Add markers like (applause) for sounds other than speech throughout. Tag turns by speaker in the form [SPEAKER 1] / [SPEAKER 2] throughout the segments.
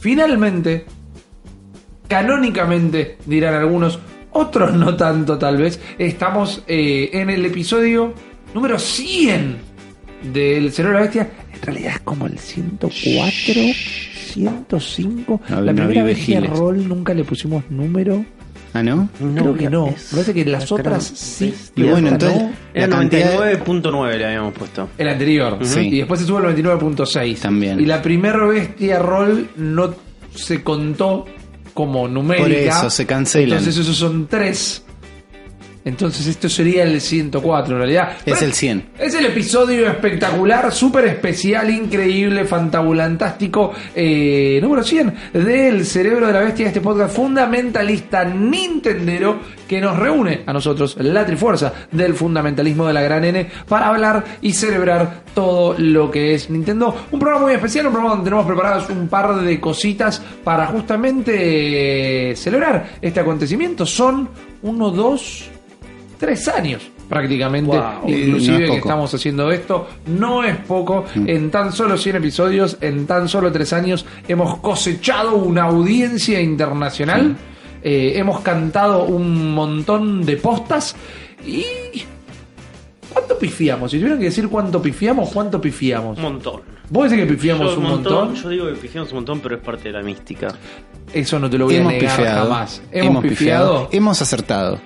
[SPEAKER 1] finalmente, canónicamente, dirán algunos, otros no tanto tal vez, estamos eh, en el episodio número 100 del Cerebro de la Bestia. En realidad es como el 104, 105.
[SPEAKER 2] No,
[SPEAKER 1] la
[SPEAKER 2] no
[SPEAKER 1] primera
[SPEAKER 2] vi
[SPEAKER 1] vez que
[SPEAKER 2] vejiles.
[SPEAKER 1] rol nunca le pusimos número.
[SPEAKER 2] Ah, ¿no?
[SPEAKER 1] Creo que no.
[SPEAKER 3] es-
[SPEAKER 1] Parece que las
[SPEAKER 3] creo-
[SPEAKER 1] otras sí.
[SPEAKER 2] Y bueno,
[SPEAKER 1] las otras
[SPEAKER 2] entonces,
[SPEAKER 1] no.
[SPEAKER 3] Era
[SPEAKER 2] la cantidad de-
[SPEAKER 3] 99.9 le habíamos puesto.
[SPEAKER 1] El anterior.
[SPEAKER 2] Sí.
[SPEAKER 1] Y después se sube al 99.6.
[SPEAKER 2] También.
[SPEAKER 1] Y la primera bestia roll no se contó como numérica.
[SPEAKER 2] Por eso, se cancelan.
[SPEAKER 1] Entonces esos son tres. Entonces esto sería el 104 en realidad. Pero
[SPEAKER 2] el 100.
[SPEAKER 1] Es el episodio espectacular, súper especial, increíble, fantabulantástico, eh, número 100 del Cerebro de la Bestia, este podcast fundamentalista nintendero que nos reúne a nosotros, la trifuerza del fundamentalismo de la gran N, para hablar y celebrar todo lo que es Nintendo. Un programa muy especial, un programa donde tenemos preparados un par de cositas para justamente eh, celebrar este acontecimiento. Son uno, dos, tres años prácticamente,
[SPEAKER 3] Wow.
[SPEAKER 1] inclusive
[SPEAKER 2] No es
[SPEAKER 1] que
[SPEAKER 2] poco. Mm.
[SPEAKER 1] estamos haciendo esto, no es poco, en tan solo 100 episodios, en tan solo tres años, hemos cosechado una audiencia internacional, eh, hemos cantado un montón de postas y... ¿Cuánto pifiamos? Si tuvieran que decir cuánto pifiamos, ¿cuánto pifiamos?
[SPEAKER 3] Un montón.
[SPEAKER 1] ¿Vos decís que pifiamos
[SPEAKER 3] Yo,
[SPEAKER 1] un montón?
[SPEAKER 3] Yo digo que pifiamos un montón, pero es parte de la mística.
[SPEAKER 1] Eso no te lo voy a
[SPEAKER 2] Hemos
[SPEAKER 1] negar
[SPEAKER 2] pifiado.
[SPEAKER 1] jamás. Hemos, pifiado.
[SPEAKER 2] Hemos acertado.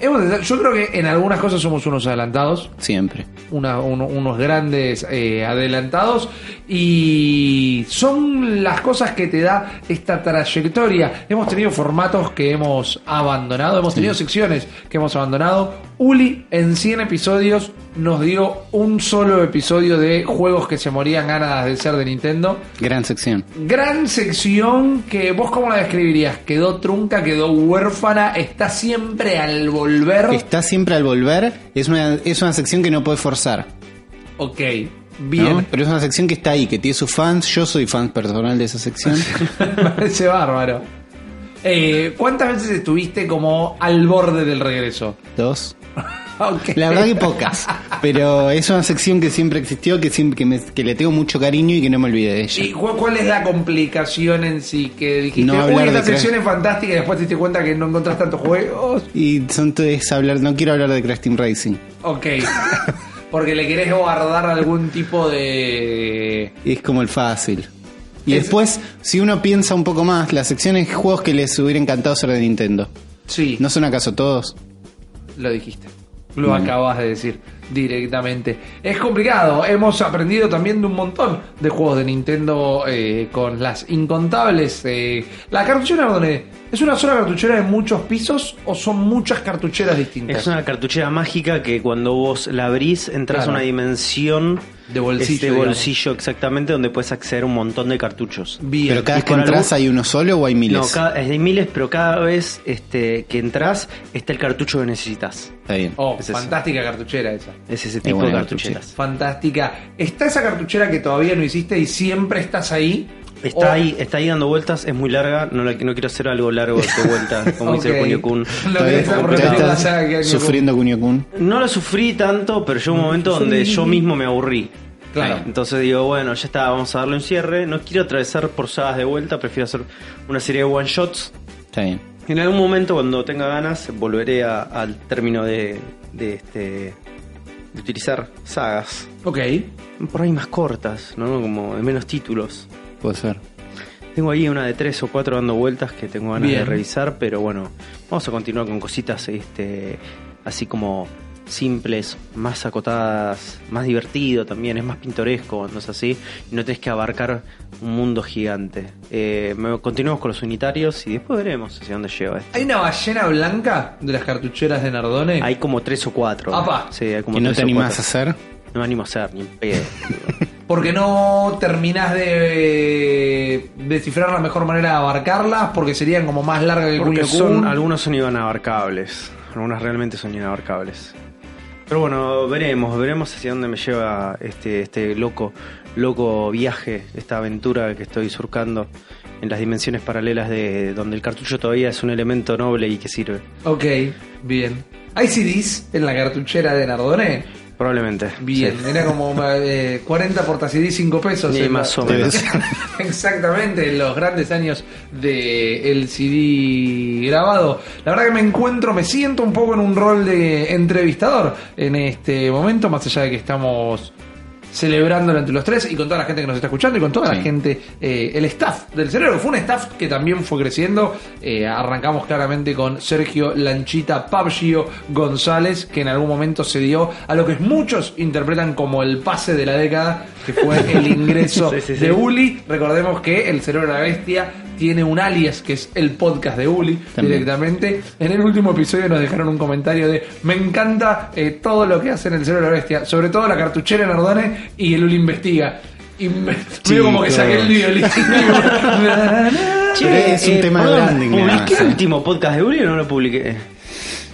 [SPEAKER 1] Hemos- yo creo que en algunas cosas somos unos adelantados.
[SPEAKER 2] Siempre.
[SPEAKER 1] una- uno- unos grandes eh, adelantados y son las cosas que te da esta trayectoria. Hemos tenido formatos que hemos abandonado, hemos tenido secciones que hemos abandonado. Uli en 100 episodios nos dio un solo episodio de juegos que se morían ganas de ser de Nintendo.
[SPEAKER 2] Gran sección.
[SPEAKER 1] Gran sección que vos cómo la describirías? Quedó trunca, quedó huérfana, está siempre al volver.
[SPEAKER 2] Está siempre al volver. Es una, es una sección que no puede forzar.
[SPEAKER 1] Ok,
[SPEAKER 2] ¿no?
[SPEAKER 1] bien.
[SPEAKER 2] Pero es una sección que está ahí, que tiene sus fans. Yo soy fan personal de esa
[SPEAKER 1] (laughs)
[SPEAKER 2] sección.
[SPEAKER 1] Me parece bárbaro. Eh, ¿Cuántas veces estuviste como al borde del regreso? (laughs)
[SPEAKER 2] Dos.
[SPEAKER 1] Ok.
[SPEAKER 2] La verdad que pocas. Pero es una sección que siempre existió, que, siempre, que, me- que le tengo mucho cariño y que no me olvide de ella.
[SPEAKER 1] ¿Y cu- cuál es la complicación en sí? Que dijiste,
[SPEAKER 2] No
[SPEAKER 1] uy,
[SPEAKER 2] hablar
[SPEAKER 1] esta
[SPEAKER 2] de Crash".
[SPEAKER 1] sección es fantástica y después te diste cuenta que no encontrás tantos juegos.
[SPEAKER 2] Y son es hablar, no quiero hablar de Crash Team Racing. (laughs)
[SPEAKER 1] Ok. Porque le querés guardar algún tipo de...
[SPEAKER 2] Es como el fácil. Y
[SPEAKER 1] Es-
[SPEAKER 2] después, si uno piensa un poco más, las secciones juegos que les hubiera encantado ser de Nintendo.
[SPEAKER 1] Sí,
[SPEAKER 2] ¿No son acaso todos?
[SPEAKER 1] lo dijiste. Lo acabas de decir directamente. Es complicado. Hemos aprendido también de un montón de juegos de Nintendo eh, con las incontables. eh. La cartuchera, Ardone, ¿es una sola cartuchera de muchos pisos o son muchas cartucheras distintas?
[SPEAKER 3] Es una cartuchera mágica que cuando vos la abrís entras
[SPEAKER 1] Claro.
[SPEAKER 3] a una dimensión
[SPEAKER 1] De bolsillo,
[SPEAKER 3] este
[SPEAKER 1] digamos.
[SPEAKER 3] bolsillo exactamente donde puedes acceder a un montón de cartuchos.
[SPEAKER 1] Bien.
[SPEAKER 2] Pero cada
[SPEAKER 3] y
[SPEAKER 2] vez que
[SPEAKER 3] por
[SPEAKER 2] entras
[SPEAKER 3] algún-
[SPEAKER 2] hay uno solo o hay miles.
[SPEAKER 3] No, cada- hay miles, pero cada vez este, que entras está el cartucho que necesitas.
[SPEAKER 2] Está bien.
[SPEAKER 1] Oh,
[SPEAKER 3] es esa.
[SPEAKER 1] fantástica cartuchera esa.
[SPEAKER 3] Es ese tipo de
[SPEAKER 2] buena
[SPEAKER 3] cartucheras.
[SPEAKER 1] Fantástica. ¿Está esa cartuchera que todavía no hiciste y siempre estás ahí?
[SPEAKER 3] Está
[SPEAKER 1] ¿O-
[SPEAKER 3] ahí, está ahí dando vueltas, es muy larga, no, la- no quiero hacer algo largo de
[SPEAKER 1] (laughs)
[SPEAKER 3] vuelta, como dice
[SPEAKER 1] Ok.
[SPEAKER 3] el Kunio Kun.
[SPEAKER 1] Lo
[SPEAKER 2] Todavía
[SPEAKER 1] que está por
[SPEAKER 2] todavía
[SPEAKER 1] repetir la
[SPEAKER 2] estás
[SPEAKER 1] saga que hay en el-
[SPEAKER 2] sufriendo Kunio Kun.
[SPEAKER 3] No lo sufrí tanto, pero llegó un momento donde yo mismo me aburrí.
[SPEAKER 1] Mm. Claro.
[SPEAKER 3] Entonces digo, bueno, ya está, vamos a darle un cierre. No quiero atravesar por sagas de vuelta, prefiero hacer una serie de one shots.
[SPEAKER 2] Está bien.
[SPEAKER 3] En algún momento, cuando tenga ganas, volveré a- al término de, de este de utilizar sagas.
[SPEAKER 1] Ok.
[SPEAKER 3] Por ahí más cortas, ¿no? Como de menos títulos.
[SPEAKER 2] Puede ser.
[SPEAKER 3] Tengo ahí una de tres o cuatro dando vueltas que tengo ganas
[SPEAKER 1] Bien.
[SPEAKER 3] de revisar, pero bueno, vamos a continuar con cositas este, así como simples, más acotadas, más divertido también, es más pintoresco cuando es así, y no tenés que abarcar un mundo gigante. Eh, me- continuamos con los unitarios y después veremos hacia dónde lleva esto.
[SPEAKER 1] ¿Hay una ballena blanca de las cartucheras de Nardone?
[SPEAKER 3] Hay como tres o cuatro.
[SPEAKER 1] Apa.
[SPEAKER 3] Sí, hay como
[SPEAKER 2] que no
[SPEAKER 3] tres
[SPEAKER 2] te
[SPEAKER 3] o
[SPEAKER 2] animás a
[SPEAKER 3] cuatro.
[SPEAKER 2] hacer.
[SPEAKER 3] No me animo a hacer, ni en pedo.
[SPEAKER 1] Porque no terminás de descifrar la mejor manera de abarcarlas, porque serían como más largas que el
[SPEAKER 3] Porque
[SPEAKER 1] Kunio
[SPEAKER 3] son,
[SPEAKER 1] Kun.
[SPEAKER 3] algunos son inabarcables. Algunos realmente son inabarcables. Pero bueno, veremos, veremos hacia dónde me lleva este, este loco, loco viaje, esta aventura que estoy surcando en las dimensiones paralelas de donde el cartucho todavía es un elemento noble y que sirve.
[SPEAKER 1] Ok, bien. ¿Hay CDs en la cartuchera de Nardone?
[SPEAKER 3] Probablemente.
[SPEAKER 1] Bien,
[SPEAKER 3] Sí.
[SPEAKER 1] era como eh, 40 por CD 5 pesos.
[SPEAKER 3] Sí,
[SPEAKER 1] en la-
[SPEAKER 3] más o menos.
[SPEAKER 1] (laughs) Exactamente, en los grandes años de el CD grabado. La verdad que me encuentro, me siento un poco en un rol de entrevistador en este momento, más allá de que estamos celebrándolo entre los tres y con toda la gente que nos está escuchando y con toda la
[SPEAKER 2] Sí.
[SPEAKER 1] gente, eh, el staff del cerebro. Fue un staff que también fue creciendo. Eh, arrancamos claramente con Sergio Lanchita Pabgio González, que en algún momento se dio a lo que muchos interpretan como el pase de la década, que fue
[SPEAKER 3] (laughs)
[SPEAKER 1] el ingreso
[SPEAKER 3] Sí, sí, sí.
[SPEAKER 1] de Uli. Recordemos que el cerebro de la bestia tiene un alias que es el podcast de Uli
[SPEAKER 2] También.
[SPEAKER 1] directamente. En el último episodio nos dejaron un comentario de me encanta eh, todo lo que hacen el cerebro de la bestia, sobre todo la cartuchera Nardone y el Uli investiga. Y me, medio como que
[SPEAKER 2] Chicos.
[SPEAKER 1] saqué el violín.
[SPEAKER 2] Pero es un tema
[SPEAKER 3] eh, perdón,
[SPEAKER 2] grande, nada
[SPEAKER 3] ¿Publiqué
[SPEAKER 2] más,
[SPEAKER 3] el
[SPEAKER 2] eh.
[SPEAKER 3] último podcast de Uri o no lo publiqué?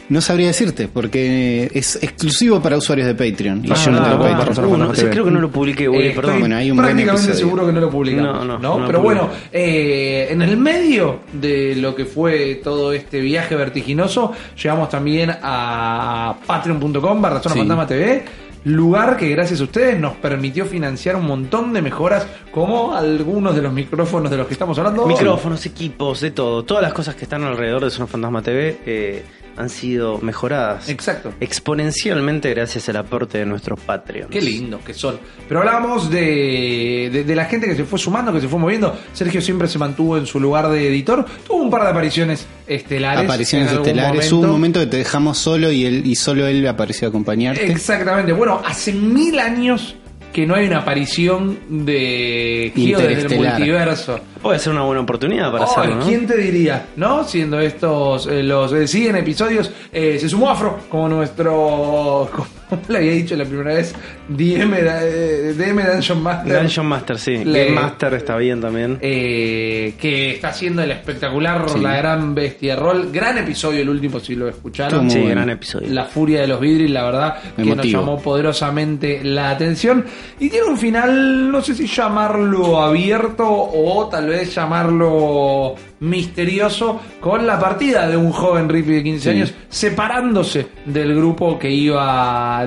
[SPEAKER 2] No sabría decirte, porque es exclusivo para usuarios de Patreon. Y
[SPEAKER 1] Ah,
[SPEAKER 2] yo no
[SPEAKER 1] verdad,
[SPEAKER 2] tengo
[SPEAKER 1] vos,
[SPEAKER 2] Patreon.
[SPEAKER 1] razón,
[SPEAKER 3] Uh, no,
[SPEAKER 1] no
[SPEAKER 3] sí,
[SPEAKER 1] te
[SPEAKER 3] creo
[SPEAKER 1] ve.
[SPEAKER 3] que no lo publiqué, Uri,
[SPEAKER 1] Eh,
[SPEAKER 3] perdón.
[SPEAKER 1] estoy
[SPEAKER 2] Bueno, hay un buen
[SPEAKER 1] prácticamente
[SPEAKER 2] episodio.
[SPEAKER 1] seguro que no lo publicamos. No,
[SPEAKER 3] No, no, no lo
[SPEAKER 1] Pero bueno,
[SPEAKER 3] publicamos.
[SPEAKER 1] eh, en el medio de lo que fue todo este viaje vertiginoso, llegamos también a patreon.com barra zona
[SPEAKER 2] Sí.
[SPEAKER 1] fantasma TV. Lugar que gracias a ustedes nos permitió financiar un montón de mejoras, como algunos de los micrófonos de los que estamos hablando. hoy.
[SPEAKER 3] Micrófonos, equipos, de todo. Todas las cosas que están alrededor de Zona Fantasma TV eh, han sido mejoradas
[SPEAKER 1] Exacto.
[SPEAKER 3] exponencialmente gracias al aporte de nuestros Patreons.
[SPEAKER 1] Qué lindos que son. Pero hablábamos de, de- de la gente que se fue sumando, que se fue moviendo. Sergio siempre se mantuvo en su lugar de editor. Tuvo un par de apariciones estelares.
[SPEAKER 2] Apariciones
[SPEAKER 1] en algún
[SPEAKER 2] estelares. Hubo un momento que te dejamos solo y él y solo él apareció a acompañarte.
[SPEAKER 1] Exactamente. Bueno, hace mil años que no hay una aparición de Gio desde el
[SPEAKER 2] Interestelar.
[SPEAKER 1] multiverso.
[SPEAKER 3] Puede ser una buena oportunidad para
[SPEAKER 1] Oh,
[SPEAKER 3] hacerlo, ¿no?
[SPEAKER 1] ¿Quién te diría? ¿No? Siendo estos eh, los eh, 100 episodios, eh, se sumó Afro como nuestro, como (laughs) le había dicho la primera vez, DM, da- eh, DM Dungeon Master.
[SPEAKER 3] Dungeon Master, sí.
[SPEAKER 1] Le-
[SPEAKER 3] Game Master está bien también.
[SPEAKER 1] eh, que está haciendo el espectacular
[SPEAKER 2] Sí.
[SPEAKER 1] La Gran Bestia Roll. Gran episodio, el último, si lo escucharon.
[SPEAKER 2] Estuvo
[SPEAKER 3] sí,
[SPEAKER 2] muy bueno.
[SPEAKER 3] gran episodio.
[SPEAKER 1] La furia de los vidris, la verdad, que nos
[SPEAKER 2] Emotivo.
[SPEAKER 1] llamó poderosamente la atención. Y tiene un final, no sé si llamarlo abierto o tal vez llamarlo misterioso, con la partida de un joven Rippy de 15
[SPEAKER 2] Sí.
[SPEAKER 1] años, separándose del grupo que iba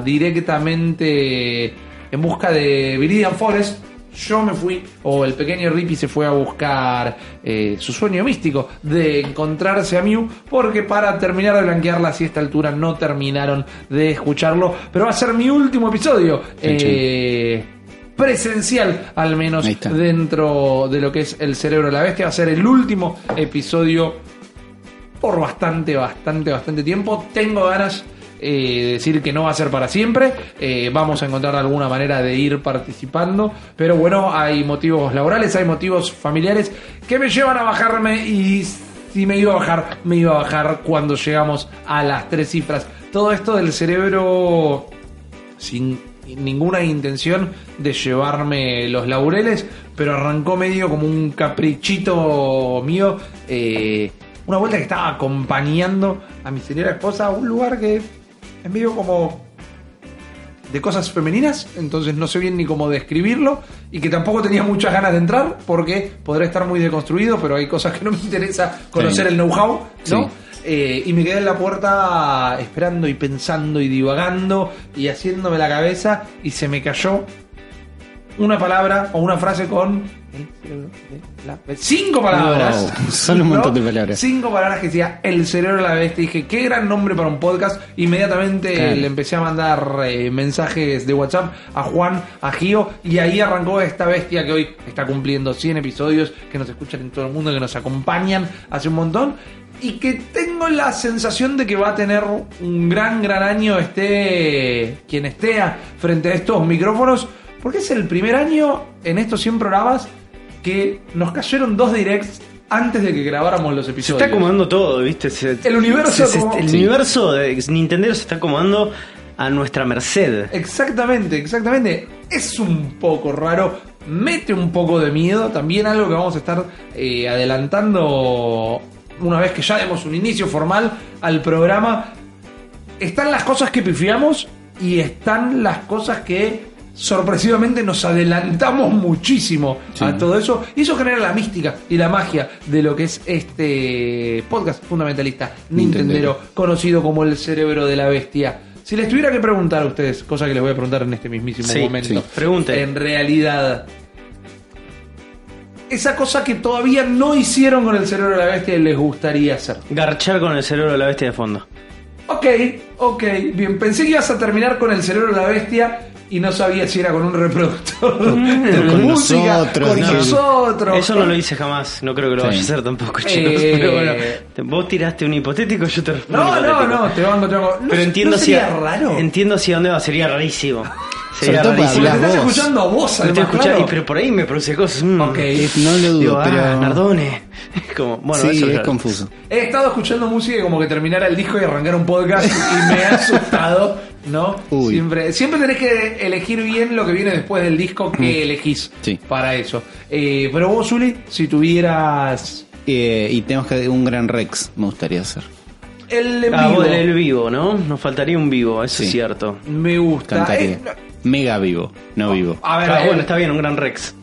[SPEAKER 1] directamente en busca de Viridian Forest. Yo me fui, o el pequeño Rippy se fue a buscar eh, su sueño místico de encontrarse a Mew, porque para terminar de blanquearla así a esta altura no terminaron de escucharlo. Pero va a ser mi último episodio.
[SPEAKER 2] Chin, chin.
[SPEAKER 1] eh, presencial al menos
[SPEAKER 2] Ahí está.
[SPEAKER 1] dentro de lo que es el cerebro de la bestia va a ser el último episodio por bastante, bastante, bastante tiempo. Tengo ganas eh, de decir que no va a ser para siempre. Eh, vamos a encontrar alguna manera de ir participando. Pero bueno, hay motivos laborales, hay motivos familiares que me llevan a bajarme y si me iba a bajar, me iba a bajar cuando llegamos a las tres cifras. Todo esto del cerebro sin ninguna intención de llevarme los laureles, pero arrancó medio como un caprichito mío, eh, una vuelta que estaba acompañando a mi señora esposa a un lugar que es medio como de cosas femeninas, entonces no sé bien ni cómo describirlo, y que tampoco tenía muchas ganas de entrar, porque podrá estar muy deconstruido, pero hay cosas que no me interesa conocer
[SPEAKER 2] Sí.
[SPEAKER 1] el know-how, ¿no?
[SPEAKER 2] Sí.
[SPEAKER 1] Eh, y me quedé en la puerta esperando y pensando y divagando y haciéndome la cabeza y se me cayó una palabra o una frase con eh, el cerebro de la bestia. cinco palabras
[SPEAKER 2] Wow, son un montón de palabras.
[SPEAKER 1] cinco palabras que decía el cerebro de la bestia y dije qué gran nombre para un podcast inmediatamente
[SPEAKER 2] Claro.
[SPEAKER 1] le empecé a mandar eh, mensajes de WhatsApp a Juan a Gio y ahí arrancó esta bestia que hoy está cumpliendo 100 episodios que nos escuchan en todo el mundo que nos acompañan hace un montón y que tengo la sensación de que va a tener un gran gran año esté quien esté a- frente a estos micrófonos porque es el primer año en estos 100 programas que nos cayeron dos directs antes de que grabáramos los
[SPEAKER 3] Se
[SPEAKER 1] episodios.
[SPEAKER 3] está acomodando todo, ¿viste? Se-
[SPEAKER 1] El universo
[SPEAKER 3] se- se-
[SPEAKER 1] acomodó-
[SPEAKER 3] el
[SPEAKER 1] sí.
[SPEAKER 3] universo de Nintendo se está acomodando a nuestra merced.
[SPEAKER 1] Eh. Exactamente, exactamente. Es un poco raro, mete un poco de miedo. También algo que vamos a estar eh, adelantando una vez que ya demos un inicio formal al programa. Están las cosas que pifiamos y están las cosas que sorpresivamente nos adelantamos muchísimo
[SPEAKER 2] Sí.
[SPEAKER 1] a todo eso. Y eso genera la mística y la magia de lo que es este podcast fundamentalista Nintendero,
[SPEAKER 2] Nintendero.
[SPEAKER 1] conocido como el cerebro de la bestia. Si les tuviera que preguntar a ustedes, cosa que les voy a preguntar en este mismísimo
[SPEAKER 3] Sí,
[SPEAKER 1] momento,
[SPEAKER 2] sí.
[SPEAKER 3] Pregunten.
[SPEAKER 1] en realidad, esa cosa que todavía no hicieron con el cerebro de la bestia y les gustaría hacer.
[SPEAKER 3] Garchar con el cerebro de la bestia de fondo.
[SPEAKER 1] Ok, ok, bien. Pensé que ibas a terminar con el cerebro de la bestia y no sabía si era con
[SPEAKER 3] (laughs)
[SPEAKER 1] un reproductor. de
[SPEAKER 2] con
[SPEAKER 1] música,
[SPEAKER 2] nosotros,
[SPEAKER 1] con
[SPEAKER 2] no.
[SPEAKER 1] nosotros.
[SPEAKER 3] Eso no lo hice jamás. No creo que lo
[SPEAKER 2] Sí.
[SPEAKER 3] vaya a hacer tampoco, chicos. (laughs)
[SPEAKER 1] Eh.
[SPEAKER 3] Pero bueno, te- vos tiraste un hipotético, yo te respondo. un
[SPEAKER 1] No, no,
[SPEAKER 3] hipotético.
[SPEAKER 1] no, te banco, te banco. No,
[SPEAKER 3] Pero entiendo
[SPEAKER 1] no
[SPEAKER 3] si
[SPEAKER 1] sería
[SPEAKER 3] a,
[SPEAKER 1] raro.
[SPEAKER 3] Entiendo si a dónde va, sería rarísimo. Sería
[SPEAKER 2] todo para
[SPEAKER 1] Porque
[SPEAKER 3] rarísimo.
[SPEAKER 1] te
[SPEAKER 2] hablar.
[SPEAKER 1] estás
[SPEAKER 2] Habla vos.
[SPEAKER 1] escuchando a vos,
[SPEAKER 3] No te
[SPEAKER 1] además,
[SPEAKER 3] escuchás,
[SPEAKER 1] claro.
[SPEAKER 3] y- pero por ahí me produce cosas. mm.
[SPEAKER 1] Ok.
[SPEAKER 2] Eh, No lo dudo,
[SPEAKER 3] Digo, ah,
[SPEAKER 2] pero.
[SPEAKER 3] Nardone. (laughs) Como, bueno,
[SPEAKER 2] sí,
[SPEAKER 3] eso
[SPEAKER 2] es
[SPEAKER 3] raro.
[SPEAKER 2] confuso.
[SPEAKER 1] He estado escuchando música y como que terminara el disco y arrancar un podcast
[SPEAKER 2] (laughs)
[SPEAKER 1] y me ha asustado, ¿no?
[SPEAKER 2] Uy.
[SPEAKER 1] Siempre, siempre tenés que elegir bien lo que viene después del disco que elegís
[SPEAKER 2] Mm. Sí.
[SPEAKER 1] para eso. Eh, pero vos, Zuli, si tuvieras
[SPEAKER 2] Eh, y tenemos que un gran Rex, me gustaría hacer.
[SPEAKER 1] el en
[SPEAKER 3] Ah,
[SPEAKER 1] vivo,
[SPEAKER 3] vos del el vivo, ¿no? Nos faltaría un vivo, eso es
[SPEAKER 2] Sí.
[SPEAKER 3] cierto.
[SPEAKER 1] me gusta.
[SPEAKER 2] Cantaría.
[SPEAKER 1] Eh, no-
[SPEAKER 2] Mega vivo, no vivo.
[SPEAKER 1] a ver,
[SPEAKER 3] Ah,
[SPEAKER 1] a ver,
[SPEAKER 3] bueno, está bien, un gran Rex.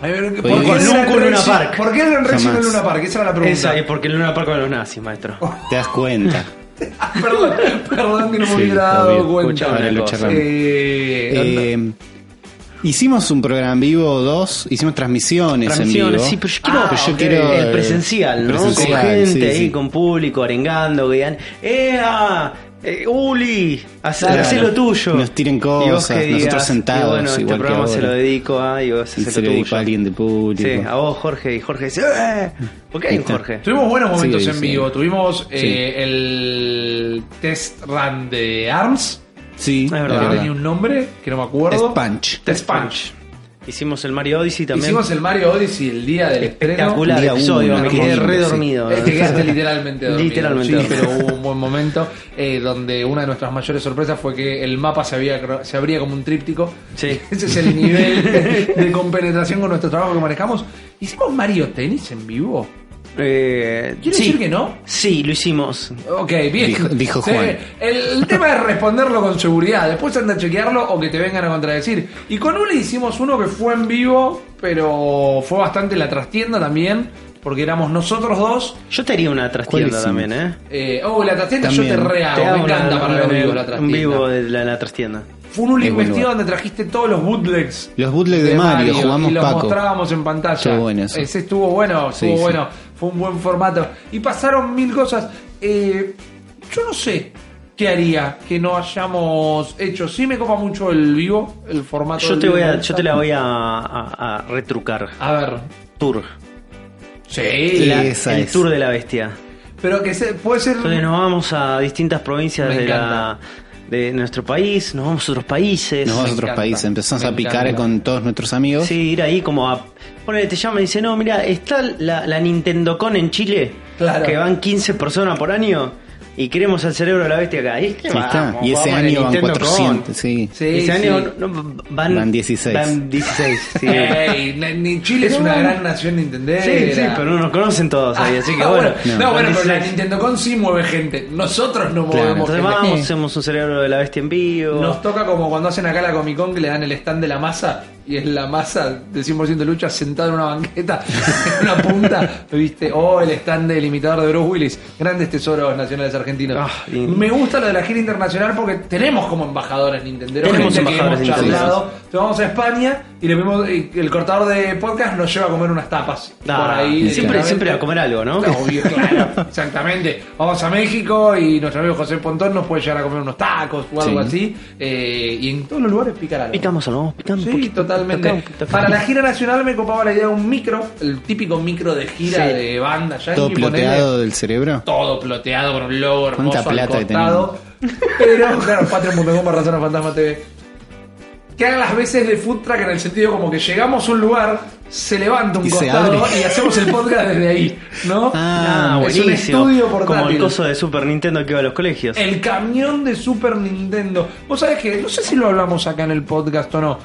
[SPEAKER 1] a ver,
[SPEAKER 2] Oye,
[SPEAKER 1] ¿por qué el
[SPEAKER 3] con
[SPEAKER 1] Gran
[SPEAKER 3] un Luna
[SPEAKER 1] Rex-
[SPEAKER 3] Park.
[SPEAKER 1] ¿Por qué el Gran Rex y no el
[SPEAKER 2] Jamás.
[SPEAKER 1] Luna Park? Esa era la pregunta.
[SPEAKER 3] Esa,
[SPEAKER 1] (laughs)
[SPEAKER 3] y porque el Luna Park con los nazis, maestro.
[SPEAKER 2] Te das cuenta.
[SPEAKER 1] Ah, perdón, perdón que no me
[SPEAKER 2] Sí,
[SPEAKER 1] hubiera
[SPEAKER 2] está
[SPEAKER 1] dado
[SPEAKER 2] bien.
[SPEAKER 1] cuenta.
[SPEAKER 3] Escuchá
[SPEAKER 2] Ahora
[SPEAKER 3] una
[SPEAKER 2] lo
[SPEAKER 3] cosa.
[SPEAKER 2] charlamos.
[SPEAKER 1] Eh, anda.
[SPEAKER 2] Eh, hicimos un programa en vivo, dos, hicimos transmisiones, en
[SPEAKER 3] Transmisiones,
[SPEAKER 2] vivo.
[SPEAKER 3] sí, pero yo quiero,
[SPEAKER 2] Ah, pero yo
[SPEAKER 3] eh,
[SPEAKER 2] quiero,
[SPEAKER 3] el
[SPEAKER 2] eh,
[SPEAKER 3] presencial, ¿no?
[SPEAKER 2] presencial,
[SPEAKER 3] con gente
[SPEAKER 2] sí,
[SPEAKER 3] ahí,
[SPEAKER 2] sí.
[SPEAKER 3] con público, arengando, que digan, ¡Ea! eh, ¡Uli! Haz,
[SPEAKER 2] Claro.
[SPEAKER 3] hacé lo tuyo.
[SPEAKER 2] Nos tiren
[SPEAKER 3] Y vos
[SPEAKER 2] cosas,
[SPEAKER 3] que
[SPEAKER 2] nosotros
[SPEAKER 3] digas,
[SPEAKER 2] sentados,
[SPEAKER 3] y bueno, este
[SPEAKER 2] igual que
[SPEAKER 3] programa se
[SPEAKER 2] ahora.
[SPEAKER 3] lo dedico a, y vos
[SPEAKER 2] Y
[SPEAKER 3] hacés
[SPEAKER 2] se
[SPEAKER 3] lo
[SPEAKER 2] lo dedico
[SPEAKER 3] tuyo.
[SPEAKER 2] a alguien de público.
[SPEAKER 3] Sí, ah, a vos, Jorge, y Jorge dice, ¡Eh! ¿Por qué hay un Jorge?
[SPEAKER 1] Tuvimos buenos momentos
[SPEAKER 2] Sí,
[SPEAKER 1] en
[SPEAKER 2] sí.
[SPEAKER 1] vivo. Tuvimos eh,
[SPEAKER 2] Sí.
[SPEAKER 1] el test run de ARMS.
[SPEAKER 2] Sí,
[SPEAKER 3] Es
[SPEAKER 1] que
[SPEAKER 3] verdad.
[SPEAKER 2] la
[SPEAKER 1] tenía un nombre que no me acuerdo.
[SPEAKER 2] Es Punch.
[SPEAKER 1] Test Punch.
[SPEAKER 3] Hicimos el Mario Odyssey también.
[SPEAKER 1] Hicimos el Mario Odyssey el día del estreno.
[SPEAKER 3] Espectacular
[SPEAKER 2] Día
[SPEAKER 3] episodio,
[SPEAKER 2] uno,
[SPEAKER 3] me quedé
[SPEAKER 2] hermoso,
[SPEAKER 3] re
[SPEAKER 2] sí.
[SPEAKER 3] dormido.
[SPEAKER 1] Este quedaste literalmente dormido.
[SPEAKER 3] Literalmente
[SPEAKER 1] Sí,
[SPEAKER 3] dormido.
[SPEAKER 1] pero hubo un buen momento eh, donde una de nuestras mayores sorpresas fue que el mapa se, había, cro- se abría como un tríptico.
[SPEAKER 3] Sí.
[SPEAKER 1] (laughs) Ese es el nivel de, de compenetración con nuestro trabajo que manejamos. ¿Hicimos Mario Tennis en vivo?
[SPEAKER 3] Eh,
[SPEAKER 1] ¿Quiere
[SPEAKER 3] sí.
[SPEAKER 1] decir que no?
[SPEAKER 3] Sí, lo hicimos.
[SPEAKER 1] Ok, bien.
[SPEAKER 2] Dijo- dijo
[SPEAKER 1] Sí,
[SPEAKER 2] Juan.
[SPEAKER 1] El, el tema es responderlo con seguridad. Después anda a chequearlo o que te vengan a contradecir. Y con Uli hicimos uno que fue en vivo, pero fue bastante la trastienda también, porque éramos nosotros dos.
[SPEAKER 3] Yo te haría una trastienda
[SPEAKER 2] hicimos?
[SPEAKER 3] también, ¿eh?
[SPEAKER 1] Eh, oh, la trastienda yo te
[SPEAKER 2] También.
[SPEAKER 1] rehago.
[SPEAKER 3] Te
[SPEAKER 1] Me
[SPEAKER 3] hago una-
[SPEAKER 1] encanta para
[SPEAKER 3] un
[SPEAKER 1] ver vivo la
[SPEAKER 3] vivo, un
[SPEAKER 1] trastienda.
[SPEAKER 3] vivo de la, la trastienda.
[SPEAKER 1] Fue un Uli
[SPEAKER 2] Es bueno.
[SPEAKER 1] vestido donde trajiste todos los bootlegs.
[SPEAKER 2] Los bootlegs de Mario, jugamos
[SPEAKER 1] y los
[SPEAKER 2] Paco.
[SPEAKER 1] mostrábamos en pantalla.
[SPEAKER 2] Estuvo bueno eso.
[SPEAKER 1] Ese estuvo bueno, estuvo
[SPEAKER 2] Sí, sí.
[SPEAKER 1] bueno. Fue un buen formato. Y pasaron mil cosas. Eh, yo no sé qué haría que no hayamos hecho. Sí me copa mucho el vivo, el formato.
[SPEAKER 3] Yo
[SPEAKER 1] del
[SPEAKER 3] te voy
[SPEAKER 1] vivo
[SPEAKER 3] a,
[SPEAKER 1] me
[SPEAKER 3] yo
[SPEAKER 1] gusta.
[SPEAKER 3] te la voy a, a- a retrucar.
[SPEAKER 1] A ver.
[SPEAKER 3] Tour.
[SPEAKER 1] Sí.
[SPEAKER 3] La-
[SPEAKER 2] Esa
[SPEAKER 3] el
[SPEAKER 2] es.
[SPEAKER 3] tour de la bestia.
[SPEAKER 1] Pero que se, puede ser...
[SPEAKER 3] Entonces nos vamos a distintas provincias
[SPEAKER 1] Me
[SPEAKER 3] de la
[SPEAKER 1] encanta.
[SPEAKER 3] de nuestro país, nos vamos a otros países.
[SPEAKER 2] Nos vamos
[SPEAKER 1] Me
[SPEAKER 2] a otros
[SPEAKER 1] encanta,
[SPEAKER 2] países, empezamos
[SPEAKER 1] me
[SPEAKER 2] a picar
[SPEAKER 1] encanta.
[SPEAKER 2] con todos nuestros amigos.
[SPEAKER 3] Sí, ir ahí como a. Ponele, te llama y dice: No, mira, está la, la Nintendo Con en Chile.
[SPEAKER 1] Claro.
[SPEAKER 3] Que van 15 personas por año. Y queremos el cerebro de la bestia acá. Y, es que
[SPEAKER 2] Ahí está.
[SPEAKER 3] vamos,
[SPEAKER 2] Y ese
[SPEAKER 3] vamos a la
[SPEAKER 2] año van
[SPEAKER 3] Nintendo Con.
[SPEAKER 2] 400, sí.
[SPEAKER 1] Sí,
[SPEAKER 3] Ese Este año
[SPEAKER 1] sí.
[SPEAKER 3] no, no, van,
[SPEAKER 2] Van 16.
[SPEAKER 3] Van 16,
[SPEAKER 1] (laughs)
[SPEAKER 3] sí.
[SPEAKER 1] Ey, ni- ni Chile es
[SPEAKER 3] Pero
[SPEAKER 1] una
[SPEAKER 3] bueno.
[SPEAKER 1] gran nación Nintendo.
[SPEAKER 3] Sí, sí, pero no nos conocen todos ahí, así que bueno.
[SPEAKER 1] Ah, No,
[SPEAKER 3] Van
[SPEAKER 1] bueno, pero la
[SPEAKER 3] 16.
[SPEAKER 1] Nintendo Con sí mueve gente. Nosotros no
[SPEAKER 2] Claro,
[SPEAKER 1] movemos
[SPEAKER 3] Entonces
[SPEAKER 1] gente.
[SPEAKER 3] vamos, hacemos un cerebro de la bestia en vivo.
[SPEAKER 1] Nos toca como cuando hacen acá la Comic Con que le dan el stand de la masa y es la masa de 100% de lucha sentada en una banqueta, (laughs) en una punta, ¿viste? O el stand del imitador de Bruce Willis. Grandes tesoros nacionales argentinos.
[SPEAKER 3] Ah, lindo.
[SPEAKER 1] Me gusta lo de la gira internacional porque tenemos como embajadores Nintendo.
[SPEAKER 3] Tenemos
[SPEAKER 1] gente que
[SPEAKER 3] embajadores
[SPEAKER 1] hemos
[SPEAKER 3] Nintendo.
[SPEAKER 1] charlado. Te vamos a España y le pedimos- y el cortador de podcast nos lleva a comer unas tapas.
[SPEAKER 3] Ah,
[SPEAKER 1] por ahí.
[SPEAKER 3] y siempre,
[SPEAKER 1] directamente.
[SPEAKER 3] siempre a comer algo, ¿no? (laughs)
[SPEAKER 1] Obvio, claro, exactamente. Vamos a México y nuestro amigo José Pontón nos puede llegar a comer unos tacos o algo
[SPEAKER 2] Sí.
[SPEAKER 1] así. eh, y en todos los lugares picar algo.
[SPEAKER 3] Picamos algo, vamos picando.
[SPEAKER 1] Sí,
[SPEAKER 3] un poquito,
[SPEAKER 1] totalmente.
[SPEAKER 3] tocá un poquito. Ah,
[SPEAKER 1] Para la gira nacional me copaba la idea de un micro, el típico micro de gira
[SPEAKER 3] Sí.
[SPEAKER 1] de banda. Ya
[SPEAKER 2] Todo ploteado del cerebro.
[SPEAKER 1] Todo ploteado con un logo hermoso
[SPEAKER 2] ¿Cuánta plata
[SPEAKER 1] al
[SPEAKER 2] que
[SPEAKER 1] costado. (laughs) Pero, claro, patreon.com barra Zona fantasma TV. Que hagan las veces de food truck en el sentido como que llegamos a un lugar, se levanta un
[SPEAKER 2] Y se
[SPEAKER 1] costado
[SPEAKER 2] abre.
[SPEAKER 1] y hacemos el podcast desde ahí, ¿no?
[SPEAKER 2] Ah,
[SPEAKER 3] Ah,
[SPEAKER 1] es
[SPEAKER 3] buenísimo.
[SPEAKER 1] un estudio portátil.
[SPEAKER 3] Como el coso de Super Nintendo que iba a los colegios.
[SPEAKER 1] El eh, camión de Super Nintendo. Vos sabés que, no sé si lo hablamos acá en el podcast o no.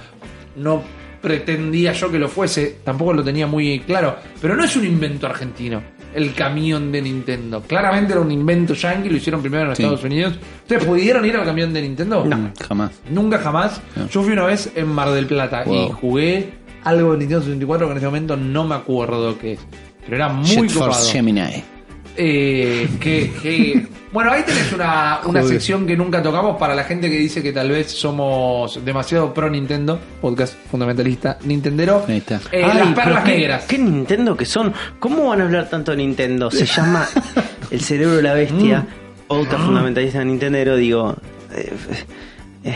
[SPEAKER 1] No pretendía yo que lo fuese, tampoco lo tenía muy claro. Pero no es un invento argentino, el camión de Nintendo. Claramente era un invento yankee, lo hicieron primero en
[SPEAKER 2] Sí.
[SPEAKER 1] Estados Unidos. ¿Ustedes pudieron ir al camión de Nintendo?
[SPEAKER 2] Mm, Jamás.
[SPEAKER 1] Nunca jamás.
[SPEAKER 2] No.
[SPEAKER 1] Yo fui una vez en Mar del Plata
[SPEAKER 2] Wow.
[SPEAKER 1] y jugué algo de Nintendo 64 que en ese momento no me acuerdo qué es. Pero era muy
[SPEAKER 2] Jet
[SPEAKER 1] copado.
[SPEAKER 2] Force Gemini.
[SPEAKER 1] eh, que, que- Bueno, ahí tenés una, una
[SPEAKER 2] Joder.
[SPEAKER 1] sección que nunca tocamos para la gente que dice que tal vez somos demasiado pro Nintendo, podcast fundamentalista Nintendero.
[SPEAKER 2] Ahí está.
[SPEAKER 3] Ay,
[SPEAKER 1] Eh, las
[SPEAKER 3] pero
[SPEAKER 1] perlas
[SPEAKER 3] qué-
[SPEAKER 1] negras.
[SPEAKER 3] ¿Qué Nintendo que son? ¿Cómo van a hablar tanto de Nintendo? Se
[SPEAKER 1] (laughs)
[SPEAKER 3] llama El cerebro de la bestia,
[SPEAKER 1] Mm. Ah.
[SPEAKER 3] podcast fundamentalista de Nintendero. Digo, eh, eh,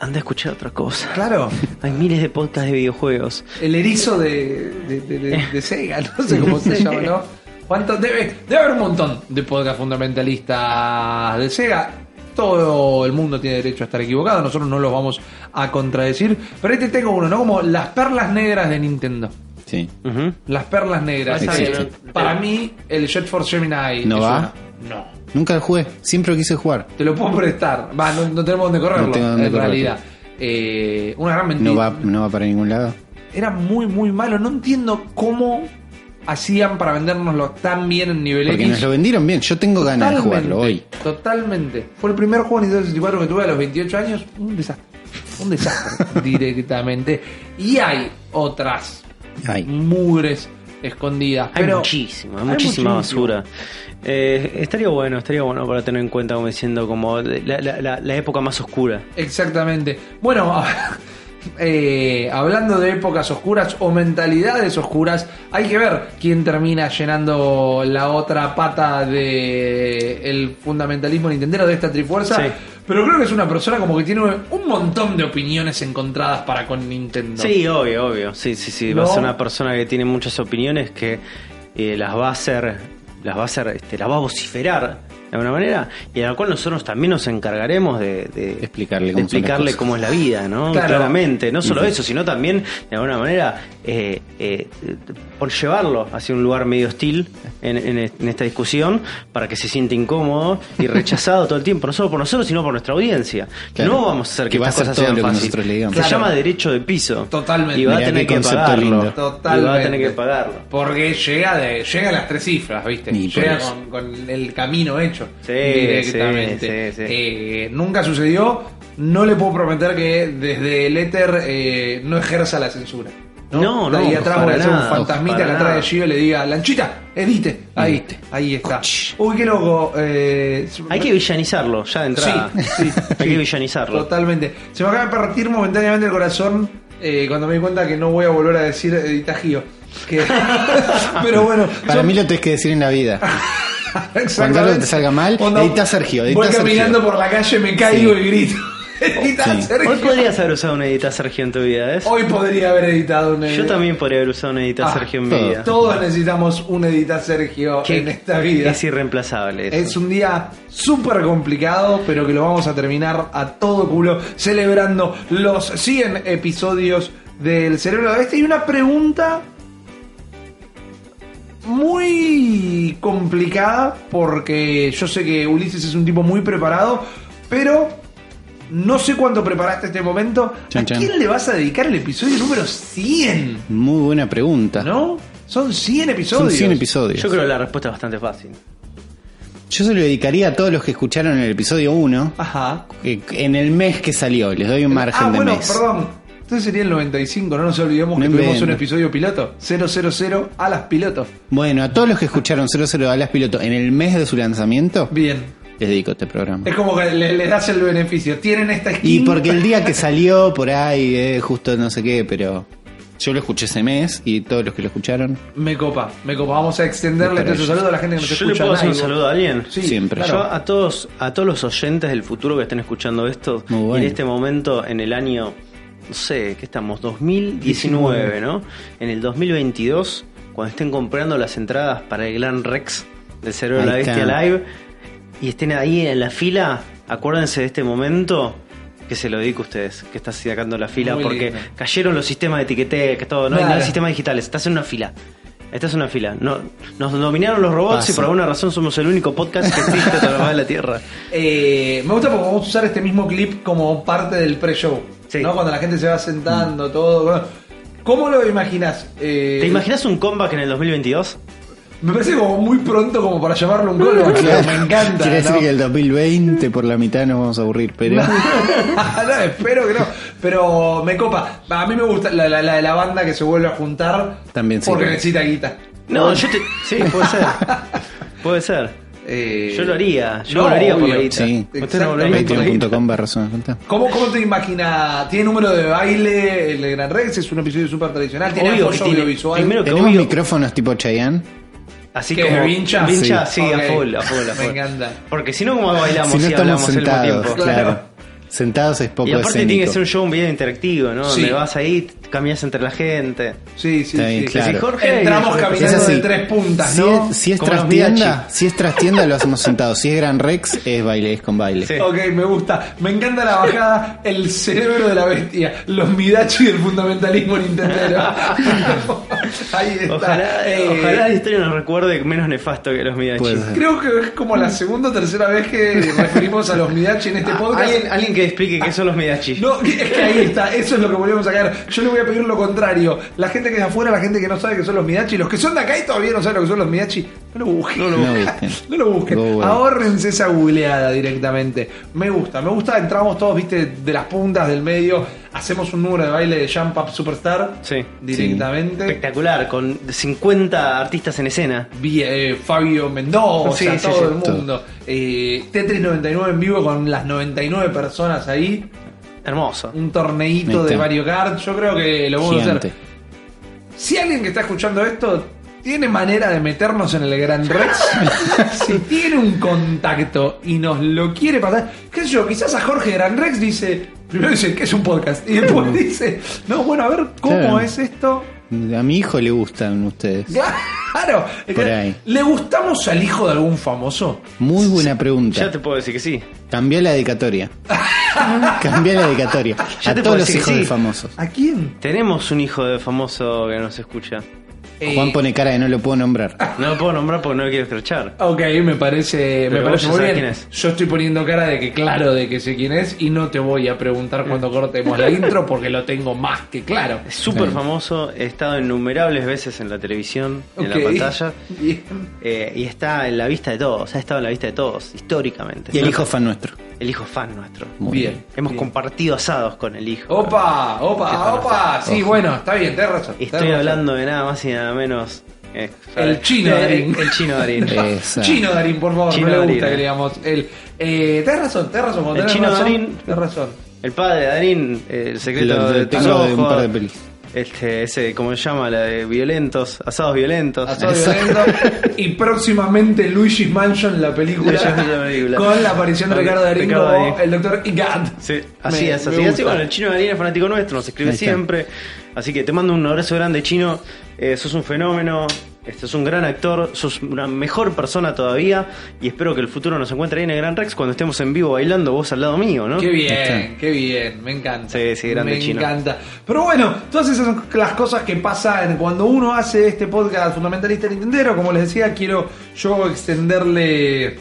[SPEAKER 3] anda a escuchar otra cosa.
[SPEAKER 1] Claro,
[SPEAKER 3] Hay miles de podcasts de videojuegos.
[SPEAKER 1] el erizo de, de, de- de- de Sega, no sé cómo se llama, ¿no? ¿Cuánto debe, debe haber un montón de podcast fundamentalistas de Sega. Todo el mundo tiene derecho a estar equivocado, nosotros no los vamos a contradecir. Pero ahí te tengo uno, ¿no? Como las perlas negras de Nintendo.
[SPEAKER 2] Sí.
[SPEAKER 3] Ujú.
[SPEAKER 1] Las perlas negras.
[SPEAKER 2] Ah, Está bien,
[SPEAKER 1] Existe. Para mí, el Jet for Gemini.
[SPEAKER 2] ¿No
[SPEAKER 1] es
[SPEAKER 2] va?
[SPEAKER 1] una- No.
[SPEAKER 2] Nunca lo jugué, siempre lo quise jugar.
[SPEAKER 1] Te lo puedo prestar. Va, no, no tenemos dónde correrlo.
[SPEAKER 2] No tengo dónde
[SPEAKER 1] en
[SPEAKER 2] correrlo.
[SPEAKER 1] realidad. Eh, una gran mentira.
[SPEAKER 2] No va, no va para ningún lado.
[SPEAKER 1] Era muy, muy malo. No entiendo cómo hacían para vendérnoslo tan bien en nivel
[SPEAKER 2] Porque
[SPEAKER 1] X.
[SPEAKER 2] nos lo vendieron bien. Yo tengo ganas de jugarlo hoy.
[SPEAKER 1] Totalmente. Fue el primer juego de Nintendo 64 que tuve a los 28 años. Un desastre.
[SPEAKER 2] (laughs)
[SPEAKER 1] Un desastre directamente. Y hay otras
[SPEAKER 2] Ay.
[SPEAKER 1] mugres escondidas.
[SPEAKER 3] Hay
[SPEAKER 1] pero
[SPEAKER 3] muchísimo, hay
[SPEAKER 1] hay
[SPEAKER 3] muchísima
[SPEAKER 1] muchísimo.
[SPEAKER 3] basura. Eh, estaría bueno, estaría bueno para tener en cuenta, como diciendo, como la, la- la- la época más oscura.
[SPEAKER 1] Exactamente. Bueno, (laughs) ah, eh, hablando de épocas oscuras o mentalidades oscuras, hay que ver quién termina llenando la otra pata de el fundamentalismo nintendero de esta trifuerza.
[SPEAKER 3] Sí.
[SPEAKER 1] Pero creo que es una persona como que tiene un montón de opiniones encontradas para con Nintendo.
[SPEAKER 3] Sí, obvio, obvio. Sí, sí, sí. Va
[SPEAKER 1] No.
[SPEAKER 3] a ser una persona que tiene muchas opiniones que eh, las va a hacer, las va a hacer, este, las va a vociferar de alguna manera y a la cual nosotros también nos encargaremos de, de-
[SPEAKER 2] Explicarle
[SPEAKER 3] de
[SPEAKER 2] cómo son las
[SPEAKER 3] explicarle
[SPEAKER 2] cosas.
[SPEAKER 3] cómo es la vida, ¿no?
[SPEAKER 1] Claro.
[SPEAKER 3] Claramente. No solo
[SPEAKER 2] Ujú.
[SPEAKER 3] eso, sino también de alguna manera eh, eh, por llevarlo hacia un lugar medio hostil en, en- en esta discusión para que se siente incómodo y rechazado todo el tiempo, no solo por nosotros, sino por nuestra audiencia.
[SPEAKER 2] Claro.
[SPEAKER 3] No vamos a hacer que,
[SPEAKER 2] Que va a
[SPEAKER 3] estas
[SPEAKER 2] ser
[SPEAKER 3] cosas
[SPEAKER 2] todo
[SPEAKER 3] sean
[SPEAKER 2] lo que
[SPEAKER 3] fácil.
[SPEAKER 2] nosotros le digamos.
[SPEAKER 3] Se
[SPEAKER 1] Claro.
[SPEAKER 3] llama derecho de piso.
[SPEAKER 1] Totalmente.
[SPEAKER 3] Y va a
[SPEAKER 2] Mirá
[SPEAKER 3] tener
[SPEAKER 2] qué
[SPEAKER 3] que
[SPEAKER 2] concepto lindo.
[SPEAKER 3] pagarlo.
[SPEAKER 1] Totalmente.
[SPEAKER 3] Y va a tener que pagarlo.
[SPEAKER 1] Porque llega de llega a las tres cifras, ¿viste?
[SPEAKER 2] Y por
[SPEAKER 1] llega
[SPEAKER 2] eso.
[SPEAKER 1] con, con el camino hecho
[SPEAKER 3] Sí,
[SPEAKER 1] directamente.
[SPEAKER 3] sí, sí, sí.
[SPEAKER 1] Eh, nunca sucedió. No le puedo prometer que desde el éter eh, no ejerza la censura.
[SPEAKER 3] No, no,
[SPEAKER 1] De ahí atrás
[SPEAKER 3] para
[SPEAKER 1] voy a hacer un
[SPEAKER 3] nada,
[SPEAKER 1] fantasmita
[SPEAKER 3] para
[SPEAKER 1] que atrás de
[SPEAKER 3] nada. Mm.
[SPEAKER 1] Gio le diga, Lanchita, edite. Ahí,
[SPEAKER 2] Edite.
[SPEAKER 1] ahí está.
[SPEAKER 2] Coch.
[SPEAKER 1] Uy, qué loco. eh,
[SPEAKER 3] Hay que villanizarlo, ya de entrada.
[SPEAKER 1] Sí, sí.
[SPEAKER 3] Hay que villanizarlo.
[SPEAKER 1] Totalmente. Se me acaba de partir momentáneamente el corazón eh, cuando me di cuenta que no voy a volver a decir editajío. Que...
[SPEAKER 3] (laughs)
[SPEAKER 1] Pero bueno,
[SPEAKER 2] Para
[SPEAKER 1] son-
[SPEAKER 2] mí lo
[SPEAKER 1] (laughs)
[SPEAKER 2] tenés que decir en la vida.
[SPEAKER 1] Exactamente.
[SPEAKER 2] cuando algo te salga mal,
[SPEAKER 1] Cuando
[SPEAKER 2] edita Sergio, edita
[SPEAKER 1] voy
[SPEAKER 2] Sergio.
[SPEAKER 1] caminando por la calle, me caigo
[SPEAKER 2] Sí.
[SPEAKER 1] y grito. (laughs) Edita
[SPEAKER 2] Sí.
[SPEAKER 1] Sergio.
[SPEAKER 3] Hoy podrías haber usado una edita Sergio en tu vida, ¿ves?
[SPEAKER 1] Hoy podría haber editado un
[SPEAKER 3] Yo también podría haber usado una edita
[SPEAKER 1] Ah,
[SPEAKER 3] Sergio en mi
[SPEAKER 2] todo.
[SPEAKER 3] vida.
[SPEAKER 1] Todos necesitamos un edita Sergio
[SPEAKER 3] Que
[SPEAKER 1] en esta vida.
[SPEAKER 3] Es irreemplazable. eso.
[SPEAKER 1] Es un día súper complicado, pero que lo vamos a terminar a todo culo celebrando los 100 episodios del Cerebro de la Bestia. Y una pregunta muy complicada, porque yo sé que Ulises es un tipo muy preparado, pero no sé cuánto preparaste este momento.
[SPEAKER 2] Chan,
[SPEAKER 1] ¿A
[SPEAKER 2] chan.
[SPEAKER 1] quién le vas a dedicar el episodio número 100?
[SPEAKER 2] Muy buena pregunta.
[SPEAKER 1] ¿No? Son 100 episodios.
[SPEAKER 2] Son 100 episodios.
[SPEAKER 3] Yo creo que la respuesta es bastante fácil.
[SPEAKER 2] Yo se lo dedicaría a todos los que escucharon el episodio 1
[SPEAKER 1] Ajá.
[SPEAKER 2] eh, en el mes que salió. Les doy un margen
[SPEAKER 1] ah,
[SPEAKER 2] de
[SPEAKER 1] bueno,
[SPEAKER 2] mes.
[SPEAKER 1] perdón. Entonces sería el 95, no nos olvidemos
[SPEAKER 2] No
[SPEAKER 1] que tuvimos
[SPEAKER 2] invento.
[SPEAKER 1] un episodio piloto. 000 a las pilotos.
[SPEAKER 2] Bueno, a todos los que escucharon 00 Alas Piloto en el mes de su lanzamiento,
[SPEAKER 1] Bien.
[SPEAKER 2] les dedico este programa.
[SPEAKER 1] Es como que le- les das el beneficio. Tienen esta
[SPEAKER 2] Y
[SPEAKER 1] skin.
[SPEAKER 2] porque el día que salió por ahí, eh, justo no sé qué, pero yo lo escuché ese mes y todos los que lo escucharon,
[SPEAKER 1] Me copa, me copa. Vamos a extenderle
[SPEAKER 2] Pero
[SPEAKER 1] nuestro
[SPEAKER 2] yo-
[SPEAKER 1] saludo a la gente que nos
[SPEAKER 3] Yo
[SPEAKER 1] escucha.
[SPEAKER 3] le puedo hacer un
[SPEAKER 1] live.
[SPEAKER 3] saludo a alguien.
[SPEAKER 1] Sí,
[SPEAKER 2] Siempre.
[SPEAKER 1] claro.
[SPEAKER 3] Yo a todos, a todos los oyentes del futuro que estén escuchando esto,
[SPEAKER 2] Muy bueno.
[SPEAKER 3] en este momento, en el año, no sé, ¿qué estamos? 2019, ¿no? En el 2022, cuando estén comprando las entradas para el Gran Rex del Cerebro de la
[SPEAKER 2] Ahí
[SPEAKER 3] Bestia
[SPEAKER 2] está.
[SPEAKER 3] Live y estén ahí en la fila, acuérdense de este momento que se lo dedico a ustedes, que estás sacando la fila,
[SPEAKER 1] Muy
[SPEAKER 3] porque
[SPEAKER 1] lindo.
[SPEAKER 3] cayeron los sistemas de etiqueteo, que todo, no, hay- no hay
[SPEAKER 1] Claro.
[SPEAKER 3] sistemas digitales, estás en una fila. Estás en una fila. No, nos dominaron los robots
[SPEAKER 2] Pasa.
[SPEAKER 3] y por alguna razón somos el único podcast que existe sobre la faz de
[SPEAKER 2] (laughs)
[SPEAKER 3] la Tierra.
[SPEAKER 1] Eh, me gusta porque vamos a usar este mismo clip como parte del pre-show.
[SPEAKER 3] Sí.
[SPEAKER 1] ¿no? Cuando la gente se va
[SPEAKER 2] Mm.
[SPEAKER 1] sentando, todo. bueno. ¿Cómo lo imaginas? Eh,
[SPEAKER 3] ¿Te imaginas un comeback en el 2022?
[SPEAKER 1] Me parece como muy pronto como para llamarlo
[SPEAKER 2] (laughs)
[SPEAKER 1] un gol. porque Me encanta.
[SPEAKER 2] Quiere decir
[SPEAKER 1] ¿no?
[SPEAKER 2] que el 2020 por la mitad nos vamos a aburrir, pero
[SPEAKER 1] (laughs) no, espero que no. Pero me copa. A mí me gusta la, la, la de la banda que se vuelve a juntar.
[SPEAKER 2] También sí.
[SPEAKER 1] Porque necesita guita.
[SPEAKER 2] (laughs)
[SPEAKER 3] No, yo te. Sí, puede ser. Puede ser.
[SPEAKER 1] Eh,
[SPEAKER 3] Yo lo haría. Yo
[SPEAKER 1] no,
[SPEAKER 3] volvería por la
[SPEAKER 1] obvio.
[SPEAKER 3] guita.
[SPEAKER 2] sí.
[SPEAKER 3] Usted no volvería por la guita.
[SPEAKER 2] patreon.com barra zona culta.
[SPEAKER 1] ¿Cómo, ¿Cómo te imaginas? ¿Tiene número de baile el de Gran Rex? Es un episodio súper tradicional. ¿Tiene
[SPEAKER 3] Obvio que
[SPEAKER 1] apoyo
[SPEAKER 3] tiene.
[SPEAKER 1] audiovisual?
[SPEAKER 3] Primero que
[SPEAKER 2] Tenemos
[SPEAKER 3] obvio-
[SPEAKER 2] micrófonos tipo Chayanne.
[SPEAKER 3] Así
[SPEAKER 1] ¿Qué,
[SPEAKER 3] como
[SPEAKER 1] vincha?
[SPEAKER 3] Vincha,
[SPEAKER 1] Sí.
[SPEAKER 3] sí,
[SPEAKER 1] Ok.
[SPEAKER 3] a full, a full, a
[SPEAKER 1] Me
[SPEAKER 3] full.
[SPEAKER 1] encanta.
[SPEAKER 3] Porque si no, ¿cómo bailamos
[SPEAKER 2] si
[SPEAKER 3] si
[SPEAKER 2] no estamos
[SPEAKER 3] hablamos al mismo
[SPEAKER 2] sentados,
[SPEAKER 3] tiempo?
[SPEAKER 2] claro.
[SPEAKER 1] Claro.
[SPEAKER 2] Sentados es poco
[SPEAKER 3] Y aparte
[SPEAKER 2] escénico.
[SPEAKER 3] tiene que ser un show, un video interactivo, ¿no?
[SPEAKER 1] Sí.
[SPEAKER 3] Donde vas ahí, cambias entre la gente.
[SPEAKER 1] Sí, sí,
[SPEAKER 2] Está bien,
[SPEAKER 1] sí.
[SPEAKER 2] claro.
[SPEAKER 1] Sí, Jorge, entramos
[SPEAKER 3] Es
[SPEAKER 1] caminando
[SPEAKER 2] así.
[SPEAKER 1] de tres puntas,
[SPEAKER 2] Si
[SPEAKER 1] ¿no?
[SPEAKER 2] es, si es
[SPEAKER 3] Como los
[SPEAKER 2] trastienda,
[SPEAKER 3] mariachi.
[SPEAKER 2] si es trastienda lo hacemos sentados. Si es Gran Rex, es baile, es con baile.
[SPEAKER 3] Sí.
[SPEAKER 1] Ok, me gusta. Me encanta la bajada, el cerebro de la bestia, los Midachi del fundamentalismo nintendero.
[SPEAKER 3] (laughs)
[SPEAKER 1] Ahí está.
[SPEAKER 3] Ojalá, eh,
[SPEAKER 1] Eh,
[SPEAKER 3] ojalá la historia nos recuerde menos nefasto que los Midachi.
[SPEAKER 2] Puede ser.
[SPEAKER 1] Creo que es como la segunda o tercera vez que referimos a los Midachi en este podcast.
[SPEAKER 3] Ah, ¿Alguien, alguien que explique qué son los Midachi.
[SPEAKER 1] No, es que ahí está, eso es lo que volvemos a sacar. Yo le voy a pedir lo contrario. La gente que es de afuera, la gente que no sabe que son los Midachi, los que son de acá y todavía no saben lo que son los Midachi, no lo busquen.
[SPEAKER 2] No lo busquen.
[SPEAKER 1] No lo busquen.
[SPEAKER 2] Google.
[SPEAKER 1] Ahórrense esa googleada directamente. Me gusta, me gusta. Entramos todos, viste, de las puntas, del medio. Hacemos un número de baile de Jump Up Superstar.
[SPEAKER 3] Sí.
[SPEAKER 1] Directamente.
[SPEAKER 3] Espectacular, con 50 artistas en escena.
[SPEAKER 1] Vi- eh, Fabio Mendoza,
[SPEAKER 3] Sí, sí,
[SPEAKER 1] todo
[SPEAKER 3] sí,
[SPEAKER 1] el mundo. Eh, Tetris 99 en vivo con las 99 personas ahí.
[SPEAKER 3] Hermoso.
[SPEAKER 1] un torneito
[SPEAKER 2] Ahí
[SPEAKER 1] de
[SPEAKER 2] está.
[SPEAKER 1] Mario Kart. Yo creo que lo vamos a
[SPEAKER 2] Gigante.
[SPEAKER 1] hacer. Si alguien que está escuchando esto tiene manera de meternos en el
[SPEAKER 2] (laughs)
[SPEAKER 1] Gran Rex, si tiene un contacto y nos lo quiere pasar, qué sé yo, quizás a Jorge Gran Rex dice, primero dice que es un podcast y
[SPEAKER 2] (laughs)
[SPEAKER 1] después dice, no, bueno, a ver cómo
[SPEAKER 2] Claro.
[SPEAKER 1] es esto.
[SPEAKER 2] A mi hijo le gustan ustedes.
[SPEAKER 1] Claro, es
[SPEAKER 2] Por
[SPEAKER 1] que,
[SPEAKER 2] ahí.
[SPEAKER 1] ¿le gustamos al hijo de algún famoso?
[SPEAKER 2] Muy buena
[SPEAKER 3] Ya
[SPEAKER 2] pregunta.
[SPEAKER 3] te puedo decir que sí.
[SPEAKER 2] Cambié la
[SPEAKER 1] (laughs)
[SPEAKER 2] dedicatoria. Cambié la dedicatoria.
[SPEAKER 3] Ya
[SPEAKER 2] A todos
[SPEAKER 3] te puedo
[SPEAKER 2] los
[SPEAKER 3] decir que
[SPEAKER 2] hijos
[SPEAKER 3] sí.
[SPEAKER 2] de famosos.
[SPEAKER 1] ¿A quién?
[SPEAKER 3] Tenemos un hijo de famoso que nos escucha.
[SPEAKER 1] Eh,
[SPEAKER 2] Juan pone cara de no lo puedo nombrar.
[SPEAKER 3] No lo puedo nombrar porque no lo quiero escrachar.
[SPEAKER 1] Ok, me parece, me
[SPEAKER 3] Pero
[SPEAKER 1] parece
[SPEAKER 3] vos ya
[SPEAKER 1] muy bien.
[SPEAKER 3] sabés quién es.
[SPEAKER 1] Yo estoy poniendo cara de que claro de que sé quién es y no te voy a preguntar cuando
[SPEAKER 3] Mm. (laughs)
[SPEAKER 1] cortemos la intro porque lo tengo más que claro.
[SPEAKER 3] Es súper
[SPEAKER 2] Sí.
[SPEAKER 3] famoso, he estado innumerables veces en la televisión,
[SPEAKER 1] Ok.
[SPEAKER 3] en la pantalla.
[SPEAKER 1] (laughs) Bien.
[SPEAKER 3] eh, y está en la vista de todos, ha estado en la vista de todos, históricamente.
[SPEAKER 2] Y el hijo fan nuestro.
[SPEAKER 3] El hijo fan nuestro.
[SPEAKER 2] Muy
[SPEAKER 1] Bien.
[SPEAKER 3] Hemos
[SPEAKER 1] bien.
[SPEAKER 3] compartido asados con el hijo.
[SPEAKER 1] Opa, opa, opa. Sí, bueno, está bien, tenés razón. tenés
[SPEAKER 3] Estoy
[SPEAKER 1] razón.
[SPEAKER 3] hablando de nada más y nada menos. eh,
[SPEAKER 1] El chino
[SPEAKER 3] el,
[SPEAKER 1] Darín.
[SPEAKER 3] el chino Darín.
[SPEAKER 2] (laughs) Eh, Esa.
[SPEAKER 1] Chino Darín, por favor,
[SPEAKER 3] Chino
[SPEAKER 1] no le gusta
[SPEAKER 3] Darín,
[SPEAKER 1] que
[SPEAKER 3] eh.
[SPEAKER 1] le digamos él. Eh, tenés razón, tenés razón. cuando
[SPEAKER 3] El
[SPEAKER 1] tenés
[SPEAKER 3] chino
[SPEAKER 1] razón,
[SPEAKER 3] Darín-
[SPEAKER 1] Tenés razón.
[SPEAKER 3] El padre de Darín, eh, el secreto
[SPEAKER 2] Lo- lo
[SPEAKER 3] de tus
[SPEAKER 2] tengo de un
[SPEAKER 3] ojos,
[SPEAKER 2] par de pelis.
[SPEAKER 3] Este, ese, como se llama, la de violentos, asados violentos.
[SPEAKER 1] Asado
[SPEAKER 2] Exacto.
[SPEAKER 1] violento. Y próximamente Luigi's Mansion, la película,
[SPEAKER 3] Luigi's Mansion, (laughs) la película.
[SPEAKER 1] con la aparición de Ricardo Darín
[SPEAKER 3] Ricardo
[SPEAKER 1] como
[SPEAKER 3] Darín.
[SPEAKER 1] el doctor Igat.
[SPEAKER 3] Eh, Sí, así
[SPEAKER 1] Me-
[SPEAKER 3] es,
[SPEAKER 1] me
[SPEAKER 3] así es.
[SPEAKER 1] gusta.
[SPEAKER 3] Y Bueno, el chino Darín es fanático nuestro, nos escribe
[SPEAKER 2] Ahí está.
[SPEAKER 3] siempre. Así que te mando un abrazo grande, chino. Eh, sos un fenómeno, este, sos un gran actor, sos una mejor persona todavía. Y espero que el futuro nos encuentre ahí en el Gran Rex cuando estemos en vivo bailando vos al lado mío, ¿no? Este.
[SPEAKER 1] Qué bien,
[SPEAKER 2] Está.
[SPEAKER 1] qué bien, me encanta.
[SPEAKER 3] Sí, sí, grande
[SPEAKER 1] Me
[SPEAKER 3] chino.
[SPEAKER 1] encanta. Pero bueno, todas esas son las cosas que pasan cuando uno hace este podcast fundamentalista Nintendero. Como les decía, quiero yo extenderle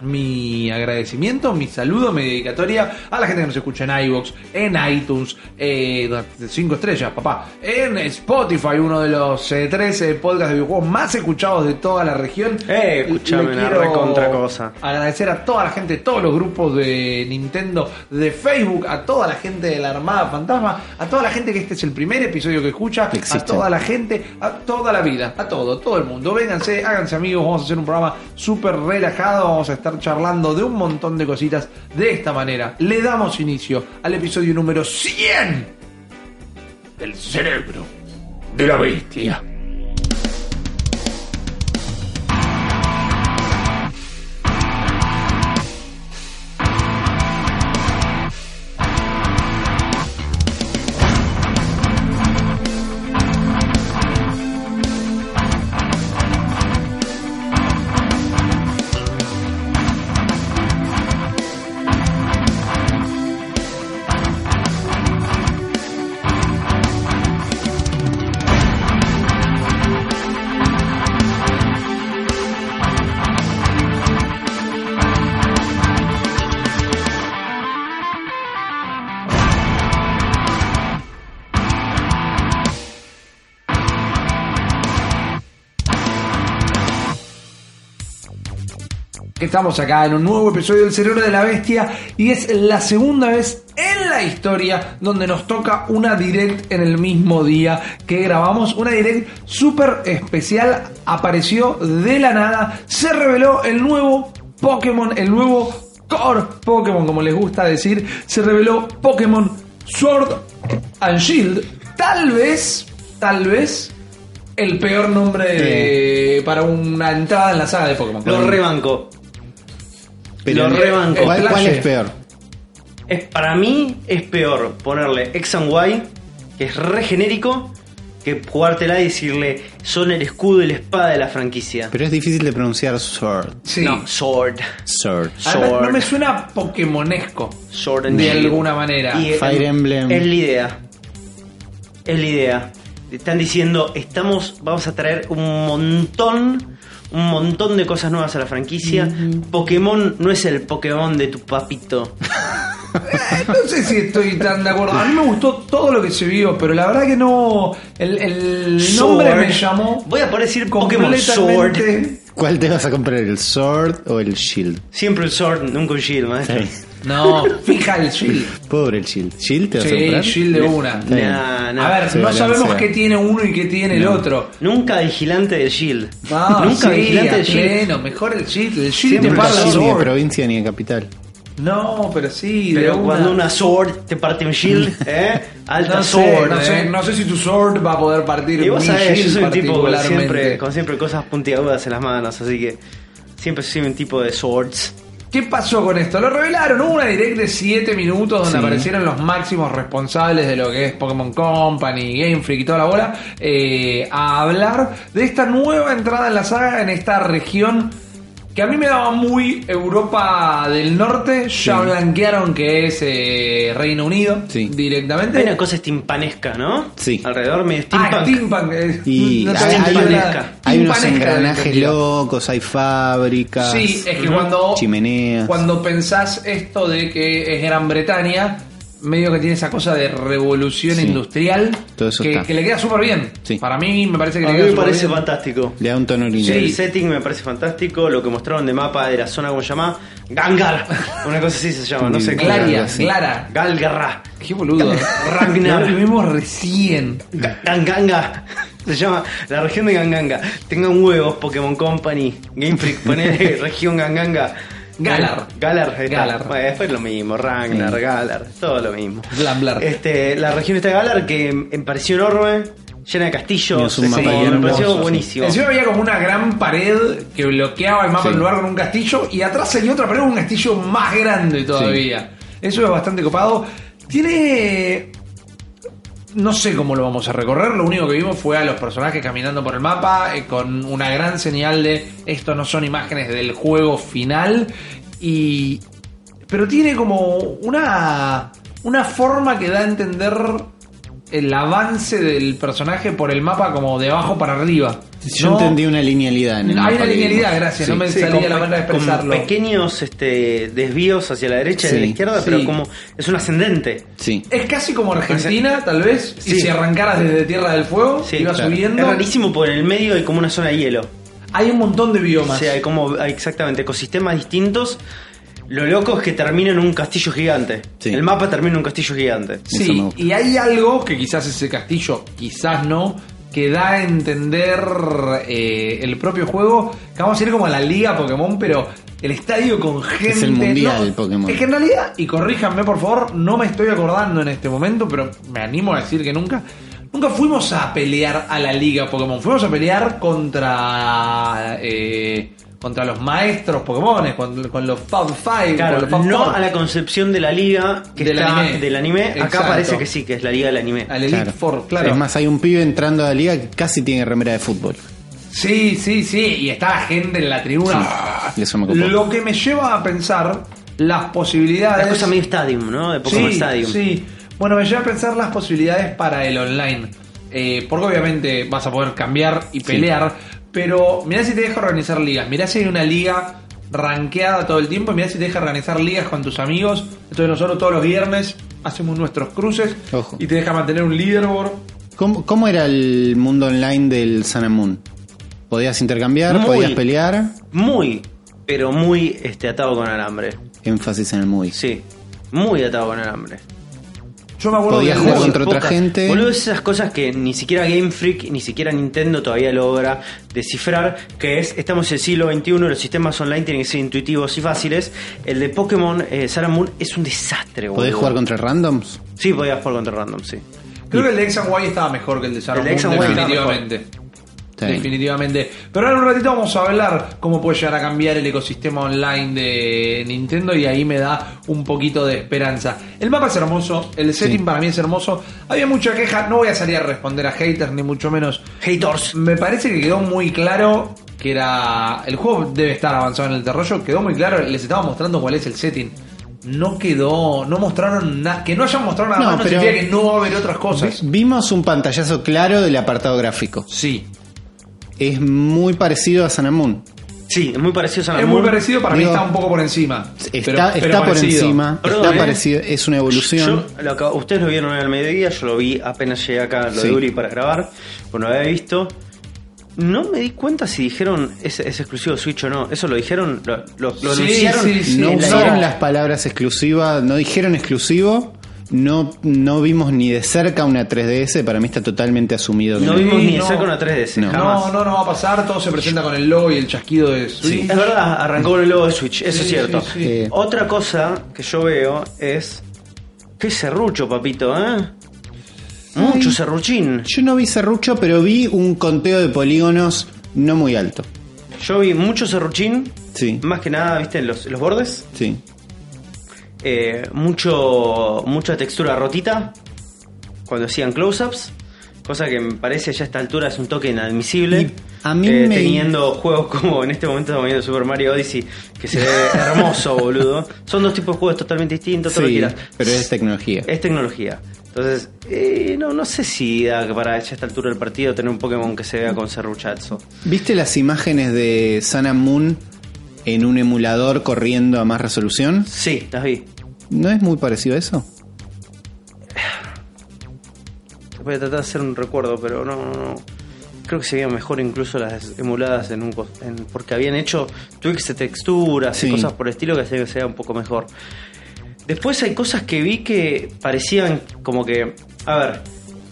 [SPEAKER 1] mi agradecimiento, mi saludo, mi dedicatoria a la gente que nos escucha en iVoox, en iTunes, eh, cinco estrellas, papá, en Spotify, uno de los eh, 13 podcasts de videojuegos más escuchados de toda la región.
[SPEAKER 3] Eh, escuchame
[SPEAKER 1] Le
[SPEAKER 3] una
[SPEAKER 1] quiero
[SPEAKER 3] recontra cosa.
[SPEAKER 1] Agradecer a toda la gente, de todos los grupos de Nintendo, de Facebook, a toda la gente de la Armada Fantasma, a toda la gente que este es el primer episodio que escucha, a
[SPEAKER 2] Existen.
[SPEAKER 1] toda la gente, a toda la vida, a todo, todo el mundo. Vénganse, háganse amigos, vamos a hacer un programa súper relajado, vamos a estar charlando de un montón de cositas de esta manera. Le damos inicio al episodio número 100 del cerebro de la bestia. que estamos acá en un nuevo episodio del Cerebro de la Bestia y es la segunda vez en la historia donde nos toca una direct en el mismo día que grabamos. Una direct súper especial, apareció de la nada, se reveló el nuevo Pokémon, el nuevo Core Pokémon, como les gusta decir, se reveló Pokémon Sword and Shield. Tal vez, tal vez, el peor nombre de- para una entrada en la saga de Pokémon.
[SPEAKER 3] Lo rebanco.
[SPEAKER 2] Pero
[SPEAKER 3] Lo rebanco.
[SPEAKER 2] ¿Cuál, cuál
[SPEAKER 1] Flash.
[SPEAKER 2] es peor?
[SPEAKER 3] Es, para mí es peor ponerle X and Y, que es re genérico, que jugártela y decirle son el escudo y la espada de la franquicia.
[SPEAKER 2] Pero es difícil de pronunciar sword.
[SPEAKER 1] Sí.
[SPEAKER 3] No, Sword.
[SPEAKER 2] Sword.
[SPEAKER 1] Además,
[SPEAKER 3] Sword.
[SPEAKER 1] no me suena pokemonesco.
[SPEAKER 3] Sword and
[SPEAKER 1] De
[SPEAKER 3] Shield.
[SPEAKER 1] alguna manera.
[SPEAKER 2] Fire Emblem.
[SPEAKER 3] Es la idea. Es la idea. Están diciendo, estamos, vamos a traer un montón, un montón de cosas nuevas a la franquicia. Pokémon no es el Pokémon de tu papito.
[SPEAKER 1] Eh, No sé si estoy tan de acuerdo. A mí me gustó todo lo que se vio, pero la verdad que no. El, el nombre
[SPEAKER 3] Sword.
[SPEAKER 1] me llamó.
[SPEAKER 3] Voy a poder decir Pokémon
[SPEAKER 1] completamente.
[SPEAKER 2] ¿Cuál te vas a comprar? ¿El sword o el shield?
[SPEAKER 3] Siempre un Sword, nunca un Shield, maestro.
[SPEAKER 1] Eh. No, fija el shield.
[SPEAKER 2] Pobre el shield. ¿Shield te vas a
[SPEAKER 1] Sí,
[SPEAKER 2] comprar?
[SPEAKER 1] shield de una.
[SPEAKER 2] Está bien.
[SPEAKER 3] Nah, nah.
[SPEAKER 1] A ver,
[SPEAKER 2] Se
[SPEAKER 1] no
[SPEAKER 2] balancea.
[SPEAKER 1] sabemos qué tiene uno y qué tiene el otro.
[SPEAKER 3] Nunca vigilante del Shield.
[SPEAKER 1] Ah,
[SPEAKER 3] nunca
[SPEAKER 1] sí,
[SPEAKER 3] vigilante del Shield.
[SPEAKER 1] Bueno, mejor el shield. El shield
[SPEAKER 2] Siempre
[SPEAKER 1] te
[SPEAKER 2] no
[SPEAKER 1] para
[SPEAKER 2] shield ni de
[SPEAKER 1] Sword.
[SPEAKER 2] provincia ni de capital.
[SPEAKER 1] No, pero sí, de
[SPEAKER 3] Pero
[SPEAKER 1] una.
[SPEAKER 3] cuando una Sword te parte un Shield, ¿eh? Alta
[SPEAKER 1] no sé,
[SPEAKER 3] Sword.
[SPEAKER 1] no, sé,
[SPEAKER 3] ¿eh?
[SPEAKER 1] no sé si tu sword va a poder partir
[SPEAKER 3] Y vos
[SPEAKER 1] mi
[SPEAKER 3] sabés, yo
[SPEAKER 1] shield
[SPEAKER 3] soy un tipo con siempre,
[SPEAKER 1] particularmente.
[SPEAKER 3] con siempre cosas puntiagudas en las manos, así que siempre soy un tipo de swords.
[SPEAKER 1] ¿Qué pasó con esto? Lo revelaron, hubo una direct de 7 minutos donde
[SPEAKER 2] Sí.
[SPEAKER 1] aparecieron los máximos responsables de lo que es Pokémon Company, Game Freak y toda la bola, eh, a hablar de esta nueva entrada en la saga en esta región que a mí me daba muy Europa del Norte, ya blanquearon que es eh, Reino Unido
[SPEAKER 2] Sí.
[SPEAKER 1] directamente.
[SPEAKER 3] Hay una cosa estimpanesca, ¿no?
[SPEAKER 2] Sí.
[SPEAKER 3] Alrededor medio steampunk.
[SPEAKER 1] Ah, steampunk, eh,
[SPEAKER 2] Y
[SPEAKER 1] no
[SPEAKER 2] hay,
[SPEAKER 1] sabía
[SPEAKER 2] hay
[SPEAKER 1] que
[SPEAKER 2] una-
[SPEAKER 1] era
[SPEAKER 2] hay unos
[SPEAKER 1] steampanesca,
[SPEAKER 2] engranajes
[SPEAKER 1] entendía.
[SPEAKER 2] locos, hay fábricas.
[SPEAKER 1] Sí, eh. es que cuando,
[SPEAKER 2] Chimeneas.
[SPEAKER 1] cuando pensás esto de que es Gran Bretaña, medio que tiene esa cosa de revolución
[SPEAKER 2] Sí.
[SPEAKER 1] industrial
[SPEAKER 2] Todo eso
[SPEAKER 1] que,
[SPEAKER 2] está.
[SPEAKER 1] que le queda súper bien.
[SPEAKER 2] Sí.
[SPEAKER 1] Para mí me parece que
[SPEAKER 3] A
[SPEAKER 1] le
[SPEAKER 3] mí
[SPEAKER 1] queda
[SPEAKER 3] me
[SPEAKER 1] súper
[SPEAKER 3] parece
[SPEAKER 1] bien.
[SPEAKER 3] fantástico.
[SPEAKER 2] Le da un tono lineal.
[SPEAKER 3] El setting me parece fantástico, lo que mostraron de mapa de la zona, ¿cómo se llama? Gangar. Una cosa así se llama, no sé. cómo.
[SPEAKER 1] Glaria,
[SPEAKER 2] Sí.
[SPEAKER 1] Glara.
[SPEAKER 3] Ah, Galgarra.
[SPEAKER 1] Qué boludo. ¿eh?
[SPEAKER 3] (laughs) Ragnar.
[SPEAKER 1] Lo vimos recién.
[SPEAKER 3] Ga- Ganganga. (laughs) Se llama la región de Ganganga. Tengan huevos, Pokémon Company, Game Freak,
[SPEAKER 1] (laughs)
[SPEAKER 3] ponele región Ganganga.
[SPEAKER 1] Galar.
[SPEAKER 3] Galar, ahí está.
[SPEAKER 1] Galar.
[SPEAKER 3] Bueno, después lo mismo, Ragnar, Galar, todo lo mismo.
[SPEAKER 1] Glamblar.
[SPEAKER 3] Este, la región está de Galar que me pareció enorme, llena de castillos.
[SPEAKER 2] Es un mapa
[SPEAKER 3] me
[SPEAKER 2] hermoso,
[SPEAKER 3] pareció
[SPEAKER 2] sí.
[SPEAKER 3] buenísimo.
[SPEAKER 1] Encima había como una gran pared que bloqueaba el mapa
[SPEAKER 2] Sí.
[SPEAKER 1] del lugar con un castillo y atrás seguía otra pared con un castillo más grande todavía. Eso es bastante copado. Tiene... No sé cómo lo vamos a recorrer, lo único que vimos fue a los personajes caminando por el mapa eh, con una gran señal de esto no son imágenes del juego final y... Pero tiene como una, una forma que da a entender el avance del personaje por el mapa como de abajo para arriba.
[SPEAKER 2] Yo
[SPEAKER 1] No-
[SPEAKER 2] entendí una linealidad en el
[SPEAKER 1] Hay
[SPEAKER 2] mapa
[SPEAKER 1] una
[SPEAKER 2] que vimos.
[SPEAKER 1] linealidad, gracias, no me
[SPEAKER 3] Sí,
[SPEAKER 1] salía
[SPEAKER 3] con
[SPEAKER 1] la
[SPEAKER 3] pe-
[SPEAKER 1] manera de
[SPEAKER 3] con
[SPEAKER 1] expresarlo.
[SPEAKER 3] pequeños este, desvíos hacia la derecha y
[SPEAKER 2] Sí,
[SPEAKER 3] hacia la izquierda, pero
[SPEAKER 1] sí.
[SPEAKER 3] como es un ascendente.
[SPEAKER 2] Sí.
[SPEAKER 1] Es casi como Argentina, tal vez, y
[SPEAKER 3] Sí.
[SPEAKER 1] si arrancaras desde Tierra del Fuego,
[SPEAKER 3] Sí,
[SPEAKER 1] iba
[SPEAKER 2] claro.
[SPEAKER 3] Es
[SPEAKER 1] subiendo.
[SPEAKER 3] rarísimo porque en el medio hay como una zona de hielo.
[SPEAKER 1] Hay un montón de biomas.
[SPEAKER 3] O sea, hay como hay exactamente ecosistemas distintos. Lo loco es que termina en un castillo gigante.
[SPEAKER 2] Sí.
[SPEAKER 3] El mapa termina en un castillo gigante.
[SPEAKER 2] Eso me
[SPEAKER 1] Sí,
[SPEAKER 2] gusta.
[SPEAKER 1] y hay algo que quizás ese castillo, quizás no, que da a entender eh, el propio juego, que vamos a ir como a la liga Pokémon, pero el estadio con gente...
[SPEAKER 2] el mundial
[SPEAKER 1] no,
[SPEAKER 2] Pokémon.
[SPEAKER 1] Es que en realidad, y corríjanme por favor, no me estoy acordando en este momento, pero me animo a decir que nunca... Nunca fuimos a pelear a la liga Pokémon, fuimos a pelear contra... eh, contra los maestros Pokémon, con, con los Fab Five,
[SPEAKER 3] Claro,
[SPEAKER 1] con los Fab
[SPEAKER 3] no
[SPEAKER 1] Four.
[SPEAKER 3] a la concepción de la liga que
[SPEAKER 1] Del
[SPEAKER 3] está-
[SPEAKER 1] anime.
[SPEAKER 3] del anime. Acá
[SPEAKER 1] Exacto.
[SPEAKER 3] parece que sí, que es la liga del anime.
[SPEAKER 1] al Elite Four, claro.
[SPEAKER 2] Es más, hay un pibe entrando a la liga que casi tiene remera de fútbol.
[SPEAKER 1] Sí, sí, sí, y está la gente en la tribuna.
[SPEAKER 2] Sí, eso me copó.
[SPEAKER 1] Ah. Lo que me lleva a pensar las posibilidades.
[SPEAKER 3] Una cosa medio Stadium, ¿no? De Pokémon
[SPEAKER 1] sí,
[SPEAKER 3] Stadium.
[SPEAKER 1] sí. Bueno, me lleva a pensar las posibilidades para el online. Eh, porque obviamente vas a poder cambiar y pelear. Pero mirá si te deja organizar ligas. Mirá si hay una liga rankeada todo el tiempo. y Mirá si te deja organizar ligas con tus amigos. Entonces nosotros todos los viernes hacemos nuestros cruces.
[SPEAKER 2] Ojo.
[SPEAKER 1] Y te deja mantener un leaderboard.
[SPEAKER 2] ¿Cómo, cómo era el mundo online del Sun and Moon? ¿Podías intercambiar?
[SPEAKER 3] Muy-
[SPEAKER 2] ¿Podías pelear?
[SPEAKER 3] Muy pero muy este, atado con alambre.
[SPEAKER 2] Énfasis en el muy.
[SPEAKER 3] Sí, muy atado con alambre.
[SPEAKER 1] Yo me acuerdo
[SPEAKER 2] Podía
[SPEAKER 1] del
[SPEAKER 2] jugar
[SPEAKER 1] Ghost.
[SPEAKER 2] contra otra
[SPEAKER 3] Pocas.
[SPEAKER 2] gente.
[SPEAKER 3] Boludo, esas cosas que ni siquiera Game Freak, ni siquiera Nintendo todavía logra descifrar, que es, estamos en el siglo XXI, los sistemas online tienen que ser intuitivos y fáciles. El de Pokémon eh, Sun and Moon es un desastre, boludo.
[SPEAKER 2] ¿Podés jugar contra randoms?
[SPEAKER 3] Sí, podías jugar contra random, sí.
[SPEAKER 1] Creo que el de X and Y estaba mejor que el de Sharon
[SPEAKER 3] El de X
[SPEAKER 1] Moon,
[SPEAKER 3] and Y estaba
[SPEAKER 1] definitivamente.
[SPEAKER 2] Sí.
[SPEAKER 1] Definitivamente. Pero ahora en un ratito vamos a hablar cómo puede llegar a cambiar el ecosistema online de Nintendo y ahí me da un poquito de esperanza. El mapa es hermoso, el setting para mí es hermoso. Había mucha queja, no voy a salir a responder a haters ni mucho menos.
[SPEAKER 3] Haters.
[SPEAKER 1] Me parece que quedó muy claro que era. El juego debe estar avanzado en el desarrollo. Quedó muy claro, les estaba mostrando cuál es el setting. No quedó. No mostraron nada. Que no hayan mostrado nada
[SPEAKER 2] No,
[SPEAKER 1] más no
[SPEAKER 2] pero-
[SPEAKER 1] significa que no va a haber otras cosas.
[SPEAKER 2] Vimos un pantallazo claro del apartado gráfico.
[SPEAKER 1] Sí.
[SPEAKER 2] Es muy parecido a Sanamun.
[SPEAKER 3] Sí, es muy parecido a Sun and
[SPEAKER 1] Es muy
[SPEAKER 3] Moon.
[SPEAKER 1] parecido, para
[SPEAKER 2] Digo,
[SPEAKER 1] mí está un poco por encima.
[SPEAKER 2] Está,
[SPEAKER 1] Pero- pero
[SPEAKER 2] está por
[SPEAKER 1] parecido.
[SPEAKER 2] encima,
[SPEAKER 3] Perdón,
[SPEAKER 2] está
[SPEAKER 3] ¿eh?
[SPEAKER 2] parecido, es una evolución.
[SPEAKER 3] Yo, lo acabo- ustedes lo vieron hoy al mediodía, yo lo vi apenas llegué acá, lo
[SPEAKER 2] Sí.
[SPEAKER 3] de Uri para grabar, bueno, lo había visto. No me di cuenta si dijeron es, es exclusivo de Switch o no. Eso lo dijeron, lo, lo- lo
[SPEAKER 1] Sí,
[SPEAKER 3] anunciaron.
[SPEAKER 1] sí, sí.
[SPEAKER 2] no
[SPEAKER 3] en la-
[SPEAKER 2] usaron las palabras exclusiva, no dijeron exclusivo, no, no vimos ni de cerca una 3DS, para mí está totalmente asumido. que
[SPEAKER 3] No
[SPEAKER 2] no.
[SPEAKER 3] vimos ni
[SPEAKER 1] no.
[SPEAKER 3] sacar una 3DS,
[SPEAKER 2] No.
[SPEAKER 3] jamás.
[SPEAKER 1] No, no, no va a pasar. Todo se presenta con el logo y el chasquido de
[SPEAKER 3] Sí,
[SPEAKER 1] Switch.
[SPEAKER 3] es verdad, arrancó con el logo de Switch, eso
[SPEAKER 1] Sí,
[SPEAKER 3] es cierto.
[SPEAKER 1] sí, sí.
[SPEAKER 2] Eh.
[SPEAKER 3] Otra cosa que yo veo es. Qué serrucho, papito, ¿eh? Mucho serruchín.
[SPEAKER 2] Yo no vi serrucho, pero vi un conteo de polígonos no muy alto.
[SPEAKER 3] Yo vi mucho serruchín,
[SPEAKER 2] Sí,
[SPEAKER 3] más que nada, ¿viste? En los, en los bordes.
[SPEAKER 2] sí.
[SPEAKER 3] Eh, mucho mucha textura rotita cuando hacían close-ups cosa que me parece ya a esta altura es un toque inadmisible eh,
[SPEAKER 2] Y a mí me-
[SPEAKER 3] teniendo juegos como en este momento estamos viendo Super Mario Odyssey que se ve
[SPEAKER 2] (laughs)
[SPEAKER 3] hermoso boludo son dos tipos de juegos totalmente distintos todo lo que
[SPEAKER 2] Sí,
[SPEAKER 3] quieras
[SPEAKER 2] pero es este- tecnología.
[SPEAKER 3] es tecnología entonces eh, no no sé si da para ya a esta altura del partido tener un Pokémon que se vea con serruchazo
[SPEAKER 2] ¿Viste las imágenes de Sun and Moon en un emulador corriendo a más resolución?
[SPEAKER 3] sí las vi
[SPEAKER 2] ¿No es muy parecido a eso?
[SPEAKER 3] Voy a tratar de hacer un recuerdo, pero no, no, no. Creo que se veían mejor incluso las emuladas en un cos- en- porque habían hecho tweaks de texturas
[SPEAKER 2] Sí.
[SPEAKER 3] y cosas por el estilo que hacían que sea un poco mejor. Después hay cosas que vi que parecían como que. A ver,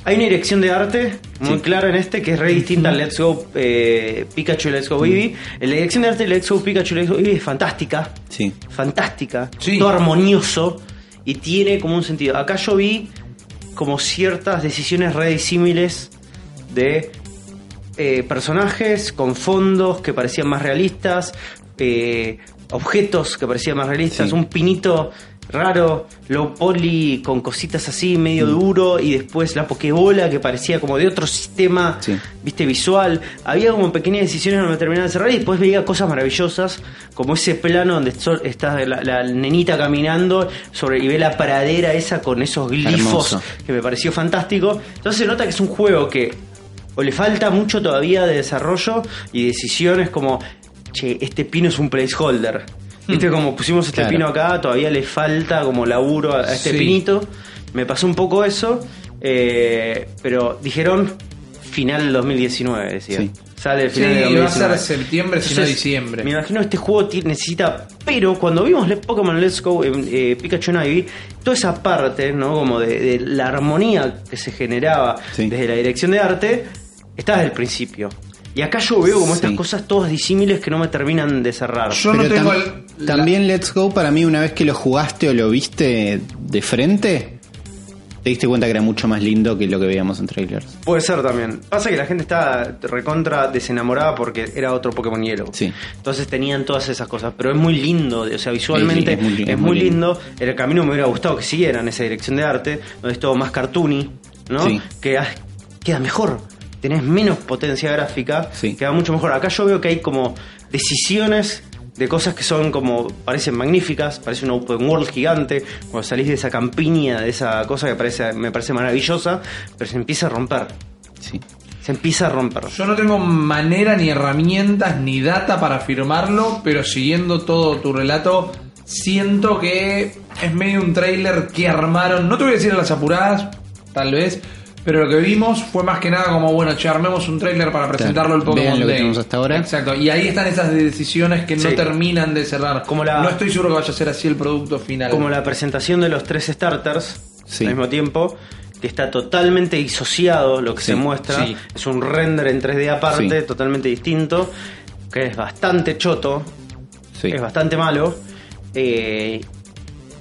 [SPEAKER 3] hay una dirección de arte muy clara en este que es re distinta al Let's Go eh, Pikachu y Let's Go Eevee. La dirección de arte de Let's Go Pikachu y Let's Go Eevee es fantástica
[SPEAKER 2] Sí.
[SPEAKER 3] fantástica,
[SPEAKER 1] Sí.
[SPEAKER 3] todo armonioso y tiene como un sentido. Acá yo vi como ciertas decisiones re disímiles de eh, personajes con fondos que parecían más realistas, eh, objetos que parecían más realistas,
[SPEAKER 2] Sí.
[SPEAKER 3] un pinito raro, low poly con cositas así medio duro y después la pokebola que parecía como de otro sistema
[SPEAKER 2] Sí.
[SPEAKER 3] viste visual había como pequeñas decisiones que no me terminaban de cerrar y después veía cosas maravillosas como ese plano donde so- está la, la nenita caminando sobre y ve la pradera esa con esos glifos
[SPEAKER 2] Hermoso.
[SPEAKER 3] que me pareció fantástico entonces se nota que es un juego que o le falta mucho todavía de desarrollo y decisiones como che este pino es un placeholder viste como pusimos este
[SPEAKER 2] Hmm. Claro.
[SPEAKER 3] pino acá todavía le falta como laburo a a este
[SPEAKER 1] Sí.
[SPEAKER 3] pinito me pasó un poco eso eh, pero dijeron final del 2019 decía
[SPEAKER 2] Sí.
[SPEAKER 3] sale el
[SPEAKER 1] Sí,
[SPEAKER 3] final del
[SPEAKER 1] va a
[SPEAKER 3] 2019
[SPEAKER 1] ser septiembre, si no diciembre.
[SPEAKER 3] me imagino que este juego ti- necesita pero cuando vimos le- Pokémon Let's Go en, eh, Pikachu and Ivy toda esa parte no como de, de la armonía que se generaba
[SPEAKER 2] Sí.
[SPEAKER 3] desde la dirección de arte está desde el principio y acá yo veo como estas
[SPEAKER 2] Sí.
[SPEAKER 3] cosas todas disímiles que no me terminan de cerrar
[SPEAKER 1] Yo no
[SPEAKER 2] Pero
[SPEAKER 1] tengo
[SPEAKER 2] tam-
[SPEAKER 1] el- la-
[SPEAKER 2] También Let's Go, para mí, una vez que lo jugaste o lo viste de frente, te diste cuenta que era mucho más lindo que lo que veíamos en trailers.
[SPEAKER 3] Puede ser también. Pasa que la gente está recontra desenamorada porque era otro Pokémon Hielo.
[SPEAKER 2] Sí.
[SPEAKER 3] Entonces tenían todas esas cosas. Pero es muy lindo, o sea, visualmente
[SPEAKER 2] Es
[SPEAKER 3] es,
[SPEAKER 2] muy
[SPEAKER 3] muy,
[SPEAKER 2] lindo, es muy
[SPEAKER 3] lindo. En el camino me hubiera gustado que siguieran esa dirección de arte, donde es todo más cartoony, ¿no?
[SPEAKER 2] Sí.
[SPEAKER 3] Que ah, queda mejor. Tenés menos potencia gráfica,
[SPEAKER 2] Sí.
[SPEAKER 3] queda mucho mejor. Acá yo veo que hay como decisiones de cosas que son como parecen magníficas, parece un open world gigante, cuando salís de esa campiña, de esa cosa que parece me parece maravillosa, pero se empieza a romper.
[SPEAKER 2] Sí.
[SPEAKER 3] Se empieza a romper.
[SPEAKER 1] Yo no tengo manera, ni herramientas, ni data para afirmarlo, pero siguiendo todo tu relato, siento que es medio un trailer que armaron, no te voy a decir a las apuradas, tal vez, pero lo que vimos fue más que nada como, bueno, che, armemos un trailer para presentarlo al Pokémon
[SPEAKER 2] vean lo que
[SPEAKER 1] Day.
[SPEAKER 2] tenemos hasta ahora.
[SPEAKER 1] Exacto, y ahí están esas decisiones que no
[SPEAKER 3] Sí.
[SPEAKER 1] terminan de cerrar.
[SPEAKER 3] Como la-
[SPEAKER 1] No estoy seguro que vaya a ser así el producto final.
[SPEAKER 3] Como la presentación de los tres starters
[SPEAKER 2] Sí.
[SPEAKER 3] al mismo tiempo, que está totalmente disociado lo que
[SPEAKER 2] Sí,
[SPEAKER 3] se muestra.
[SPEAKER 1] sí.
[SPEAKER 3] Es un render en 3D aparte,
[SPEAKER 2] Sí.
[SPEAKER 3] totalmente distinto, que es bastante choto,
[SPEAKER 2] Sí.
[SPEAKER 3] es bastante malo. eh,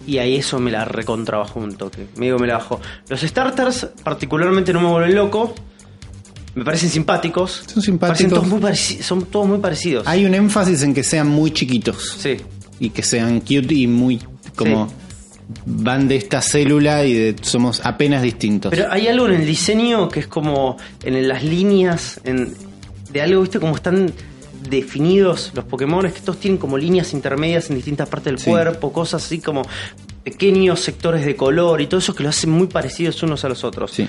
[SPEAKER 3] y ahí eso me la recontrabajó un toque. Me digo, me la bajó. Los starters, particularmente, no me vuelven loco. Me parecen simpáticos.
[SPEAKER 2] Son simpáticos.
[SPEAKER 3] Parecen todos muy pareci- son todos muy parecidos.
[SPEAKER 2] Hay un énfasis en que sean muy chiquitos
[SPEAKER 3] Sí.
[SPEAKER 2] y que sean cute y muy como
[SPEAKER 3] Sí.
[SPEAKER 2] van de esta célula y de, somos apenas distintos.
[SPEAKER 3] Pero hay algo en el diseño que es como en las líneas en- de algo, ¿viste? Como están definidos los Pokémon, que todos tienen como líneas intermedias en distintas partes del
[SPEAKER 2] Sí.
[SPEAKER 3] cuerpo, cosas así como pequeños sectores de color y todo eso que lo hacen muy parecidos unos a los otros.
[SPEAKER 2] Sí.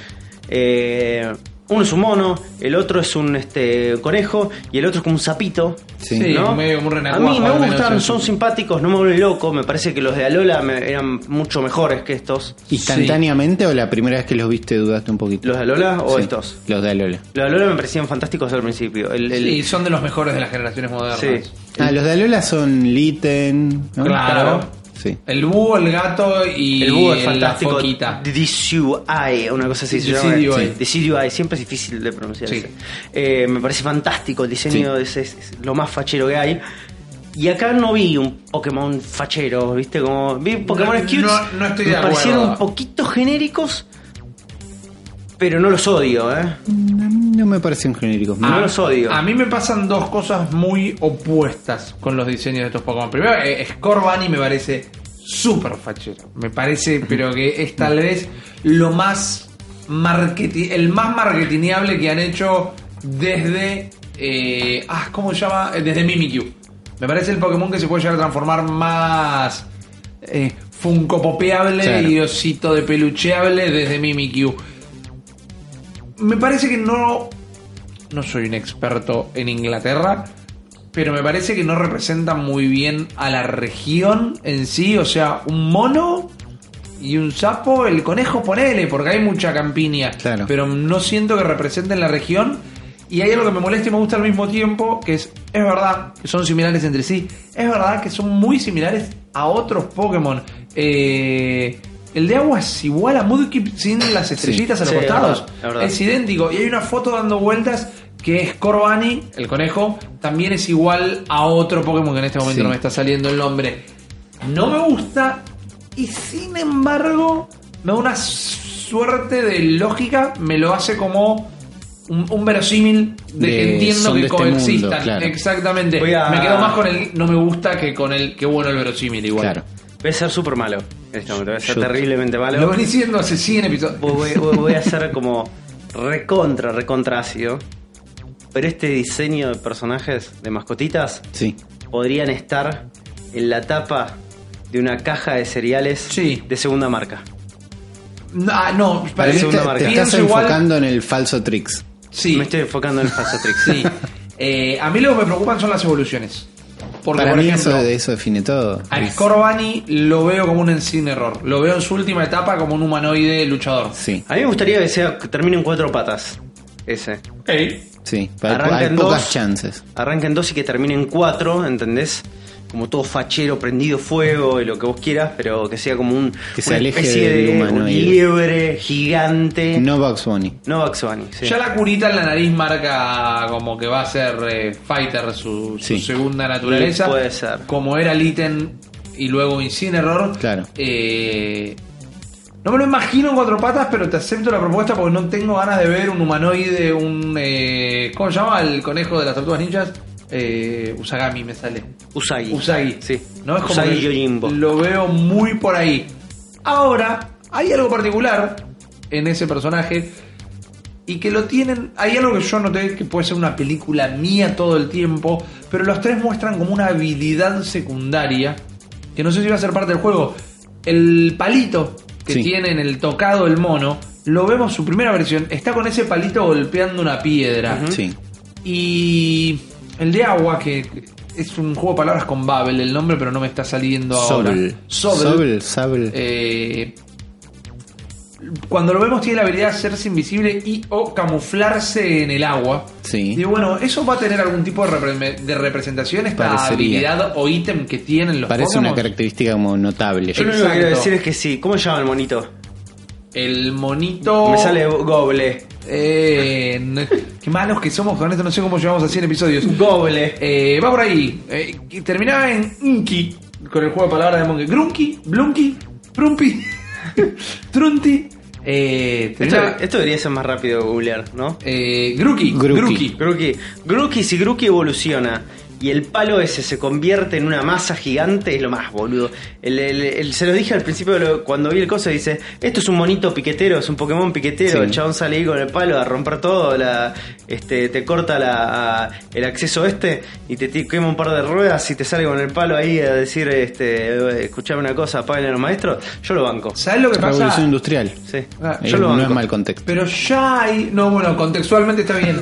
[SPEAKER 3] Eh, uno es un mono, el otro es un este, conejo y el otro es como un sapito.
[SPEAKER 2] Sí.
[SPEAKER 1] Sí,
[SPEAKER 3] ¿no?
[SPEAKER 1] medio como un
[SPEAKER 3] a
[SPEAKER 1] renacuajo,
[SPEAKER 3] mí me
[SPEAKER 1] al menos,
[SPEAKER 3] gustan,
[SPEAKER 1] es-
[SPEAKER 3] son simpáticos, no me vuelven loco. Me parece que los de Alola me- eran mucho mejores que estos.
[SPEAKER 2] ¿Instantáneamente o la primera vez que los viste dudaste un poquito?
[SPEAKER 3] ¿Los de Alola o
[SPEAKER 2] Sí,
[SPEAKER 3] estos?
[SPEAKER 2] Los de Alola.
[SPEAKER 3] Los de Alola me parecían fantásticos al principio. El, el-
[SPEAKER 1] Sí, son de los mejores de las generaciones modernas.
[SPEAKER 3] sí.
[SPEAKER 2] Ah, los de Alola son Litten. ¿no?
[SPEAKER 1] Claro.
[SPEAKER 2] Sí.
[SPEAKER 1] El búho, el gato y
[SPEAKER 3] El búho es
[SPEAKER 1] la
[SPEAKER 3] fantástico.
[SPEAKER 1] foquita.
[SPEAKER 3] DCUI, una cosa así. se llama.
[SPEAKER 1] DCUI.
[SPEAKER 3] Sí, DCUI, siempre es difícil de pronunciar.
[SPEAKER 1] Sí.
[SPEAKER 3] ese. Eh, me parece fantástico el diseño,
[SPEAKER 2] Sí.
[SPEAKER 3] ese es, es lo más fachero que hay. Y acá no vi un Pokémon fachero, ¿viste? Como, vi Pokémon
[SPEAKER 1] No,
[SPEAKER 3] cute.
[SPEAKER 1] no- no estoy de
[SPEAKER 3] me parecieron
[SPEAKER 1] acuerdo.
[SPEAKER 3] un poquito genéricos, pero no los odio, ¿eh?
[SPEAKER 2] No me parecen genéricos.
[SPEAKER 3] Ah. No los odio.
[SPEAKER 1] A mí me pasan dos cosas muy opuestas con los diseños de estos Pokémon. Primero, eh, Scorbunny me parece súper fachero. Me parece, pero que es tal vez lo más marketi- el más marketineable que han hecho desde. eh, ah, ¿cómo se llama? Eh, Desde Mimikyu. Me parece el Pokémon que se puede llegar a transformar más. Eh, funcopopeable
[SPEAKER 2] Claro.
[SPEAKER 1] y osito de pelucheable desde Mimikyu. Me parece que no no soy un experto en Inglaterra, pero me parece que no representa muy bien a la región en sí. O sea, un mono y un sapo, el conejo ponele, porque hay mucha campiña.
[SPEAKER 2] Claro.
[SPEAKER 1] Pero no siento que representen la región. Y hay algo que me molesta y me gusta al mismo tiempo, que es, es verdad que son similares entre sí, es verdad que son muy similares a otros Pokémon. Eh, el de agua es igual a Mudkip sin las estrellitas a los
[SPEAKER 3] Sí, es
[SPEAKER 1] costados.
[SPEAKER 3] verdad, es verdad.
[SPEAKER 1] Es idéntico. Y hay una foto dando vueltas que es Corbani, el conejo, también es igual a otro Pokémon que en este momento
[SPEAKER 2] Sí.
[SPEAKER 1] no me está saliendo el nombre. No me gusta y sin embargo me da una suerte de lógica, me lo hace como un, un verosímil de, que
[SPEAKER 2] De-
[SPEAKER 1] entiendo
[SPEAKER 2] son
[SPEAKER 1] que
[SPEAKER 2] de este
[SPEAKER 1] coexistan.
[SPEAKER 2] mundo, claro.
[SPEAKER 1] Exactamente.
[SPEAKER 3] Voy a-
[SPEAKER 1] Me quedo más con el no me gusta que con el que bueno el verosímil igual.
[SPEAKER 2] Claro.
[SPEAKER 3] Voy a ser súper malo en este momento, voy a ser
[SPEAKER 2] Yo-
[SPEAKER 3] terriblemente malo.
[SPEAKER 1] Lo venís diciendo hace 100 episodios.
[SPEAKER 3] Voy, voy- voy- voy a ser como recontra, recontra ácido. Pero este diseño de personajes, de mascotitas,
[SPEAKER 2] Sí.
[SPEAKER 3] podrían estar en la tapa de una caja de cereales
[SPEAKER 1] Sí.
[SPEAKER 3] de segunda marca.
[SPEAKER 1] Ah, no,
[SPEAKER 2] Para mí
[SPEAKER 1] parece
[SPEAKER 2] te,
[SPEAKER 3] segunda
[SPEAKER 2] te
[SPEAKER 3] marca.
[SPEAKER 2] estás
[SPEAKER 1] Pienso igual-
[SPEAKER 2] enfocando en el falso Tricks.
[SPEAKER 1] Sí.
[SPEAKER 3] Me estoy enfocando en el Fasotrix.
[SPEAKER 1] Sí. Eh, a mí lo que me preocupan son las evoluciones. Porque,
[SPEAKER 2] Para
[SPEAKER 1] por
[SPEAKER 2] mí
[SPEAKER 1] ejemplo,
[SPEAKER 2] eso, eso define todo.
[SPEAKER 1] a
[SPEAKER 2] Es-
[SPEAKER 1] Scorbunny lo veo como un ensin error. Lo veo en su última etapa como un humanoide luchador.
[SPEAKER 2] Sí,
[SPEAKER 3] A mí me gustaría que, sea, que termine en cuatro patas. Ese.
[SPEAKER 2] sí. Hay, po-
[SPEAKER 3] Arranca
[SPEAKER 2] hay
[SPEAKER 3] en
[SPEAKER 2] pocas
[SPEAKER 3] dos.
[SPEAKER 2] chances.
[SPEAKER 3] Arranca en dos y que termine en cuatro, ¿entendés? Como todo fachero, prendido fuego y lo que vos quieras, pero que sea como un,
[SPEAKER 2] Que se
[SPEAKER 3] una
[SPEAKER 2] aleje
[SPEAKER 3] especie
[SPEAKER 2] del
[SPEAKER 3] de
[SPEAKER 2] humanoide.
[SPEAKER 3] liebre gigante.
[SPEAKER 2] No Bugs Bunny.
[SPEAKER 3] No Bugs Bunny, sí.
[SPEAKER 1] Ya la curita en la nariz marca como que va a ser eh, Fighter su, su
[SPEAKER 2] Sí.
[SPEAKER 1] segunda naturaleza.
[SPEAKER 3] Sí, puede ser.
[SPEAKER 1] Como era Litten y luego Incineroar.
[SPEAKER 2] Claro.
[SPEAKER 1] Eh, no me lo imagino en cuatro patas, pero te acepto la propuesta porque no tengo ganas de ver un humanoide, un... eh, ¿Cómo se llama el conejo de las tortugas ninjas? Eh, Usagami me sale.
[SPEAKER 3] Usagi.
[SPEAKER 1] Usagi.
[SPEAKER 3] Sí.
[SPEAKER 1] No es como
[SPEAKER 3] Usagi
[SPEAKER 1] que
[SPEAKER 3] Yojimbo.
[SPEAKER 1] Lo veo muy por ahí. Ahora, hay algo particular en ese personaje y que lo tienen. Hay algo que yo noté que puede ser una película mía todo el tiempo, pero los tres muestran como una habilidad secundaria que no sé si va a ser parte del juego. El palito que
[SPEAKER 2] Sí.
[SPEAKER 1] tiene en el tocado el mono, lo vemos su primera versión, está con ese palito golpeando una piedra.
[SPEAKER 2] Sí.
[SPEAKER 1] Y el de agua, que es un juego de palabras con Babel, el nombre, pero no me está saliendo ahora.
[SPEAKER 2] Sobel.
[SPEAKER 1] Sobel.
[SPEAKER 2] Sobel, Sobel.
[SPEAKER 1] Eh, cuando lo vemos tiene la habilidad de hacerse invisible y o camuflarse en el agua.
[SPEAKER 2] Sí.
[SPEAKER 1] Y bueno, ¿eso va a tener algún tipo de, repre- de representación esta
[SPEAKER 2] Parecería.
[SPEAKER 1] habilidad o ítem que tienen los
[SPEAKER 2] Parece una
[SPEAKER 1] Pokémon?
[SPEAKER 2] característica como notable.
[SPEAKER 3] Yo lo único que quiero decir es que sí. ¿Cómo se llama el monito?
[SPEAKER 1] El monito...
[SPEAKER 3] Me sale Goble.
[SPEAKER 1] Eh, n- qué malos que somos con esto, no sé cómo llevamos a 100 episodios.
[SPEAKER 3] Goble.
[SPEAKER 1] Eh, va por ahí. Eh, y terminaba en Inki, con el juego de palabras de Monkey. Grunky, Blunky, Prumpi, (laughs) Trunti. Eh,
[SPEAKER 3] Esto,
[SPEAKER 1] terminaba-
[SPEAKER 3] esto debería ser más rápido de googlear, ¿no?
[SPEAKER 1] eh, Gruki,
[SPEAKER 2] Gruki.
[SPEAKER 1] Gruki.
[SPEAKER 3] Grookey. Grookey, si Grookey evoluciona y el palo ese se convierte en una masa gigante, es lo más, boludo. El, el- el- se lo dije al principio de lo- cuando vi el coso, dice, esto es un monito piquetero, es un Pokémon
[SPEAKER 2] Sí.
[SPEAKER 3] piquetero, el chabón sale ahí con el palo a romper todo, la, este, te corta la, a- el acceso este y te, ti- quema un par de ruedas y te sale con el palo ahí a decir, este, escuchame una cosa, apaguen a los maestros, yo lo banco.
[SPEAKER 1] ¿Sabes lo que
[SPEAKER 2] Revolución
[SPEAKER 1] pasa?
[SPEAKER 2] industrial.
[SPEAKER 3] Sí,
[SPEAKER 1] Ah,
[SPEAKER 2] Eh,
[SPEAKER 3] yo lo
[SPEAKER 2] no es
[SPEAKER 3] banco.
[SPEAKER 2] mal contexto.
[SPEAKER 1] Pero ya hay. No, bueno, contextualmente está bien.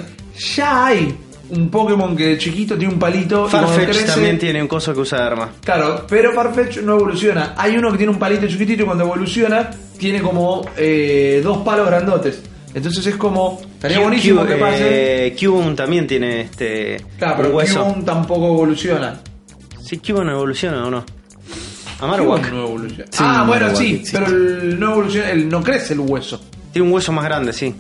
[SPEAKER 1] Ya hay un Pokémon que de chiquito tiene un palito. y cuando
[SPEAKER 3] Farfetch
[SPEAKER 1] crece-
[SPEAKER 3] también tiene un coso que usa arma.
[SPEAKER 1] Claro, pero Farfetch no evoluciona. Hay uno que tiene un palito chiquitito y cuando evoluciona tiene como eh, dos palos grandotes. Entonces es como. Estaría
[SPEAKER 3] Q-
[SPEAKER 1] buenísimo
[SPEAKER 3] Q-
[SPEAKER 1] que pase.
[SPEAKER 3] eh, Cubone también tiene este
[SPEAKER 1] claro,
[SPEAKER 3] un
[SPEAKER 1] pero
[SPEAKER 3] hueso.
[SPEAKER 1] Cubone tampoco evoluciona.
[SPEAKER 3] Sí, Cubone evoluciona o no.
[SPEAKER 1] Cubone
[SPEAKER 3] Amarowak
[SPEAKER 1] no evoluciona.
[SPEAKER 2] Sí,
[SPEAKER 1] ah, bueno,
[SPEAKER 2] Marowak
[SPEAKER 1] sí,
[SPEAKER 2] existe.
[SPEAKER 1] pero el no evoluciona, el no crece el hueso.
[SPEAKER 3] tiene un hueso más grande, sí.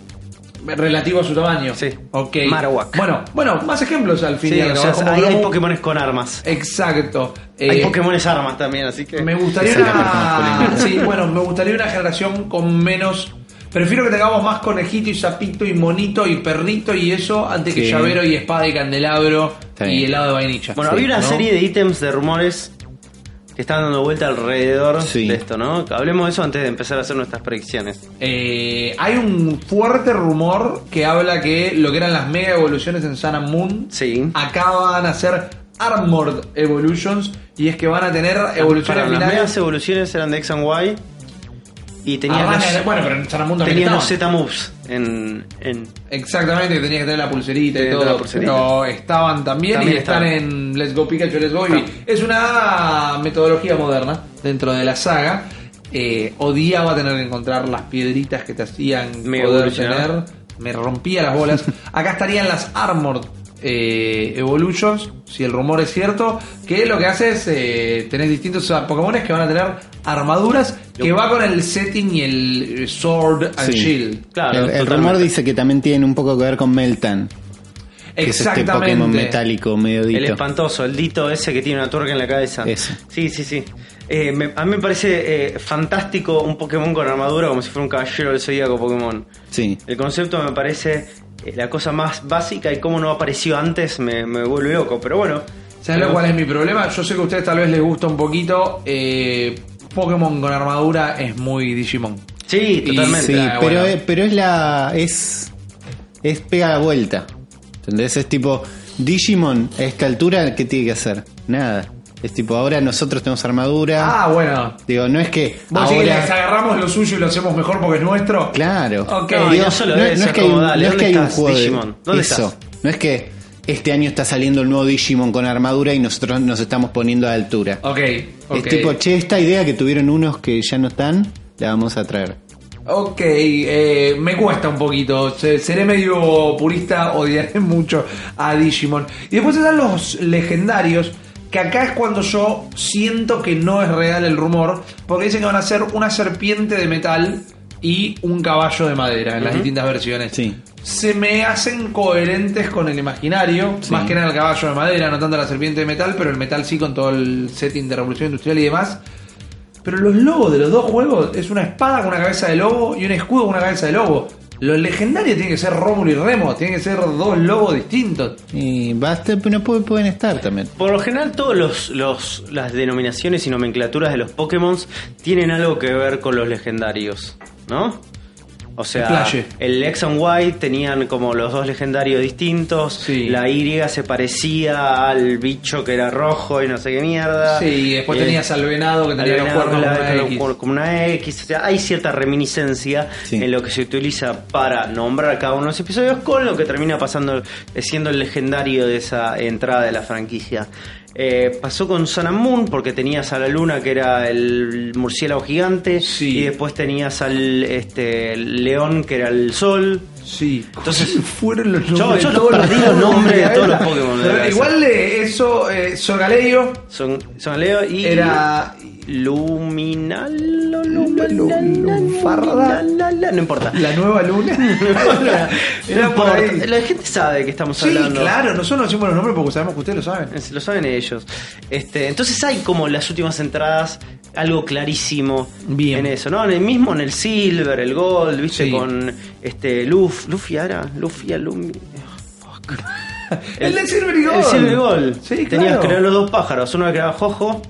[SPEAKER 1] Relativo a su tamaño.
[SPEAKER 3] Sí.
[SPEAKER 1] Ok.
[SPEAKER 3] Marowak.
[SPEAKER 1] Bueno, bueno, más ejemplos al
[SPEAKER 3] Sí,
[SPEAKER 1] final.
[SPEAKER 3] o sea, ahí hay Pokémones con armas.
[SPEAKER 1] Exacto.
[SPEAKER 3] hay
[SPEAKER 1] Eh,
[SPEAKER 3] Pokémones armas también, así que.
[SPEAKER 1] Me gustaría
[SPEAKER 2] Esa es la parte más
[SPEAKER 1] una.
[SPEAKER 2] polémica.
[SPEAKER 1] (laughs) Sí, bueno, me gustaría una generación con menos. Prefiero que tengamos más conejito y sapito y monito y perrito y eso antes que
[SPEAKER 2] Sí.
[SPEAKER 1] llavero y espada y candelabro
[SPEAKER 2] Está
[SPEAKER 1] y
[SPEAKER 2] bien.
[SPEAKER 1] helado de vainilla.
[SPEAKER 3] Bueno,
[SPEAKER 1] Sí,
[SPEAKER 3] había una
[SPEAKER 1] ¿no?
[SPEAKER 3] serie de ítems de rumores que están dando vuelta alrededor
[SPEAKER 2] Sí.
[SPEAKER 3] de esto, ¿no? Hablemos de eso antes de empezar a hacer nuestras predicciones.
[SPEAKER 1] Eh, hay un fuerte rumor que habla que lo que eran las mega evoluciones en Sun and Moon
[SPEAKER 3] Sí.
[SPEAKER 1] acaban a ser Armored Evolutions y es que van a tener evoluciones
[SPEAKER 3] Ah,
[SPEAKER 1] Ah,
[SPEAKER 3] Para las medias
[SPEAKER 1] finales.
[SPEAKER 3] evoluciones eran de X and Y y tenían
[SPEAKER 1] Arranca-
[SPEAKER 3] los,
[SPEAKER 1] bueno, pero en Sun and Moon también
[SPEAKER 3] tenían los
[SPEAKER 1] estaban.
[SPEAKER 3] Z moves en, en
[SPEAKER 1] Exactamente, que tenías que tener la pulserita y
[SPEAKER 3] Tenías
[SPEAKER 1] todo.
[SPEAKER 3] la pulserita.
[SPEAKER 1] Pero estaban también,
[SPEAKER 3] También
[SPEAKER 1] y están
[SPEAKER 3] estaban.
[SPEAKER 1] en Let's Go Pikachu, Let's Go Eevee. Es una metodología moderna dentro de la saga. Eh, odiaba tener que encontrar las piedritas que te hacían
[SPEAKER 3] Me
[SPEAKER 1] poder tener.
[SPEAKER 3] evolucionaba.
[SPEAKER 1] Me rompía las
[SPEAKER 2] (laughs)
[SPEAKER 1] bolas. Acá estarían las Armored eh, Evolutions, si el rumor es cierto, que lo que hace es eh, tenés distintos Pokémones que van a tener armaduras que va con el setting y el eh, Sword
[SPEAKER 2] Sí.
[SPEAKER 1] and Shield.
[SPEAKER 3] Claro,
[SPEAKER 2] el, el
[SPEAKER 3] totalmente.
[SPEAKER 2] rumor dice que también tienen un poco que ver con Meltan. Que es este Pokémon metálico medio
[SPEAKER 3] El
[SPEAKER 2] dito.
[SPEAKER 3] espantoso, el dito ese que tiene una tuerca en la cabeza.
[SPEAKER 2] Ese.
[SPEAKER 3] Sí, sí, sí. Eh, me- a mí me parece eh, fantástico un Pokémon con armadura como si fuera un caballero del zodíaco Pokémon.
[SPEAKER 2] Sí.
[SPEAKER 3] El concepto me parece eh, la cosa más básica y cómo no apareció antes me, me vuelve loco, pero bueno.
[SPEAKER 1] ¿Sabes lo cual es mi problema? Yo sé que a ustedes tal vez les gusta un poquito. eh, Pokémon con armadura es muy Digimon.
[SPEAKER 3] Sí,
[SPEAKER 1] Y-
[SPEAKER 3] totalmente.
[SPEAKER 2] Sí,
[SPEAKER 1] Ah,
[SPEAKER 2] pero,
[SPEAKER 1] bueno.
[SPEAKER 2] es, pero es la. Es. Es pega la vuelta. ¿Entendés? Es tipo. Digimon, a esta altura, ¿qué tiene que hacer? Nada. Es tipo, ahora nosotros tenemos armadura.
[SPEAKER 1] Ah, bueno.
[SPEAKER 2] Digo, no es que.
[SPEAKER 1] ¿Vos decís que les
[SPEAKER 2] Ahora,
[SPEAKER 1] agarramos lo suyo y lo hacemos mejor porque es nuestro?
[SPEAKER 2] claro.
[SPEAKER 1] Ok.
[SPEAKER 3] No, y
[SPEAKER 2] Digo,
[SPEAKER 3] no solo
[SPEAKER 2] no-
[SPEAKER 3] eso,
[SPEAKER 2] no es que hay
[SPEAKER 3] como
[SPEAKER 2] un, no
[SPEAKER 3] dale,
[SPEAKER 2] es
[SPEAKER 3] ¿dónde
[SPEAKER 2] que hay un
[SPEAKER 3] estás,
[SPEAKER 2] juego de-
[SPEAKER 3] Digimon? ¿Dónde
[SPEAKER 2] eso.
[SPEAKER 3] estás?
[SPEAKER 2] No es que este año está saliendo el nuevo Digimon con armadura y nosotros nos estamos poniendo a la altura.
[SPEAKER 1] Ok, ok.
[SPEAKER 2] Es tipo, che, esta idea que tuvieron unos que ya no están, la vamos a traer.
[SPEAKER 1] Ok, eh, me cuesta un poquito. Se- Seré medio purista, odiaré (laughs) mucho a Digimon. Y después están los legendarios, que acá es cuando yo siento que no es real el rumor, porque dicen que van a ser una serpiente de metal y un caballo de madera en las distintas versiones.
[SPEAKER 2] Sí.
[SPEAKER 1] Se me hacen coherentes con el imaginario,
[SPEAKER 2] Sí.
[SPEAKER 1] más que nada el caballo de madera, no tanto la serpiente de metal, pero el metal sí con todo el setting de revolución industrial y demás. Pero los logos de los dos juegos es una espada con una cabeza de lobo y un escudo con una cabeza de lobo. Los legendarios tienen que ser Rómulo y Remo, tienen que ser dos lobos distintos.
[SPEAKER 2] Y basta, pero no pu- pueden estar también.
[SPEAKER 3] Por lo general, todos los, los- las denominaciones y nomenclaturas de los Pokémon tienen algo que ver con los legendarios, ¿no? O sea,
[SPEAKER 1] Flashe.
[SPEAKER 3] el X and Y tenían como los dos legendarios distintos.
[SPEAKER 1] Sí.
[SPEAKER 3] La Y se parecía al bicho que era rojo y no sé qué mierda.
[SPEAKER 1] Sí, y después
[SPEAKER 3] Eh,
[SPEAKER 1] tenías al venado que tenía los
[SPEAKER 3] Había
[SPEAKER 1] cuernos
[SPEAKER 3] una-
[SPEAKER 1] como una
[SPEAKER 3] como-
[SPEAKER 1] X.
[SPEAKER 3] como una X, o sea, hay cierta reminiscencia
[SPEAKER 2] Sí.
[SPEAKER 3] en lo que se utiliza para nombrar cada uno de los episodios con lo que termina pasando eh, siendo el legendario de esa entrada de la franquicia. Eh, pasó con Sun and Moon porque tenías a la luna que era el murciélago gigante
[SPEAKER 1] Sí.
[SPEAKER 3] y después tenías al este león que era el sol.
[SPEAKER 1] Sí.
[SPEAKER 3] Entonces-
[SPEAKER 1] fueron los
[SPEAKER 3] Yo-
[SPEAKER 1] nombres
[SPEAKER 3] yo
[SPEAKER 1] de
[SPEAKER 3] no
[SPEAKER 1] todos
[SPEAKER 3] perdí los nombres de
[SPEAKER 1] (laughs)
[SPEAKER 3] todos los
[SPEAKER 1] cabeza.
[SPEAKER 3] Pokémon de
[SPEAKER 1] Pero
[SPEAKER 3] cabeza.
[SPEAKER 1] Igual eh, eso, eh, Sorgaleio
[SPEAKER 3] Son, son Leo y
[SPEAKER 1] Era-
[SPEAKER 3] luminal no,
[SPEAKER 1] Lunfarda.
[SPEAKER 3] no importa.
[SPEAKER 1] la
[SPEAKER 3] (laughs)
[SPEAKER 1] nueva luna. era,
[SPEAKER 3] No
[SPEAKER 1] por
[SPEAKER 3] importa.
[SPEAKER 1] ahí.
[SPEAKER 3] La gente sabe que estamos
[SPEAKER 1] Sí,
[SPEAKER 3] hablando.
[SPEAKER 1] claro, nosotros decimos los nombres porque sabemos que ustedes lo saben.
[SPEAKER 3] Se Lo saben ellos. Este, entonces hay como las últimas entradas algo clarísimo
[SPEAKER 1] Bien.
[SPEAKER 3] en eso, ¿no? En el mismo en el Silver, el Gold, ¿viste?
[SPEAKER 1] Sí.
[SPEAKER 3] Con este Luf, Luffy era, Luffy Alumi.
[SPEAKER 1] El de Silver y Gold.
[SPEAKER 3] El Silver y Gold.
[SPEAKER 1] Sí,
[SPEAKER 3] Tenías
[SPEAKER 1] claro.
[SPEAKER 3] que crear los dos pájaros, uno que creaba Jojo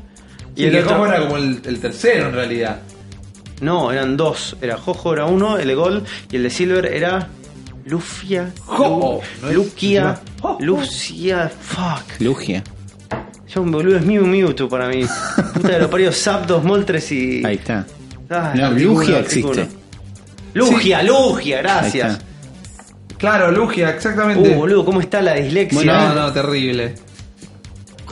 [SPEAKER 3] y el otro
[SPEAKER 1] era como el, el tercero en realidad.
[SPEAKER 3] No, eran dos, era Jojo era uno, el de Gold y el de Silver era Lufia,
[SPEAKER 1] Jo-
[SPEAKER 3] Lu- Luquia,
[SPEAKER 1] Jo-
[SPEAKER 3] Lucia, fuck.
[SPEAKER 2] Lugia.
[SPEAKER 3] Ya un boludo es Mew Mewtwo
[SPEAKER 2] (laughs)
[SPEAKER 3] para mí. Puta de los paridos Zapdos, Moltres y.
[SPEAKER 2] Ahí está.
[SPEAKER 3] Ah,
[SPEAKER 2] No,
[SPEAKER 3] artículo,
[SPEAKER 2] Lugia
[SPEAKER 3] artículo.
[SPEAKER 2] existe.
[SPEAKER 3] Lugia, Lugia,
[SPEAKER 2] Ahí
[SPEAKER 3] gracias.
[SPEAKER 2] está.
[SPEAKER 1] Claro, Lugia, exactamente.
[SPEAKER 3] Uh, boludo, ¿cómo está la dislexia?
[SPEAKER 2] Bueno,
[SPEAKER 1] no, no, terrible.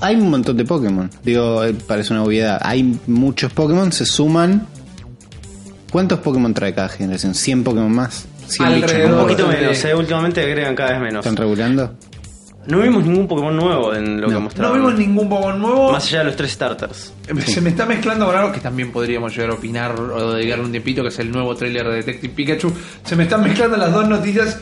[SPEAKER 2] Hay un montón de Pokémon. Digo, eh, parece una obviedad. Hay muchos Pokémon, se suman. ¿Cuántos Pokémon trae cada generación? ¿100 Pokémon más? ¿100
[SPEAKER 1] Alrededor.
[SPEAKER 2] bichos
[SPEAKER 3] un
[SPEAKER 2] más?
[SPEAKER 3] poquito
[SPEAKER 1] bastante.
[SPEAKER 3] menos, eh, últimamente agregan cada vez menos.
[SPEAKER 2] ¿Están regulando?
[SPEAKER 3] No vimos ningún Pokémon nuevo en lo que
[SPEAKER 2] No.
[SPEAKER 1] No
[SPEAKER 3] mostraron.
[SPEAKER 1] vimos ningún Pokémon nuevo.
[SPEAKER 3] Más allá de los tres starters.
[SPEAKER 1] (laughs) Se me está mezclando con algo que también podríamos llegar a opinar o dedicarle un tiempito, que es el nuevo tráiler de Detective Pikachu. Se me están mezclando las dos noticias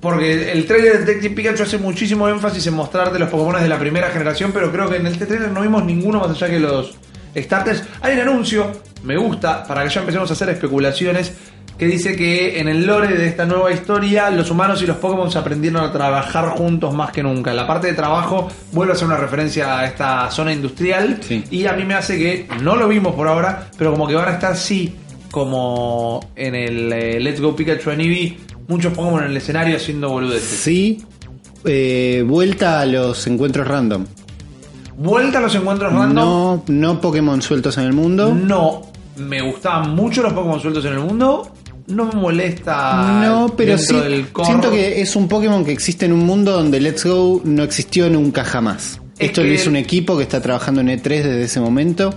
[SPEAKER 1] porque el tráiler de Detective Pikachu hace muchísimo énfasis en mostrarte los Pokémon de la primera generación, pero creo que en este tráiler no vimos ninguno más allá que los starters. Hay un anuncio, me gusta, para que ya empecemos a hacer especulaciones, que dice que en el lore de esta nueva historia los humanos y los Pokémon se aprendieron a trabajar juntos más que nunca. La parte de trabajo vuelve a ser una referencia a esta zona industrial
[SPEAKER 2] Sí.
[SPEAKER 1] y a mí me hace que no lo vimos por ahora, pero como que van a estar sí, como en el eh, Let's Go Pikachu and Eevee, muchos Pokémon en el escenario haciendo boludeces.
[SPEAKER 2] Sí. Eh, vuelta a los encuentros random.
[SPEAKER 1] Vuelta a los encuentros random.
[SPEAKER 2] No, no Pokémon sueltos en el
[SPEAKER 1] No.
[SPEAKER 2] mundo.
[SPEAKER 1] Me gustaban mucho los Pokémon sueltos en el mundo. No me molesta.
[SPEAKER 2] No, pero sí.
[SPEAKER 1] dentro del core.
[SPEAKER 2] Siento que es un Pokémon que existe en un mundo donde Let's Go no existió nunca jamás.
[SPEAKER 1] Es
[SPEAKER 2] Esto
[SPEAKER 1] que-
[SPEAKER 2] lo hizo un equipo que está trabajando en E3 desde ese momento.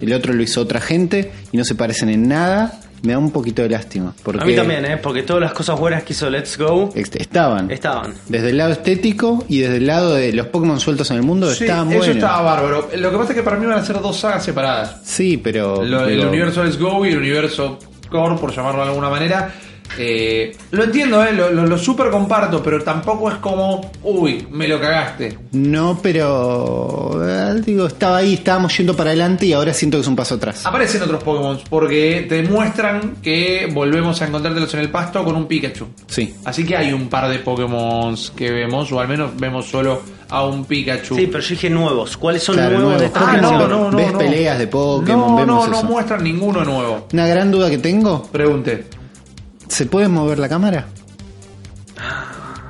[SPEAKER 2] El otro lo hizo otra gente y no se parecen en nada. Me da un poquito de lástima. Porque Eh,
[SPEAKER 3] A mí también, ¿eh? Porque todas las cosas buenas que hizo Let's Go
[SPEAKER 2] est- Estaban.
[SPEAKER 3] estaban.
[SPEAKER 2] Desde el lado estético y desde el lado de los Pokémon sueltos en el mundo
[SPEAKER 1] Sí,
[SPEAKER 2] estaban
[SPEAKER 1] eso
[SPEAKER 2] buenos.
[SPEAKER 1] estaba bárbaro. Lo que pasa es que para mí van a ser dos sagas separadas.
[SPEAKER 2] Sí, pero.
[SPEAKER 1] Lo- el
[SPEAKER 2] digo,
[SPEAKER 1] universo Let's Go y el universo Core, por llamarlo de alguna manera. Eh, lo entiendo, eh, lo, lo- lo super comparto, pero tampoco es como, uy, me lo cagaste.
[SPEAKER 2] No, pero. eh, Digo, estaba ahí, estábamos yendo para adelante y ahora siento que es un paso atrás.
[SPEAKER 1] Aparecen otros Pokémon porque te muestran que volvemos a encontrártelos en el pasto con un Pikachu.
[SPEAKER 2] Sí.
[SPEAKER 1] Así que hay un par de Pokémon que vemos, o al menos vemos solo a un Pikachu.
[SPEAKER 3] Sí, pero yo dije nuevos. ¿Cuáles son
[SPEAKER 2] Claro,
[SPEAKER 3] nuevos de
[SPEAKER 2] nuevos.
[SPEAKER 3] esta
[SPEAKER 1] ah,
[SPEAKER 3] generación?
[SPEAKER 1] no, no, no.
[SPEAKER 2] Ves
[SPEAKER 1] no.
[SPEAKER 2] peleas de Pokémon,
[SPEAKER 1] No,
[SPEAKER 2] vemos
[SPEAKER 1] no, no
[SPEAKER 2] eso.
[SPEAKER 1] muestran ninguno nuevo.
[SPEAKER 2] Una gran duda que tengo,
[SPEAKER 1] Pregunte.
[SPEAKER 2] ¿se puede mover la cámara?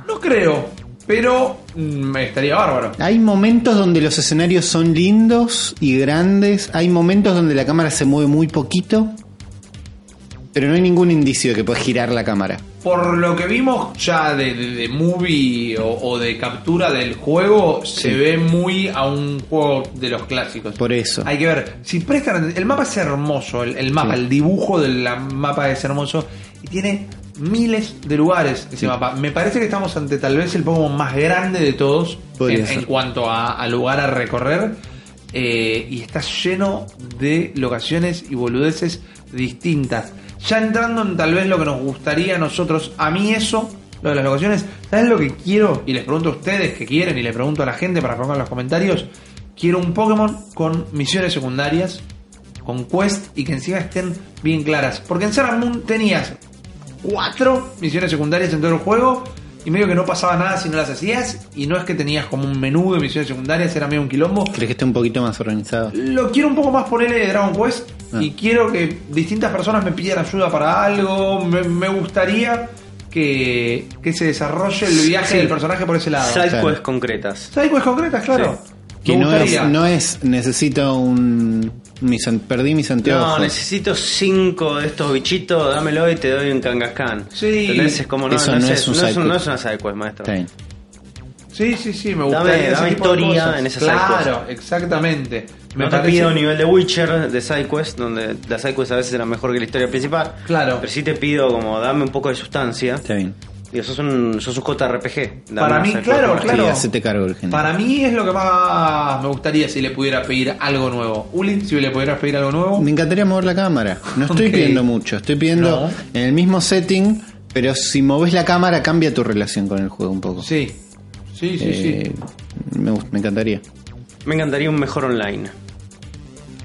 [SPEAKER 1] No creo, pero mm, estaría bárbaro.
[SPEAKER 2] Hay momentos donde los escenarios son lindos y grandes, hay momentos donde la cámara se mueve muy poquito, pero no hay ningún indicio de que puedes girar la cámara.
[SPEAKER 1] Por lo que vimos ya de, de- de movie o, o de captura del juego, se ve muy a un juego de los clásicos.
[SPEAKER 2] Por eso.
[SPEAKER 1] Hay que ver, si prestan. El mapa es hermoso, el, el mapa,
[SPEAKER 2] Sí.
[SPEAKER 1] el dibujo del la- mapa es hermoso y tiene miles de lugares ese mapa. Me parece que estamos ante tal vez el Pokémon más grande de todos
[SPEAKER 2] Podría
[SPEAKER 1] en,
[SPEAKER 2] ser.
[SPEAKER 1] en cuanto a, a lugar a recorrer. eh, y está lleno de locaciones y boludeces distintas. Ya entrando en tal vez lo que nos gustaría a nosotros, a mí eso, lo de las locaciones, ¿sabes lo que quiero? Y les pregunto a ustedes que quieren y le pregunto a la gente para pongan en los comentarios. Quiero un Pokémon con misiones secundarias, con quest y que encima estén bien claras. Porque en Sarah Moon tenías cuatro misiones secundarias en todo el juego y medio que no pasaba nada si no las hacías y no es que tenías como un menú de misiones secundarias, era medio un quilombo.
[SPEAKER 2] ¿Crees que esté un poquito más organizado?
[SPEAKER 1] Lo quiero un poco más ponerle de Dragon Quest
[SPEAKER 2] Ah.
[SPEAKER 1] y quiero que distintas personas me pidan ayuda para algo, me, me gustaría que, que se desarrolle el viaje
[SPEAKER 3] Sí.
[SPEAKER 1] del personaje por ese lado.
[SPEAKER 3] Sidequests
[SPEAKER 2] Claro.
[SPEAKER 3] concretas.
[SPEAKER 1] ¿Sabes cosas concretas? Claro.
[SPEAKER 3] Sí.
[SPEAKER 1] Me
[SPEAKER 2] Que no es,
[SPEAKER 1] gustaría.
[SPEAKER 2] no es, necesito un... mis an- perdí mis anteojos.
[SPEAKER 3] No, necesito cinco de estos bichitos, dámelo y te doy un Kangaskhan.
[SPEAKER 1] Sí.
[SPEAKER 3] Entonces es como no,
[SPEAKER 2] Eso
[SPEAKER 3] no,
[SPEAKER 2] no
[SPEAKER 3] es,
[SPEAKER 2] es un
[SPEAKER 3] no, es, un-
[SPEAKER 2] sidequest.
[SPEAKER 3] no es una sidequest, maestro.
[SPEAKER 2] Está bien.
[SPEAKER 1] Sí, sí, sí, me gusta.
[SPEAKER 3] Dame- dame historia en esas
[SPEAKER 1] Claro,
[SPEAKER 3] sidequests.
[SPEAKER 1] exactamente.
[SPEAKER 3] Me no te
[SPEAKER 1] parece-
[SPEAKER 3] pide un nivel de Witcher, de SideQuest, donde la SideQuest a veces era mejor que la historia principal.
[SPEAKER 1] Claro.
[SPEAKER 3] Pero sí te pido como dame un poco de sustancia.
[SPEAKER 2] Está bien.
[SPEAKER 3] Y sos un, sos un JRPG. Dame
[SPEAKER 1] Para
[SPEAKER 3] una
[SPEAKER 1] mí,
[SPEAKER 3] side quest
[SPEAKER 1] claro,
[SPEAKER 3] más.
[SPEAKER 1] claro.
[SPEAKER 2] Sí, hacete cargo, Virginia.
[SPEAKER 1] Para mí es lo que más me gustaría si le pudiera pedir algo nuevo. Uli, si le pudieras pedir algo nuevo.
[SPEAKER 2] Me encantaría mover la cámara. No estoy
[SPEAKER 1] Ok.
[SPEAKER 2] pidiendo mucho, estoy pidiendo
[SPEAKER 1] No.
[SPEAKER 2] en el mismo setting, pero si moves la cámara cambia tu relación con el juego un poco.
[SPEAKER 1] Sí, sí, sí,
[SPEAKER 2] Eh,
[SPEAKER 1] sí.
[SPEAKER 2] Me, gust- me encantaría
[SPEAKER 3] Me encantaría un mejor online.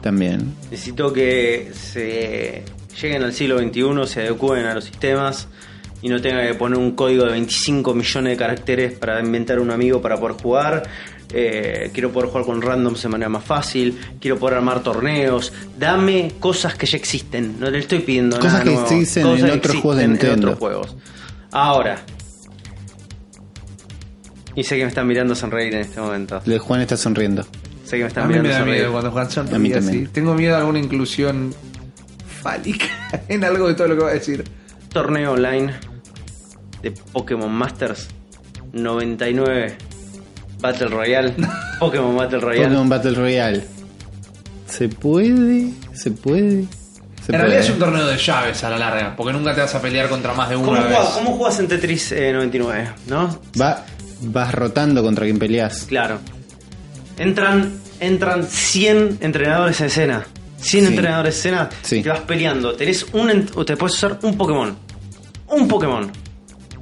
[SPEAKER 2] también.
[SPEAKER 3] Necesito que se lleguen al siglo XXI, se adecúen a los sistemas y no tengan que poner un código de 25 millones de caracteres para inventar un amigo para poder jugar. Eh, quiero poder jugar con randoms de manera más fácil. Quiero poder armar torneos. Dame cosas que ya existen. No le estoy pidiendo
[SPEAKER 2] Cosas
[SPEAKER 3] nada
[SPEAKER 2] que
[SPEAKER 3] nuevo.
[SPEAKER 2] existen en
[SPEAKER 3] Cosas que
[SPEAKER 2] otros juegos de
[SPEAKER 3] existen en
[SPEAKER 2] Nintendo.
[SPEAKER 3] otros juegos. Ahora. Y sé que me están mirando sonreír en este momento.
[SPEAKER 2] Le- Juan está sonriendo.
[SPEAKER 3] Sé que me están
[SPEAKER 1] A mí
[SPEAKER 3] mirando
[SPEAKER 1] me da
[SPEAKER 3] sonreír.
[SPEAKER 1] miedo cuando Juan Santos
[SPEAKER 2] A mí
[SPEAKER 1] diga así.
[SPEAKER 2] también.
[SPEAKER 1] Tengo miedo a alguna inclusión fálica (laughs) en algo de todo lo que va a decir.
[SPEAKER 3] torneo online de Pokémon Masters 99
[SPEAKER 2] (laughs)
[SPEAKER 3] Battle Royale. Pokémon Battle Royale.
[SPEAKER 2] Pokémon Battle Royale. ¿Se puede? ¿Se puede? ¿Se
[SPEAKER 1] en
[SPEAKER 2] puede?
[SPEAKER 1] realidad es un torneo de llaves a la larga, porque nunca te vas a pelear contra más de uno
[SPEAKER 3] ¿Cómo
[SPEAKER 1] a la vez.
[SPEAKER 3] juegas, ¿Cómo juegas en Tetris eh, 99? ¿No?
[SPEAKER 2] Va- vas rotando contra quien peleas.
[SPEAKER 3] Claro. Entran, entran 100 entrenadores a escena. 100
[SPEAKER 2] Sí.
[SPEAKER 3] entrenadores a escena.
[SPEAKER 2] Sí.
[SPEAKER 3] Te vas peleando. Tenés un, ent- o te puedes usar un Pokémon. Un Pokémon.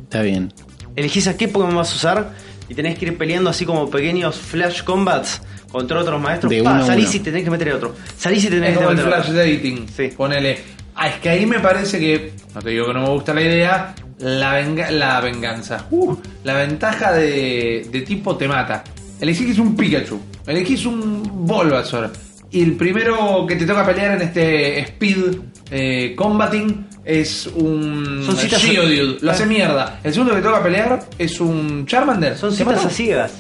[SPEAKER 2] Está bien.
[SPEAKER 3] elegís a qué Pokémon vas a usar y tenés que ir peleando así como pequeños flash combats contra otros maestros.
[SPEAKER 2] De
[SPEAKER 3] Pa,
[SPEAKER 2] uno a
[SPEAKER 3] salís
[SPEAKER 2] uno.
[SPEAKER 3] y tenés que meter a otro. Salís y tenés
[SPEAKER 1] Es
[SPEAKER 3] que
[SPEAKER 1] como el
[SPEAKER 3] meter a
[SPEAKER 1] flash
[SPEAKER 3] otro.
[SPEAKER 1] dating.
[SPEAKER 3] este Sí.
[SPEAKER 1] Ponele. Ah, es que ahí me parece que. No te digo que no me gusta la idea. La, venga- la venganza. Uh, la ventaja de, de tipo te mata. Elegís un Pikachu. Elegís un Bulbasaur. Y el primero que te toca pelear en este Speed eh, Combating es un
[SPEAKER 3] Son citas- Ah.
[SPEAKER 1] Geodude. Lo hace mierda. El segundo que te toca pelear es un Charmander.
[SPEAKER 3] Son
[SPEAKER 1] Te
[SPEAKER 3] citas
[SPEAKER 1] mata.
[SPEAKER 3] a ciegas.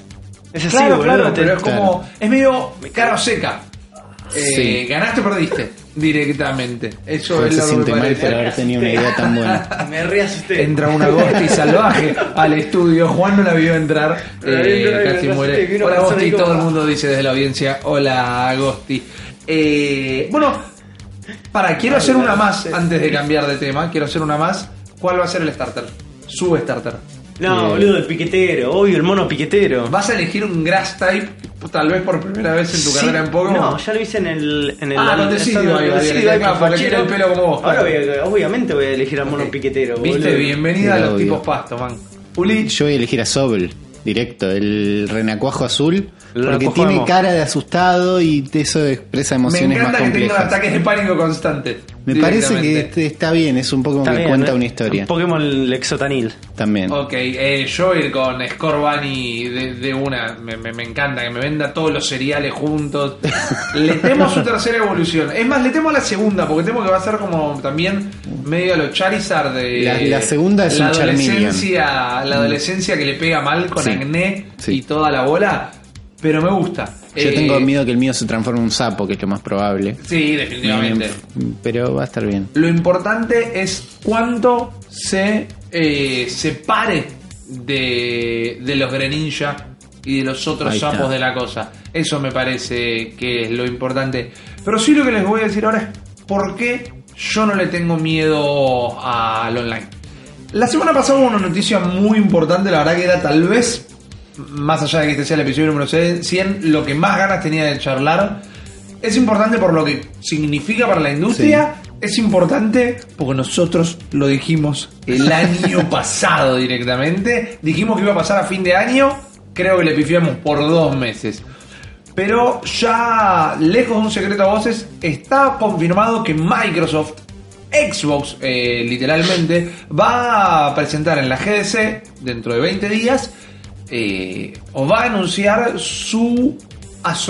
[SPEAKER 3] Es así,
[SPEAKER 1] Claro,
[SPEAKER 3] boludo.
[SPEAKER 1] claro,
[SPEAKER 3] Te-
[SPEAKER 1] pero es
[SPEAKER 2] claro.
[SPEAKER 1] como. Es medio
[SPEAKER 3] Me
[SPEAKER 1] cara o seca. Eh,
[SPEAKER 2] Sí.
[SPEAKER 1] Ganaste o perdiste directamente. Eso
[SPEAKER 2] Juan
[SPEAKER 1] es
[SPEAKER 2] se
[SPEAKER 1] lo que me
[SPEAKER 2] siente mal
[SPEAKER 1] parece.
[SPEAKER 2] por haber tenido una idea tan
[SPEAKER 1] (laughs)
[SPEAKER 2] buena.
[SPEAKER 3] Me reasusté.
[SPEAKER 1] Entra un agosti salvaje al estudio. Juan no la vio entrar.
[SPEAKER 3] La
[SPEAKER 1] eh,
[SPEAKER 3] vi, la vi,
[SPEAKER 1] casi
[SPEAKER 3] la vi,
[SPEAKER 1] muere.
[SPEAKER 3] vino
[SPEAKER 1] Hola
[SPEAKER 3] a pasar
[SPEAKER 1] Agosti,
[SPEAKER 3] ahí como-
[SPEAKER 1] todo el mundo dice desde la audiencia. Hola Agosti. Eh, bueno, para, quiero hacer una más antes de cambiar de tema. Quiero hacer una más. ¿Cuál va a ser el starter? Su starter.
[SPEAKER 3] No, boludo, el piquetero. Obvio, el mono piquetero.
[SPEAKER 1] ¿Vas a elegir un grass type tal vez por primera vez en tu
[SPEAKER 3] Sí.
[SPEAKER 1] carrera en Pokémon?
[SPEAKER 3] No, ya lo hice en el. En el
[SPEAKER 1] Ah, con
[SPEAKER 3] en-
[SPEAKER 1] Decidio,
[SPEAKER 3] en-
[SPEAKER 1] ahí va,
[SPEAKER 3] en-
[SPEAKER 1] bien,
[SPEAKER 3] Decidio, ahí
[SPEAKER 1] acá,
[SPEAKER 3] con
[SPEAKER 1] porque tiene
[SPEAKER 3] Fachero.
[SPEAKER 1] el pelo como vos,
[SPEAKER 3] Ahora,
[SPEAKER 1] claro.
[SPEAKER 3] voy a- obviamente, voy a elegir al mono piquetero.
[SPEAKER 1] Viste,
[SPEAKER 3] boludo.
[SPEAKER 1] bienvenida a los
[SPEAKER 2] Obvio.
[SPEAKER 1] tipos pasto, man. Uli,
[SPEAKER 2] Yo voy a elegir a Sobel, directo, el renacuajo azul,
[SPEAKER 3] El
[SPEAKER 2] porque
[SPEAKER 3] renacuajo
[SPEAKER 2] tiene
[SPEAKER 3] emo.
[SPEAKER 2] cara de asustado y eso expresa
[SPEAKER 1] me
[SPEAKER 2] emociones
[SPEAKER 1] encanta
[SPEAKER 2] más
[SPEAKER 1] que tengan
[SPEAKER 2] complejas.
[SPEAKER 1] ataques de pánico constantes.
[SPEAKER 2] Me parece que
[SPEAKER 1] directamente.
[SPEAKER 2] este está bien, es un poco
[SPEAKER 3] Está
[SPEAKER 2] que
[SPEAKER 3] bien,
[SPEAKER 2] cuenta
[SPEAKER 3] ¿eh?
[SPEAKER 2] una historia
[SPEAKER 3] Pokémon Lexotanil.
[SPEAKER 2] también.
[SPEAKER 1] Ok, eh, yo ir con Scorbunny de, de una, me, me- me encanta, que me venda todos los
[SPEAKER 2] (laughs)
[SPEAKER 1] cereales juntos. le temo su tercera evolución. Es más, le temo a la segunda, porque temo que va a ser como también medio a los Charizard de...
[SPEAKER 2] La- la segunda es
[SPEAKER 1] la
[SPEAKER 2] un Charmeleon. Mm.
[SPEAKER 1] adolescencia, La adolescencia que le pega mal con
[SPEAKER 2] Sí,
[SPEAKER 1] acné
[SPEAKER 2] sí.
[SPEAKER 1] y toda la bola, pero me gusta.
[SPEAKER 2] Yo
[SPEAKER 1] Eh,
[SPEAKER 2] tengo miedo que el mío se transforme en un sapo, que es lo más probable.
[SPEAKER 1] Sí, definitivamente.
[SPEAKER 2] Pero va a estar bien.
[SPEAKER 1] Lo importante es cuánto se eh, separe de, de los Greninja y de los otros
[SPEAKER 2] Ahí está.
[SPEAKER 1] sapos de la cosa. Eso me parece que es lo importante. Pero sí lo que les voy a decir ahora es por qué yo no le tengo miedo al online. La semana pasada hubo una noticia muy importante, la verdad que era tal vez, más allá de que este sea el episodio número 100, lo que más ganas tenía de charlar. Es importante por lo que significa para la industria. Es importante porque nosotros lo dijimos el año pasado directamente. Dijimos que iba a pasar a fin de año. Creo que le pifiamos por dos meses. Pero ya, lejos de un secreto a voces, está confirmado que Microsoft, Xbox eh, literalmente, va a presentar en la GDC dentro de 20 días eh, o va a anunciar su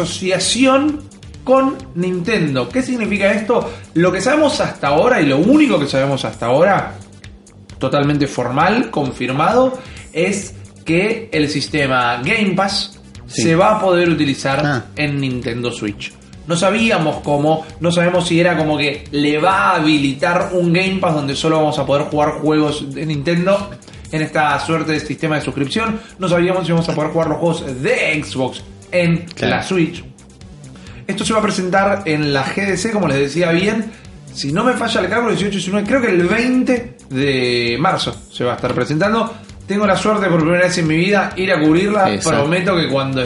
[SPEAKER 1] asociación con Nintendo. ¿Qué significa esto? Lo que sabemos hasta ahora y lo único que sabemos hasta ahora totalmente formal, confirmado, es que el sistema Game Pass
[SPEAKER 2] Sí.
[SPEAKER 1] se va a poder utilizar
[SPEAKER 2] Ah.
[SPEAKER 1] en Nintendo Switch. No sabíamos cómo, no sabemos si era como que le va a habilitar un Game Pass donde solo vamos a poder jugar juegos de Nintendo. en esta suerte de sistema de suscripción. No sabíamos si íbamos a poder jugar los juegos de Xbox en
[SPEAKER 2] Claro.
[SPEAKER 1] la Switch. Esto se va a presentar en la GDC, como les decía bien. Si no me falla el cálculo, 18, 19, creo que el 20 de marzo se va a estar presentando. Tengo la suerte por primera vez en mi vida ir a cubrirla.
[SPEAKER 2] Exacto.
[SPEAKER 1] Prometo que cuando,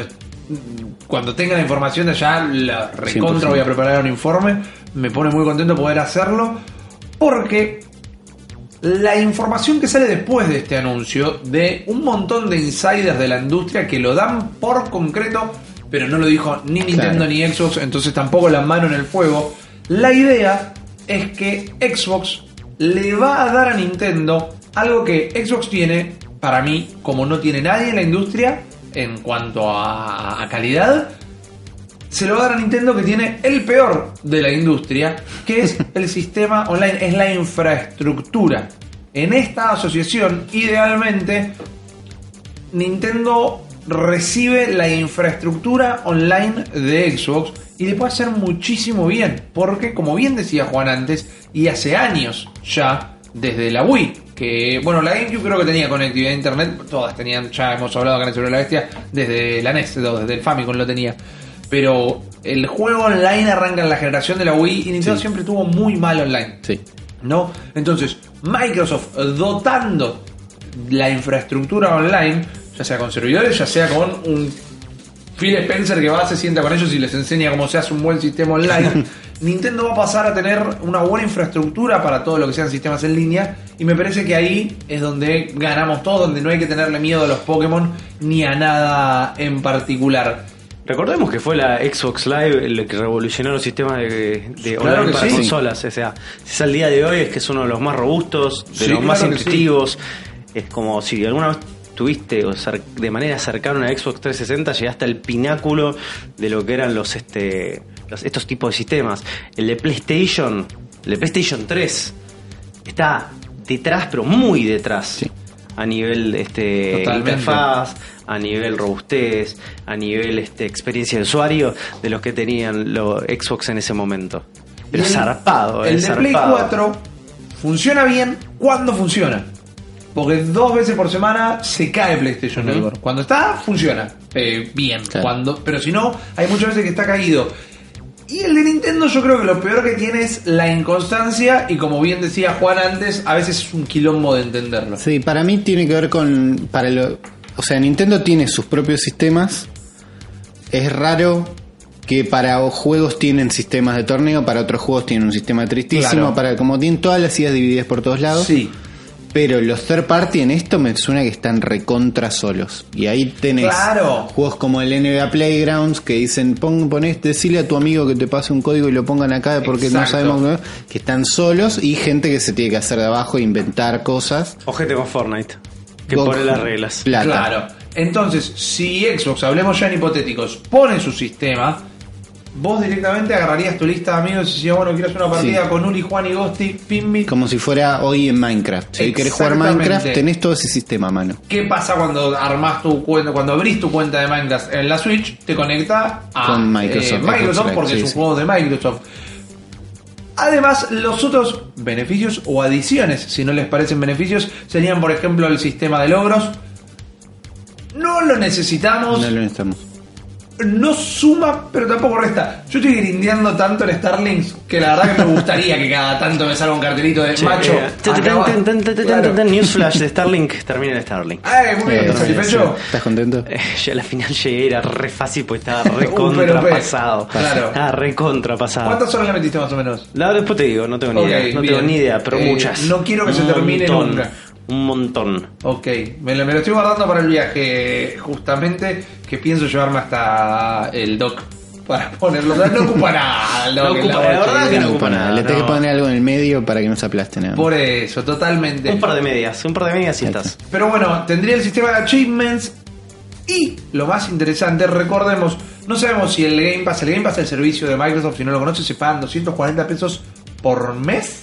[SPEAKER 1] cuando tenga la información de allá, la recontra
[SPEAKER 2] 100%.
[SPEAKER 1] voy a preparar un informe. Me pone muy contento poder hacerlo. Porque la información que sale después de este anuncio de un montón de insiders de la industria que lo dan por concreto, pero no lo dijo ni Nintendo
[SPEAKER 2] Claro.
[SPEAKER 1] ni Xbox, entonces tampoco la mano en el fuego. La idea es que Xbox le va a dar a Nintendo algo que Xbox tiene, para mí, como no tiene nadie en la industria en cuanto a- a calidad, se lo va a dar a Nintendo que tiene el peor de la industria, que es el sistema online, es la infraestructura. En esta asociación, idealmente, Nintendo recibe la infraestructura online de Xbox y le puede hacer muchísimo bien, porque como bien decía Juan antes, y hace años ya, desde la Wii, que bueno, la GameCube creo que tenía conectividad a internet, todas tenían, ya hemos hablado acá en el Cerebro de la Bestia, desde la NES, no, desde el Famicom lo tenía. Pero el juego online arranca en la generación de la Wii y Nintendo
[SPEAKER 2] Sí.
[SPEAKER 1] siempre tuvo muy mal online.
[SPEAKER 2] Sí.
[SPEAKER 1] ¿no? Entonces, Microsoft eh, dotando la infraestructura online, ya sea con servidores, ya sea con un Phil Spencer que va, se sienta con ellos y les enseña cómo se hace un buen sistema online. Nintendo va a pasar a tener una buena infraestructura para todo lo que sean sistemas en línea y me parece que ahí es donde ganamos todos, donde no hay que tenerle miedo a los Pokémon ni a nada en particular.
[SPEAKER 3] Recordemos que fue la Xbox Live el que revolucionó los sistemas de, de
[SPEAKER 1] Claro
[SPEAKER 3] online
[SPEAKER 1] que
[SPEAKER 3] para
[SPEAKER 1] sí.
[SPEAKER 3] consolas. O sea, si es al día de hoy, es que es uno de los más robustos, de
[SPEAKER 1] Sí,
[SPEAKER 3] los más
[SPEAKER 1] claro que sí.
[SPEAKER 3] intuitivos. Es como si alguna vez tuviste o cer- de manera cercana una Xbox 360, llegaste al pináculo de lo que eran los este los- estos tipos de sistemas. El de PlayStation, el de PlayStation 3, está detrás, pero muy detrás. A nivel este,
[SPEAKER 1] Totalmente.
[SPEAKER 3] interfaz, a nivel robustez, a nivel este, experiencia de usuario de los que tenían los Xbox en ese momento. Pero
[SPEAKER 1] Y el-
[SPEAKER 3] zarpado, eh,
[SPEAKER 1] El de Play
[SPEAKER 3] zarpado.
[SPEAKER 1] 4 funciona bien cuando funciona. Porque dos veces por semana se cae PlayStation
[SPEAKER 3] Ujú.
[SPEAKER 1] Network. Cuando está, funciona. eh, bien.
[SPEAKER 2] Claro.
[SPEAKER 1] Cuando, pero si no, hay muchas veces que está caído. Y el de Nintendo yo creo que lo peor que tiene es la inconstancia y como bien decía Juan antes, a veces es un quilombo de entenderlo.
[SPEAKER 2] Sí, para mí tiene que ver con. Para lo, o sea, Nintendo tiene sus propios sistemas. Es raro que para juegos tienen sistemas de torneo, para otros juegos tienen un sistema tristísimo,
[SPEAKER 1] Claro.
[SPEAKER 2] para como tienen todas las ideas divididas por todos lados.
[SPEAKER 1] Sí.
[SPEAKER 2] Pero los third party en esto me suena que están recontra solos. Y ahí tenés
[SPEAKER 1] Claro.
[SPEAKER 2] juegos como el NBA Playgrounds que dicen, pon, ponés, decile a tu amigo que te pase un código y lo pongan acá porque
[SPEAKER 1] Exacto.
[SPEAKER 2] no sabemos que están solos y gente que se tiene que hacer de abajo, e inventar cosas.
[SPEAKER 3] Ojete con Fortnite. Que
[SPEAKER 2] Goku.
[SPEAKER 3] pone las reglas.
[SPEAKER 2] Plata.
[SPEAKER 1] Claro. Entonces, si Xbox, hablemos ya en hipotéticos, pone su sistema, vos directamente agarrarías tu lista de amigos y decías, bueno, quiero hacer una partida
[SPEAKER 2] Sí.
[SPEAKER 1] con Uri, Juan y Gosti, Pimbi.
[SPEAKER 2] Como si fuera hoy en Minecraft. Si hoy querés jugar
[SPEAKER 1] Exactamente.
[SPEAKER 2] Minecraft, tenés todo ese sistema a mano.
[SPEAKER 1] ¿Qué pasa cuando armás tu cuenta, cuando abrís tu cuenta de Minecraft en la Switch? Te conecta a
[SPEAKER 2] Con Microsoft,
[SPEAKER 1] eh, Microsoft
[SPEAKER 2] Xbox
[SPEAKER 1] porque
[SPEAKER 2] Live,
[SPEAKER 1] es un
[SPEAKER 2] sí, sí.
[SPEAKER 1] juego de Microsoft. Además, los otros beneficios o adiciones, si no les parecen beneficios, serían, por ejemplo, el sistema de logros. No lo necesitamos.
[SPEAKER 2] No lo necesitamos.
[SPEAKER 1] no suma, pero tampoco resta. Yo estoy grindeando tanto en Starlinks que la verdad que me gustaría que cada tanto me salga un cartelito de
[SPEAKER 3] Che,
[SPEAKER 1] macho.
[SPEAKER 3] eh, tan, tan,
[SPEAKER 1] acá va".
[SPEAKER 3] tan, tan, tan, tan,
[SPEAKER 1] Claro.
[SPEAKER 3] tan, Newsflash
[SPEAKER 1] (laughs)
[SPEAKER 3] de Starlink termina en Starlink.
[SPEAKER 1] Ay, muy bien,
[SPEAKER 2] Eh,
[SPEAKER 1] ¿estás satisfecho?
[SPEAKER 2] sí. ¿Estás contento?
[SPEAKER 3] Eh, (laughs) Yo a la final llegué, era re fácil porque estaba re
[SPEAKER 1] (laughs) Un pero, pero.
[SPEAKER 3] contrapasado.
[SPEAKER 1] Claro.
[SPEAKER 3] Estaba re contrapasado.
[SPEAKER 1] ¿Cuántas horas le metiste más o menos?
[SPEAKER 3] No, después te digo, no tengo ni
[SPEAKER 1] Ok,
[SPEAKER 3] idea. No
[SPEAKER 1] bien.
[SPEAKER 3] tengo ni idea, pero
[SPEAKER 1] Eh,
[SPEAKER 3] muchas.
[SPEAKER 1] no quiero que
[SPEAKER 3] Un
[SPEAKER 1] se termine
[SPEAKER 3] montón,
[SPEAKER 1] nunca.
[SPEAKER 3] Un montón.
[SPEAKER 1] Ok, me lo, me lo estoy guardando para el viaje, justamente, que pienso llevarme hasta el doc para ponerlo. No, no ocupa nada el doc,
[SPEAKER 3] No
[SPEAKER 1] en
[SPEAKER 3] ocupa,
[SPEAKER 1] la
[SPEAKER 3] la
[SPEAKER 1] bocha,
[SPEAKER 3] verdad que
[SPEAKER 1] digamos.
[SPEAKER 3] no
[SPEAKER 2] ocupa nada. Le
[SPEAKER 3] no.
[SPEAKER 2] tenés que poner algo en el medio para que no se aplaste nada.
[SPEAKER 1] Por eso, totalmente.
[SPEAKER 3] Un par de medias, un par de medias y estás.
[SPEAKER 1] Pero bueno, tendría el sistema de achievements. Y lo más interesante, recordemos, no sabemos si el Game Pass, el Game Pass es el servicio de Microsoft, si no lo conoces, se pagan 240 pesos por mes.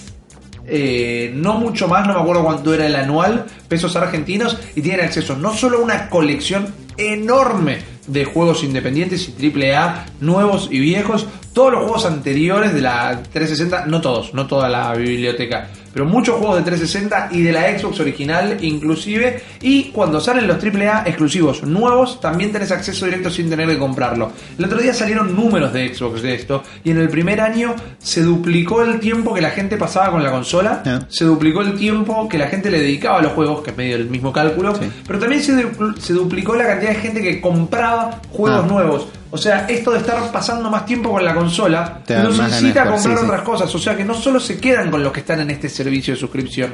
[SPEAKER 1] Eh, no mucho más, no me acuerdo cuánto era el anual, pesos argentinos y tienen acceso no solo a una colección enorme de juegos independientes y AAA, nuevos y viejos, todos los juegos anteriores de la 360, no todos, no toda la biblioteca, pero muchos juegos de 360 y de la Xbox original inclusive, y cuando salen los AAA exclusivos nuevos, también tenés acceso directo sin tener que comprarlo. El otro día salieron números de Xbox de esto, y en el primer año se duplicó el tiempo que la gente pasaba con la consola,
[SPEAKER 2] Ah.
[SPEAKER 1] se duplicó el tiempo que la gente le dedicaba a los juegos, que es medio el mismo cálculo,
[SPEAKER 2] Sí.
[SPEAKER 1] pero también se, du- se duplicó la cantidad de gente que compraba juegos
[SPEAKER 2] Ah.
[SPEAKER 1] nuevos. O sea, esto de estar pasando más tiempo con la consola
[SPEAKER 2] Te da
[SPEAKER 1] nos
[SPEAKER 2] más
[SPEAKER 1] incita a
[SPEAKER 2] ganas de
[SPEAKER 1] comprar
[SPEAKER 2] jugar, sí,
[SPEAKER 1] otras cosas. O sea, que no solo se quedan con los que están en este servicio de suscripción.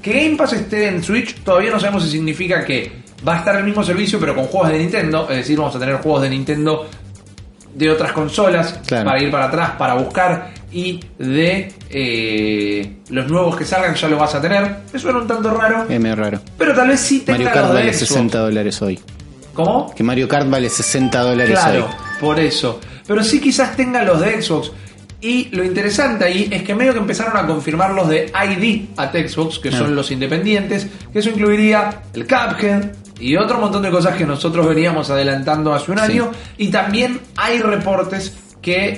[SPEAKER 1] Que Game Pass esté en Switch todavía no sabemos si significa que va a estar el mismo servicio pero con juegos de Nintendo. Es decir, vamos a tener juegos de Nintendo de otras consolas
[SPEAKER 2] Claro.
[SPEAKER 1] para ir para atrás, para buscar y de eh, los nuevos que salgan ya lo vas a tener. Me suena un tanto raro.
[SPEAKER 2] Es medio raro.
[SPEAKER 1] Pero tal vez sí tenga
[SPEAKER 2] Eh, Mario Kart
[SPEAKER 1] los de
[SPEAKER 2] vale
[SPEAKER 1] Xbox.
[SPEAKER 2] 60 dólares hoy.
[SPEAKER 1] ¿Cómo?
[SPEAKER 2] Que Mario Kart vale 60 dólares
[SPEAKER 1] Claro,
[SPEAKER 2] hoy.
[SPEAKER 1] por eso. Pero sí quizás tenga los de Xbox. Y lo interesante ahí es que medio que empezaron a confirmar los de ID a Xbox, que son
[SPEAKER 2] Ah.
[SPEAKER 1] los independientes, que eso incluiría el Cuphead y otro montón de cosas que nosotros veníamos adelantando hace un
[SPEAKER 2] Sí.
[SPEAKER 1] año. Y también hay reportes que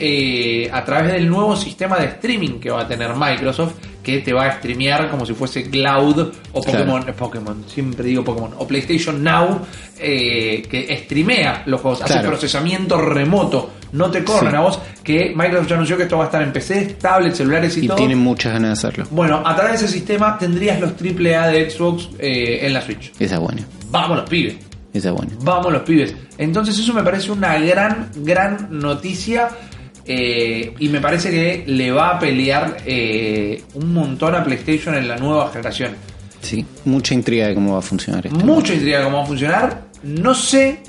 [SPEAKER 1] eh, a través del nuevo sistema de streaming que va a tener Microsoft, que te va a streamear como si fuese Cloud o
[SPEAKER 2] Claro.
[SPEAKER 1] Pokémon, eh, Pokémon, siempre digo Pokémon, o PlayStation Now, eh, que streamea los juegos, hace
[SPEAKER 2] Claro.
[SPEAKER 1] procesamiento remoto, no te corren
[SPEAKER 2] Sí.
[SPEAKER 1] a vos, que Microsoft ya anunció que esto va a estar en PCs, tablets, celulares
[SPEAKER 2] Y
[SPEAKER 1] y, todo.
[SPEAKER 2] tienen muchas ganas de hacerlo.
[SPEAKER 1] Bueno, a través de ese sistema tendrías los AAA de Xbox eh, en la Switch.
[SPEAKER 2] Esa es buena.
[SPEAKER 1] Vamos los pibes.
[SPEAKER 2] Esa es buena.
[SPEAKER 1] Vamos los pibes. Entonces eso me parece una gran, gran noticia. eh, y me parece que le va a pelear eh, un montón a PlayStation en la nueva generación.
[SPEAKER 2] Sí. Mucha intriga de cómo va a funcionar este esto.
[SPEAKER 1] Mucha intriga cómo va a funcionar. No sé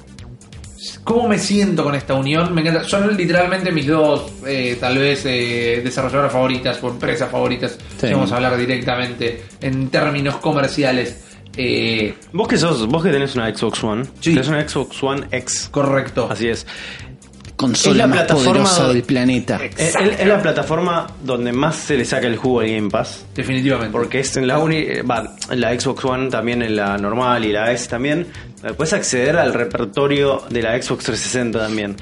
[SPEAKER 1] cómo me siento con esta unión. Me encanta. Son literalmente mis dos, eh, tal vez, eh, desarrolladoras favoritas o empresas favoritas.
[SPEAKER 2] Sí.
[SPEAKER 1] Si vamos a hablar directamente en términos comerciales. Eh,
[SPEAKER 3] Vos que sos, vos que tenés una Xbox One,
[SPEAKER 1] Sí.
[SPEAKER 3] tenés una Xbox One X.
[SPEAKER 1] correcto.
[SPEAKER 3] Así es.
[SPEAKER 2] Consola
[SPEAKER 3] Es la
[SPEAKER 2] más
[SPEAKER 3] plataforma
[SPEAKER 2] poderosa
[SPEAKER 3] donde-
[SPEAKER 2] del planeta.
[SPEAKER 3] Es, Eh, es- es la plataforma donde más se le saca el jugo al Game Pass.
[SPEAKER 1] Definitivamente.
[SPEAKER 3] Porque es en la uni, eh, va, en la Xbox One también, en la normal y la S también. eh, Puedes acceder al repertorio de la Xbox 360 también.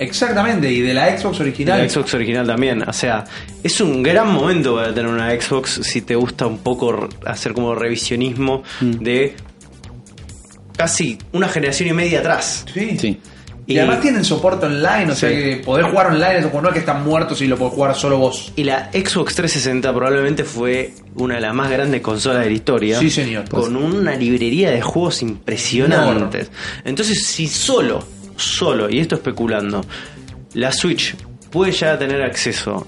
[SPEAKER 1] Exactamente. Y de la Xbox
[SPEAKER 3] De
[SPEAKER 1] original.
[SPEAKER 3] la Xbox original también. O sea, es un gran momento para tener una Xbox si te gusta un poco r- hacer como revisionismo
[SPEAKER 1] Mm.
[SPEAKER 3] de casi una generación y media atrás.
[SPEAKER 1] Sí.
[SPEAKER 2] Sí.
[SPEAKER 1] Y,
[SPEAKER 3] Y-
[SPEAKER 1] además tienen soporte online, o sea
[SPEAKER 3] Sí.
[SPEAKER 1] que podés jugar online, eso no es que están muertos y lo podés jugar solo vos.
[SPEAKER 3] Y la Xbox 360 probablemente fue una de las más grandes consolas de la historia.
[SPEAKER 1] Sí, señor.
[SPEAKER 3] Con una librería de juegos impresionantes. Entonces, si solo, solo, y esto especulando, la Switch puede ya tener acceso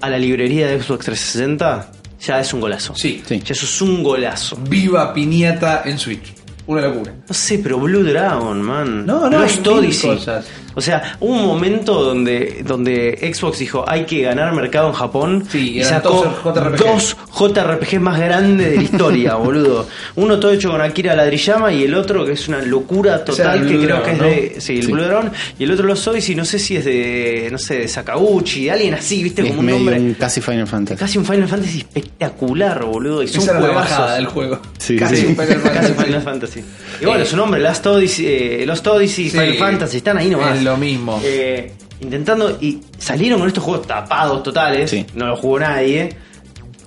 [SPEAKER 3] a la librería de Xbox 360, ya es un golazo.
[SPEAKER 1] Sí.
[SPEAKER 2] Sí.
[SPEAKER 3] Ya eso es un golazo.
[SPEAKER 1] Viva Piñata en Switch. Una locura.
[SPEAKER 3] No sé, pero Blue Dragon, man.
[SPEAKER 1] No, no,
[SPEAKER 3] Lost
[SPEAKER 1] hay mil
[SPEAKER 3] Odyssey.
[SPEAKER 1] cosas.
[SPEAKER 3] O sea, hubo un momento donde, donde Xbox dijo hay que ganar mercado en Japón
[SPEAKER 1] Sí,
[SPEAKER 3] y
[SPEAKER 1] eran
[SPEAKER 3] sacó
[SPEAKER 1] todos JRPG.
[SPEAKER 3] dos JRPG más grandes de la
[SPEAKER 1] (laughs)
[SPEAKER 3] historia, boludo. Uno todo hecho con Akira Ladriyama y el otro que es una locura
[SPEAKER 1] O sea,
[SPEAKER 3] total
[SPEAKER 1] el
[SPEAKER 3] que
[SPEAKER 1] Blue
[SPEAKER 3] creo que es
[SPEAKER 1] Dragon,
[SPEAKER 3] de. Sí, el
[SPEAKER 2] Sí.
[SPEAKER 3] Blue Dragon y el otro los Odyssey, no sé si es de. no sé, de Sakaguchi, de alguien así, viste,
[SPEAKER 2] Es
[SPEAKER 3] como un
[SPEAKER 2] medio
[SPEAKER 3] nombre.
[SPEAKER 2] un casi Final Fantasy.
[SPEAKER 3] Casi un Final Fantasy espectacular, boludo. Y son
[SPEAKER 1] Esa era la
[SPEAKER 3] juegazos.
[SPEAKER 1] bajada del juego.
[SPEAKER 2] Sí,
[SPEAKER 1] Casi
[SPEAKER 2] sí.
[SPEAKER 1] un
[SPEAKER 3] (laughs)
[SPEAKER 1] Final
[SPEAKER 3] Casi
[SPEAKER 1] Fantasy.
[SPEAKER 3] Final Fantasy. Y bueno, su nombre, Last Odyssey, eh, Lost Odyssey y
[SPEAKER 1] Sí,
[SPEAKER 3] Final Fantasy, están ahí nomás.
[SPEAKER 1] es lo mismo.
[SPEAKER 3] Eh, intentando, y salieron con estos juegos tapados totales,
[SPEAKER 2] Sí.
[SPEAKER 3] no los jugó nadie,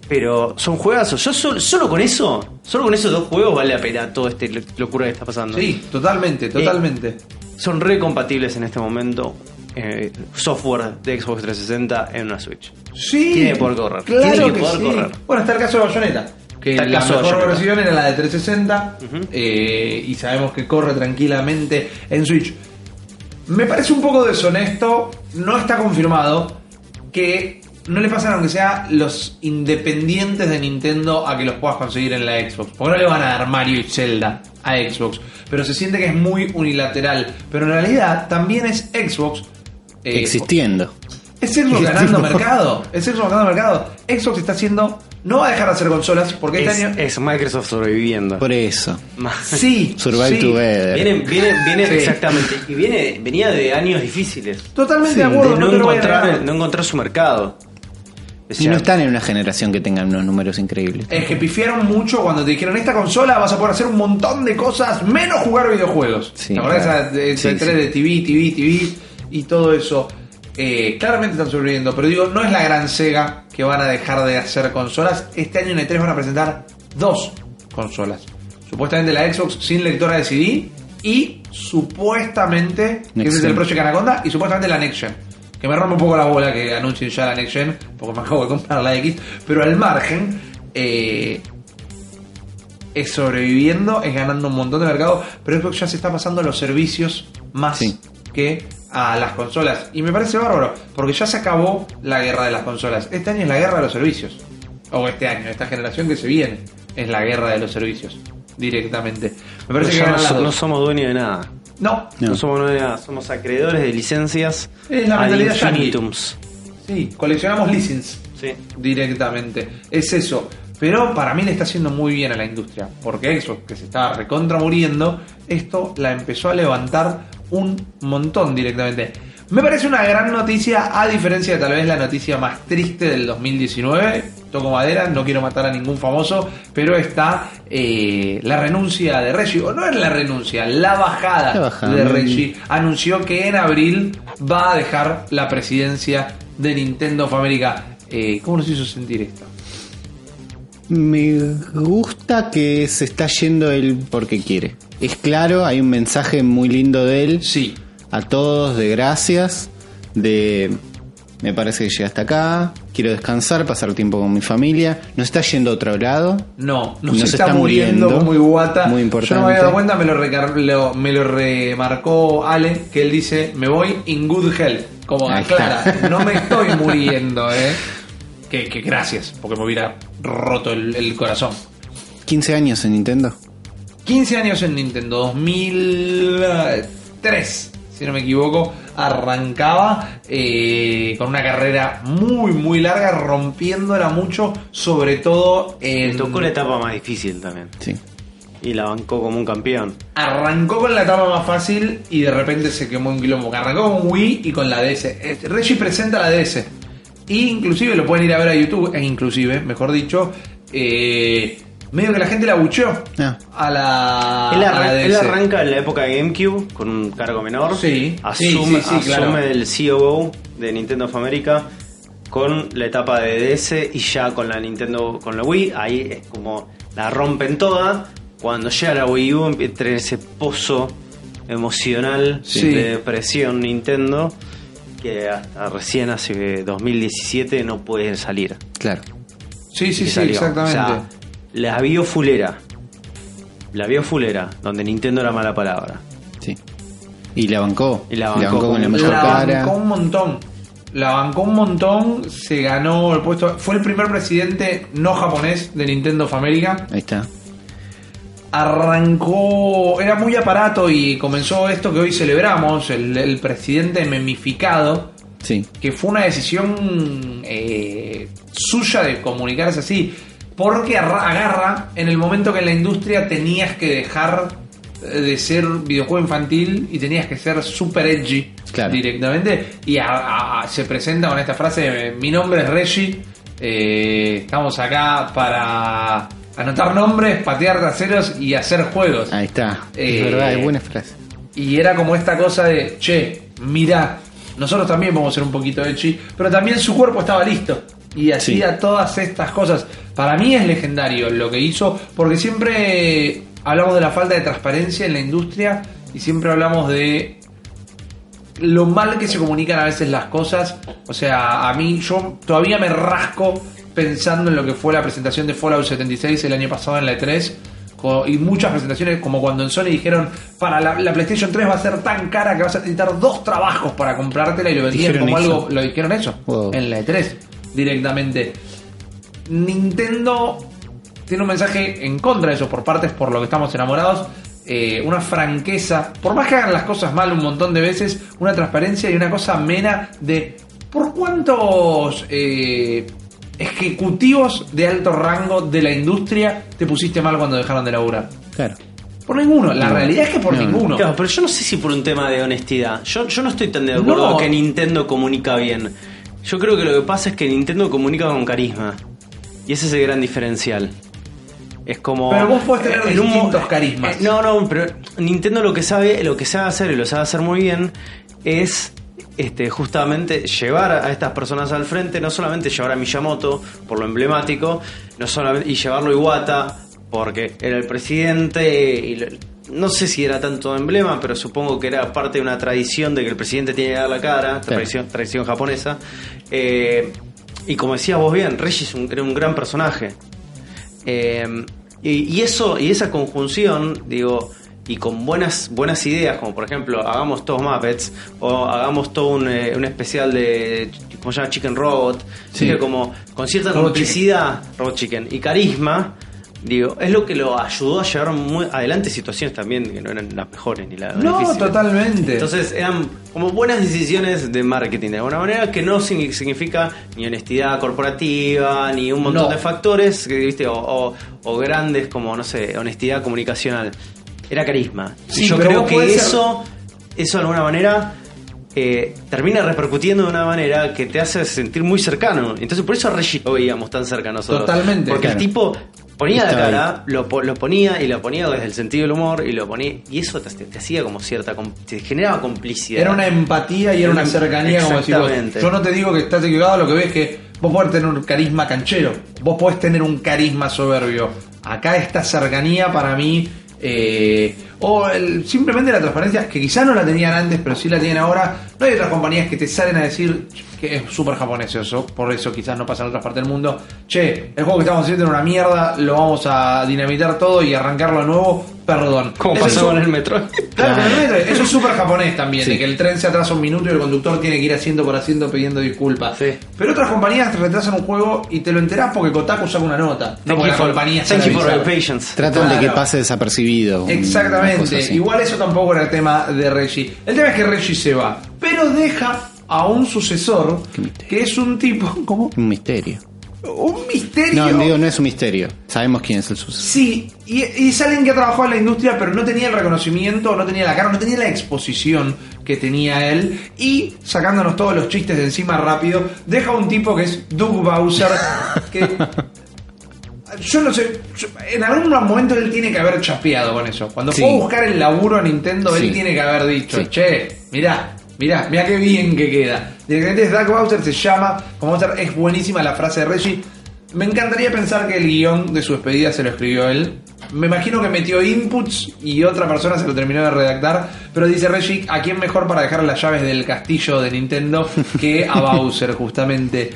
[SPEAKER 3] pero son juegazos. Yo solo, solo con eso, solo con esos dos juegos vale la pena toda esta locura que está pasando.
[SPEAKER 1] Sí,
[SPEAKER 3] eh,
[SPEAKER 1] totalmente, totalmente.
[SPEAKER 3] Son re compatibles en este momento eh, software de Xbox 360 en una Switch.
[SPEAKER 1] Sí.
[SPEAKER 3] Tiene que poder correr.
[SPEAKER 1] Claro
[SPEAKER 3] Tiene que
[SPEAKER 1] que
[SPEAKER 3] poder
[SPEAKER 1] sí.
[SPEAKER 3] correr.
[SPEAKER 1] Bueno, está el caso de Bayonetta. Que
[SPEAKER 3] Está el
[SPEAKER 1] la
[SPEAKER 3] caso de
[SPEAKER 1] mejor
[SPEAKER 3] Bayonetta.
[SPEAKER 1] versión era la de 360.
[SPEAKER 3] Ujú.
[SPEAKER 1] eh, y sabemos que corre tranquilamente en Switch. Me parece un poco deshonesto, no está confirmado, que no le pasan aunque sea los independientes de Nintendo a que los puedas conseguir en la Xbox. Porque no le van a dar Mario y Zelda a Xbox. Pero se siente que es muy unilateral. Pero en realidad también es Xbox. eh,
[SPEAKER 2] Existiendo.
[SPEAKER 1] es Xbox ganando mercado. (laughs) Es Xbox ganando mercado. Xbox está haciendo. No va a dejar de hacer consolas porque
[SPEAKER 3] Es,
[SPEAKER 1] este año.
[SPEAKER 3] es Microsoft sobreviviendo.
[SPEAKER 2] Por eso.
[SPEAKER 3] Más-
[SPEAKER 1] Sí.
[SPEAKER 2] (laughs) Survive
[SPEAKER 1] sí.
[SPEAKER 2] Together.
[SPEAKER 3] Viene, viene, viene
[SPEAKER 1] Eh, Sí.
[SPEAKER 3] exactamente. Y viene, venía de años difíciles.
[SPEAKER 1] Totalmente
[SPEAKER 2] Sí,
[SPEAKER 1] de
[SPEAKER 3] De
[SPEAKER 1] acuerdo.
[SPEAKER 3] no,
[SPEAKER 1] no te lo voy a
[SPEAKER 3] encontrar,
[SPEAKER 1] negar.
[SPEAKER 3] no encontrar su mercado. O
[SPEAKER 2] y
[SPEAKER 3] sea,
[SPEAKER 2] no están en una generación que tengan unos números increíbles.
[SPEAKER 3] Eh.
[SPEAKER 1] Es que pifiaron mucho cuando te dijeron esta consola vas a poder hacer un montón de cosas menos jugar videojuegos.
[SPEAKER 2] Sí,
[SPEAKER 1] la verdad
[SPEAKER 2] claro.
[SPEAKER 1] esa, esa
[SPEAKER 2] Sí,
[SPEAKER 1] E3
[SPEAKER 2] sí.
[SPEAKER 1] de TV, TV, TV y todo eso. eh, claramente están sobreviviendo, pero digo, no es la gran Sega que van a dejar de hacer consolas. Este año en E3 van a presentar dos consolas. Supuestamente la Xbox sin lectora de CD y supuestamente, que
[SPEAKER 2] Next
[SPEAKER 1] ese es el
[SPEAKER 2] Gen.
[SPEAKER 1] Project Anaconda, y supuestamente la Next Gen. Que me rompe un poco la bola que anuncien ya la Next Gen, porque me acabo de comprar la X, pero al margen, eh, es sobreviviendo, es ganando un montón de mercado, pero Xbox ya se está pasando a los servicios más
[SPEAKER 2] Sí.
[SPEAKER 1] que a las consolas. Y me parece bárbaro, porque ya se acabó la guerra de las consolas. Este año es la guerra de los servicios. O este año, esta generación que se viene, es la guerra de los servicios. Directamente. Me parece que
[SPEAKER 3] ya no,
[SPEAKER 1] ganan las
[SPEAKER 3] so- no
[SPEAKER 1] dos.
[SPEAKER 3] somos dueños de nada.
[SPEAKER 1] No,
[SPEAKER 2] No.
[SPEAKER 3] No. somos dueños de nada, somos acreedores de licencias.
[SPEAKER 1] Es la
[SPEAKER 3] ad
[SPEAKER 1] mentalidad yankee.
[SPEAKER 3] infinitums.
[SPEAKER 1] sí, coleccionamos leasings.
[SPEAKER 3] Sí.
[SPEAKER 1] directamente. Es eso. Pero para mí le está haciendo muy bien a la industria. Porque Xbox, que se estaba recontra muriendo, esto la empezó a levantar un montón directamente. Me parece una gran noticia, a diferencia de tal vez la noticia más triste del 2019. Toco madera, no quiero matar a ningún famoso, pero está eh, la renuncia de Reggie. O no es la renuncia, la bajada,
[SPEAKER 2] La bajada.
[SPEAKER 1] de Reggie. Anunció que en abril va a dejar la presidencia de Nintendo of America. Eh, ¿Cómo nos hizo sentir esto?
[SPEAKER 2] Me gusta que se está yendo él porque quiere. Es claro, hay un mensaje muy lindo de él.
[SPEAKER 1] Sí,
[SPEAKER 2] a todos de gracias, de me parece que llegué hasta acá, quiero descansar, pasar tiempo con mi familia, no está yendo a otro lado,
[SPEAKER 1] No,
[SPEAKER 2] No
[SPEAKER 1] no, se,
[SPEAKER 2] se
[SPEAKER 1] está,
[SPEAKER 2] está
[SPEAKER 1] muriendo
[SPEAKER 2] muriendo.
[SPEAKER 1] como iguata.
[SPEAKER 2] Muy
[SPEAKER 1] Yo no me había dado
[SPEAKER 2] importante.
[SPEAKER 1] cuenta, me lo, recar- lo- me lo remarcó Ale, que él dice, me voy in good health. Como
[SPEAKER 2] Ahí
[SPEAKER 1] aclara,
[SPEAKER 2] (laughs) está.
[SPEAKER 1] no me estoy muriendo, eh. Que, que gracias, porque me hubiera roto el, el corazón.
[SPEAKER 2] 15 años en Nintendo.
[SPEAKER 1] 15 años en Nintendo, 2003, si no me equivoco, arrancaba eh, con una carrera muy, muy larga, rompiéndola mucho, sobre todo en...
[SPEAKER 3] Le tocó la etapa más difícil también.
[SPEAKER 2] Sí.
[SPEAKER 3] Y la bancó como un campeón.
[SPEAKER 1] arrancó con la etapa más fácil y de repente se quemó un quilombo. que Arrancó con Wii y con la DS. Eh, Reggie presenta la DS. Y inclusive lo pueden ir a ver a YouTube, e inclusive, mejor dicho, eh, medio que la gente la bucheó
[SPEAKER 2] Ah.
[SPEAKER 1] a la,
[SPEAKER 3] él, arran-
[SPEAKER 1] a la
[SPEAKER 3] él
[SPEAKER 1] DS.
[SPEAKER 3] arranca en la época de GameCube con un cargo menor.
[SPEAKER 1] Sí.
[SPEAKER 3] Asume,
[SPEAKER 1] Sí, sí, sí, claro.
[SPEAKER 3] asume el COO de Nintendo of America con la etapa de DS y ya con la Nintendo, con la Wii. Ahí es como la rompen toda. Cuando llega la Wii U entra en ese pozo emocional
[SPEAKER 1] Sí.
[SPEAKER 3] de depresión Nintendo que hasta recién hace 2017 no puede salir.
[SPEAKER 2] Claro.
[SPEAKER 1] Sí, sí,
[SPEAKER 3] Y
[SPEAKER 1] sí,
[SPEAKER 3] salió.
[SPEAKER 1] exactamente.
[SPEAKER 3] O sea, la vio fulera. La vio fulera, donde Nintendo era mala palabra.
[SPEAKER 2] Sí. Y la bancó.
[SPEAKER 3] Y la bancó
[SPEAKER 2] con la
[SPEAKER 3] con-
[SPEAKER 2] mejor
[SPEAKER 1] la
[SPEAKER 2] cara.
[SPEAKER 1] bancó un montón. La bancó un montón, se ganó el puesto. Fue el primer presidente no japonés de Nintendo of America.
[SPEAKER 2] Ahí está.
[SPEAKER 1] arrancó, era muy aparato y comenzó esto que hoy celebramos, el, el presidente memificado,
[SPEAKER 2] Sí.
[SPEAKER 1] que fue una decisión eh, suya de comunicarse así, porque arra- agarra en el momento que en la industria tenías que dejar eh, de ser videojuego infantil y tenías que ser super edgy
[SPEAKER 2] Claro.
[SPEAKER 1] directamente y a- a- a- se presenta con esta frase de, mi nombre es Reggie eh, estamos acá para anotar nombres patear traseros y hacer juegos
[SPEAKER 2] Ahí está.
[SPEAKER 1] Eh,
[SPEAKER 2] es verdad, es buena frase.
[SPEAKER 1] y era como esta cosa de, che, mirá, nosotros también vamos a ser un poquito edgy, pero también su cuerpo estaba listo. Y hacía todas estas cosas. Para mí es legendario lo que hizo, porque siempre hablamos de la falta de transparencia en la industria y siempre hablamos de lo mal que se comunican a veces las cosas. O sea, a mí yo todavía me rasco pensando en lo que fue la presentación de Fallout 76 el año pasado en la E3. co- Y muchas presentaciones, como cuando en Sony dijeron, para la, la PlayStation 3 va a ser tan cara que vas a necesitar dos trabajos para comprártela y lo vendían
[SPEAKER 2] Dijeron
[SPEAKER 1] como
[SPEAKER 2] eso.
[SPEAKER 1] algo. Lo dijeron eso
[SPEAKER 2] Wow.
[SPEAKER 1] en la E3 directamente. Nintendo tiene un mensaje en contra de eso por partes, por lo que estamos enamorados. eh, una franqueza, por más que hagan las cosas mal un montón de veces, una transparencia y una cosa amena de por cuántos eh, ejecutivos de alto rango de la industria te pusiste mal cuando dejaron de laburar.
[SPEAKER 2] Claro.
[SPEAKER 1] Por ninguno, la realidad es que por
[SPEAKER 2] No, no.
[SPEAKER 1] ninguno.
[SPEAKER 3] Claro, pero yo no sé si por un tema de honestidad. Yo, yo no estoy tan de acuerdo
[SPEAKER 1] No.
[SPEAKER 3] que Nintendo comunica bien. Yo creo que lo que pasa es que Nintendo comunica con carisma. Y ese es el gran diferencial. Es como.
[SPEAKER 1] Pero vos podés tener
[SPEAKER 3] en un mo-
[SPEAKER 1] distintos carismas.
[SPEAKER 3] Eh, No, no, pero Nintendo lo que sabe, lo que sabe hacer y lo sabe hacer muy bien es este, justamente llevar a estas personas al frente, no solamente llevar a Miyamoto por lo emblemático, no solamente, y llevarlo a Iwata porque era el presidente y lo- no sé si era tanto emblema, pero supongo que era parte de una tradición de que el presidente tiene que dar la cara,
[SPEAKER 2] Sí.
[SPEAKER 3] tradición, tradición japonesa. Eh, y como decías vos bien, Reggie es un- era un gran personaje. Eh, y, y eso, y esa conjunción, digo, y con buenas, buenas ideas, como por ejemplo, hagamos todos Muppets, o hagamos todo un, eh, un especial de como se llama Chicken Robot,
[SPEAKER 1] Sí.
[SPEAKER 3] ¿viste? como con cierta
[SPEAKER 1] Robot
[SPEAKER 3] complicidad, Robot Chicken, y carisma, digo, es lo que lo ayudó a llevar muy adelante situaciones también que no eran las mejores ni las
[SPEAKER 1] No,
[SPEAKER 3] difíciles.
[SPEAKER 1] totalmente.
[SPEAKER 3] Entonces eran como buenas decisiones de marketing de alguna manera que no signi- significa ni honestidad corporativa, ni un montón
[SPEAKER 1] No.
[SPEAKER 3] de factores, que, ¿viste? O, o- o grandes como, no sé, honestidad comunicacional. Era carisma.
[SPEAKER 1] Sí,
[SPEAKER 3] y yo
[SPEAKER 1] pero
[SPEAKER 3] creo
[SPEAKER 1] vos
[SPEAKER 3] que
[SPEAKER 1] podés ser-
[SPEAKER 3] eso, eso de alguna manera eh, termina repercutiendo de una manera que te hace sentir muy cercano. Entonces por eso a Reggie lo veíamos tan cerca nosotros.
[SPEAKER 1] Totalmente,
[SPEAKER 3] Porque
[SPEAKER 2] claro.
[SPEAKER 3] el tipo ponía la
[SPEAKER 2] Estaba ahí.
[SPEAKER 3] cara, lo, po- lo ponía y lo ponía desde el sentido del humor y lo ponía y eso te, te hacía como cierta com- te generaba complicidad
[SPEAKER 1] Era una empatía y era una
[SPEAKER 3] Era-
[SPEAKER 1] cercanía, como decís vos.
[SPEAKER 3] Exactamente.
[SPEAKER 1] Yo no te digo que estás equivocado, lo que ves es que vos podés tener un carisma canchero, vos podés tener un carisma soberbio. Acá esta cercanía para mí, eh, o el- simplemente la transparencia, que quizá no la tenían antes, pero sí la tienen ahora. No hay otras compañías que te salen a decir que es súper japonés eso, por eso quizás no pasa en otras partes del mundo. Che, el juego que estamos haciendo era una mierda, lo vamos a dinamitar todo y arrancarlo de nuevo, perdón.
[SPEAKER 3] como
[SPEAKER 1] Eso es
[SPEAKER 3] pasó
[SPEAKER 1] un-
[SPEAKER 3] con el metro
[SPEAKER 1] Claro, pero eso es súper japonés también,
[SPEAKER 2] Sí.
[SPEAKER 1] de que el tren se atrasa un minuto y el conductor tiene que ir haciendo por haciendo pidiendo disculpas.
[SPEAKER 3] Sí.
[SPEAKER 1] Pero otras compañías te retrasan un juego y te lo enterás porque Kotaku saca una nota. No porque la compañía
[SPEAKER 3] thank you
[SPEAKER 1] sale
[SPEAKER 3] for
[SPEAKER 1] avisada.
[SPEAKER 3] your patience
[SPEAKER 2] Tratan de
[SPEAKER 1] Claro.
[SPEAKER 2] que pase desapercibido. una cosa
[SPEAKER 1] Exactamente.
[SPEAKER 2] así.
[SPEAKER 1] Igual eso tampoco era el tema de Reggie. El tema es que Reggie se va, pero deja a un sucesor que es un tipo como
[SPEAKER 2] Un misterio.
[SPEAKER 1] un misterio.
[SPEAKER 2] No, digo, no es un misterio. Sabemos quién es el sucesor.
[SPEAKER 1] Sí, y, y es alguien que ha trabajado en la industria, pero no tenía el reconocimiento, no tenía la cara, no tenía la exposición que tenía él. Y sacándonos todos los chistes de encima rápido, deja un tipo que es Doug
[SPEAKER 2] (laughs)
[SPEAKER 1] Bowser, que. Yo no sé, yo- en algún momento él tiene que haber chaspeado con eso. Cuando
[SPEAKER 2] Sí.
[SPEAKER 1] fue a buscar el laburo a Nintendo, él
[SPEAKER 2] Sí.
[SPEAKER 1] tiene que haber dicho,
[SPEAKER 2] Sí.
[SPEAKER 1] che, mirá, mirá, mirá qué bien que queda. Directamente es Doug Bowser, se llama, como Bowser, es buenísima la frase de Reggie. Me encantaría pensar que el guión de su despedida se lo escribió él. Me imagino que metió inputs y otra persona se lo terminó de redactar. Pero dice Reggie, ¿a quién mejor para dejar las llaves del castillo de Nintendo que a Bowser, justamente?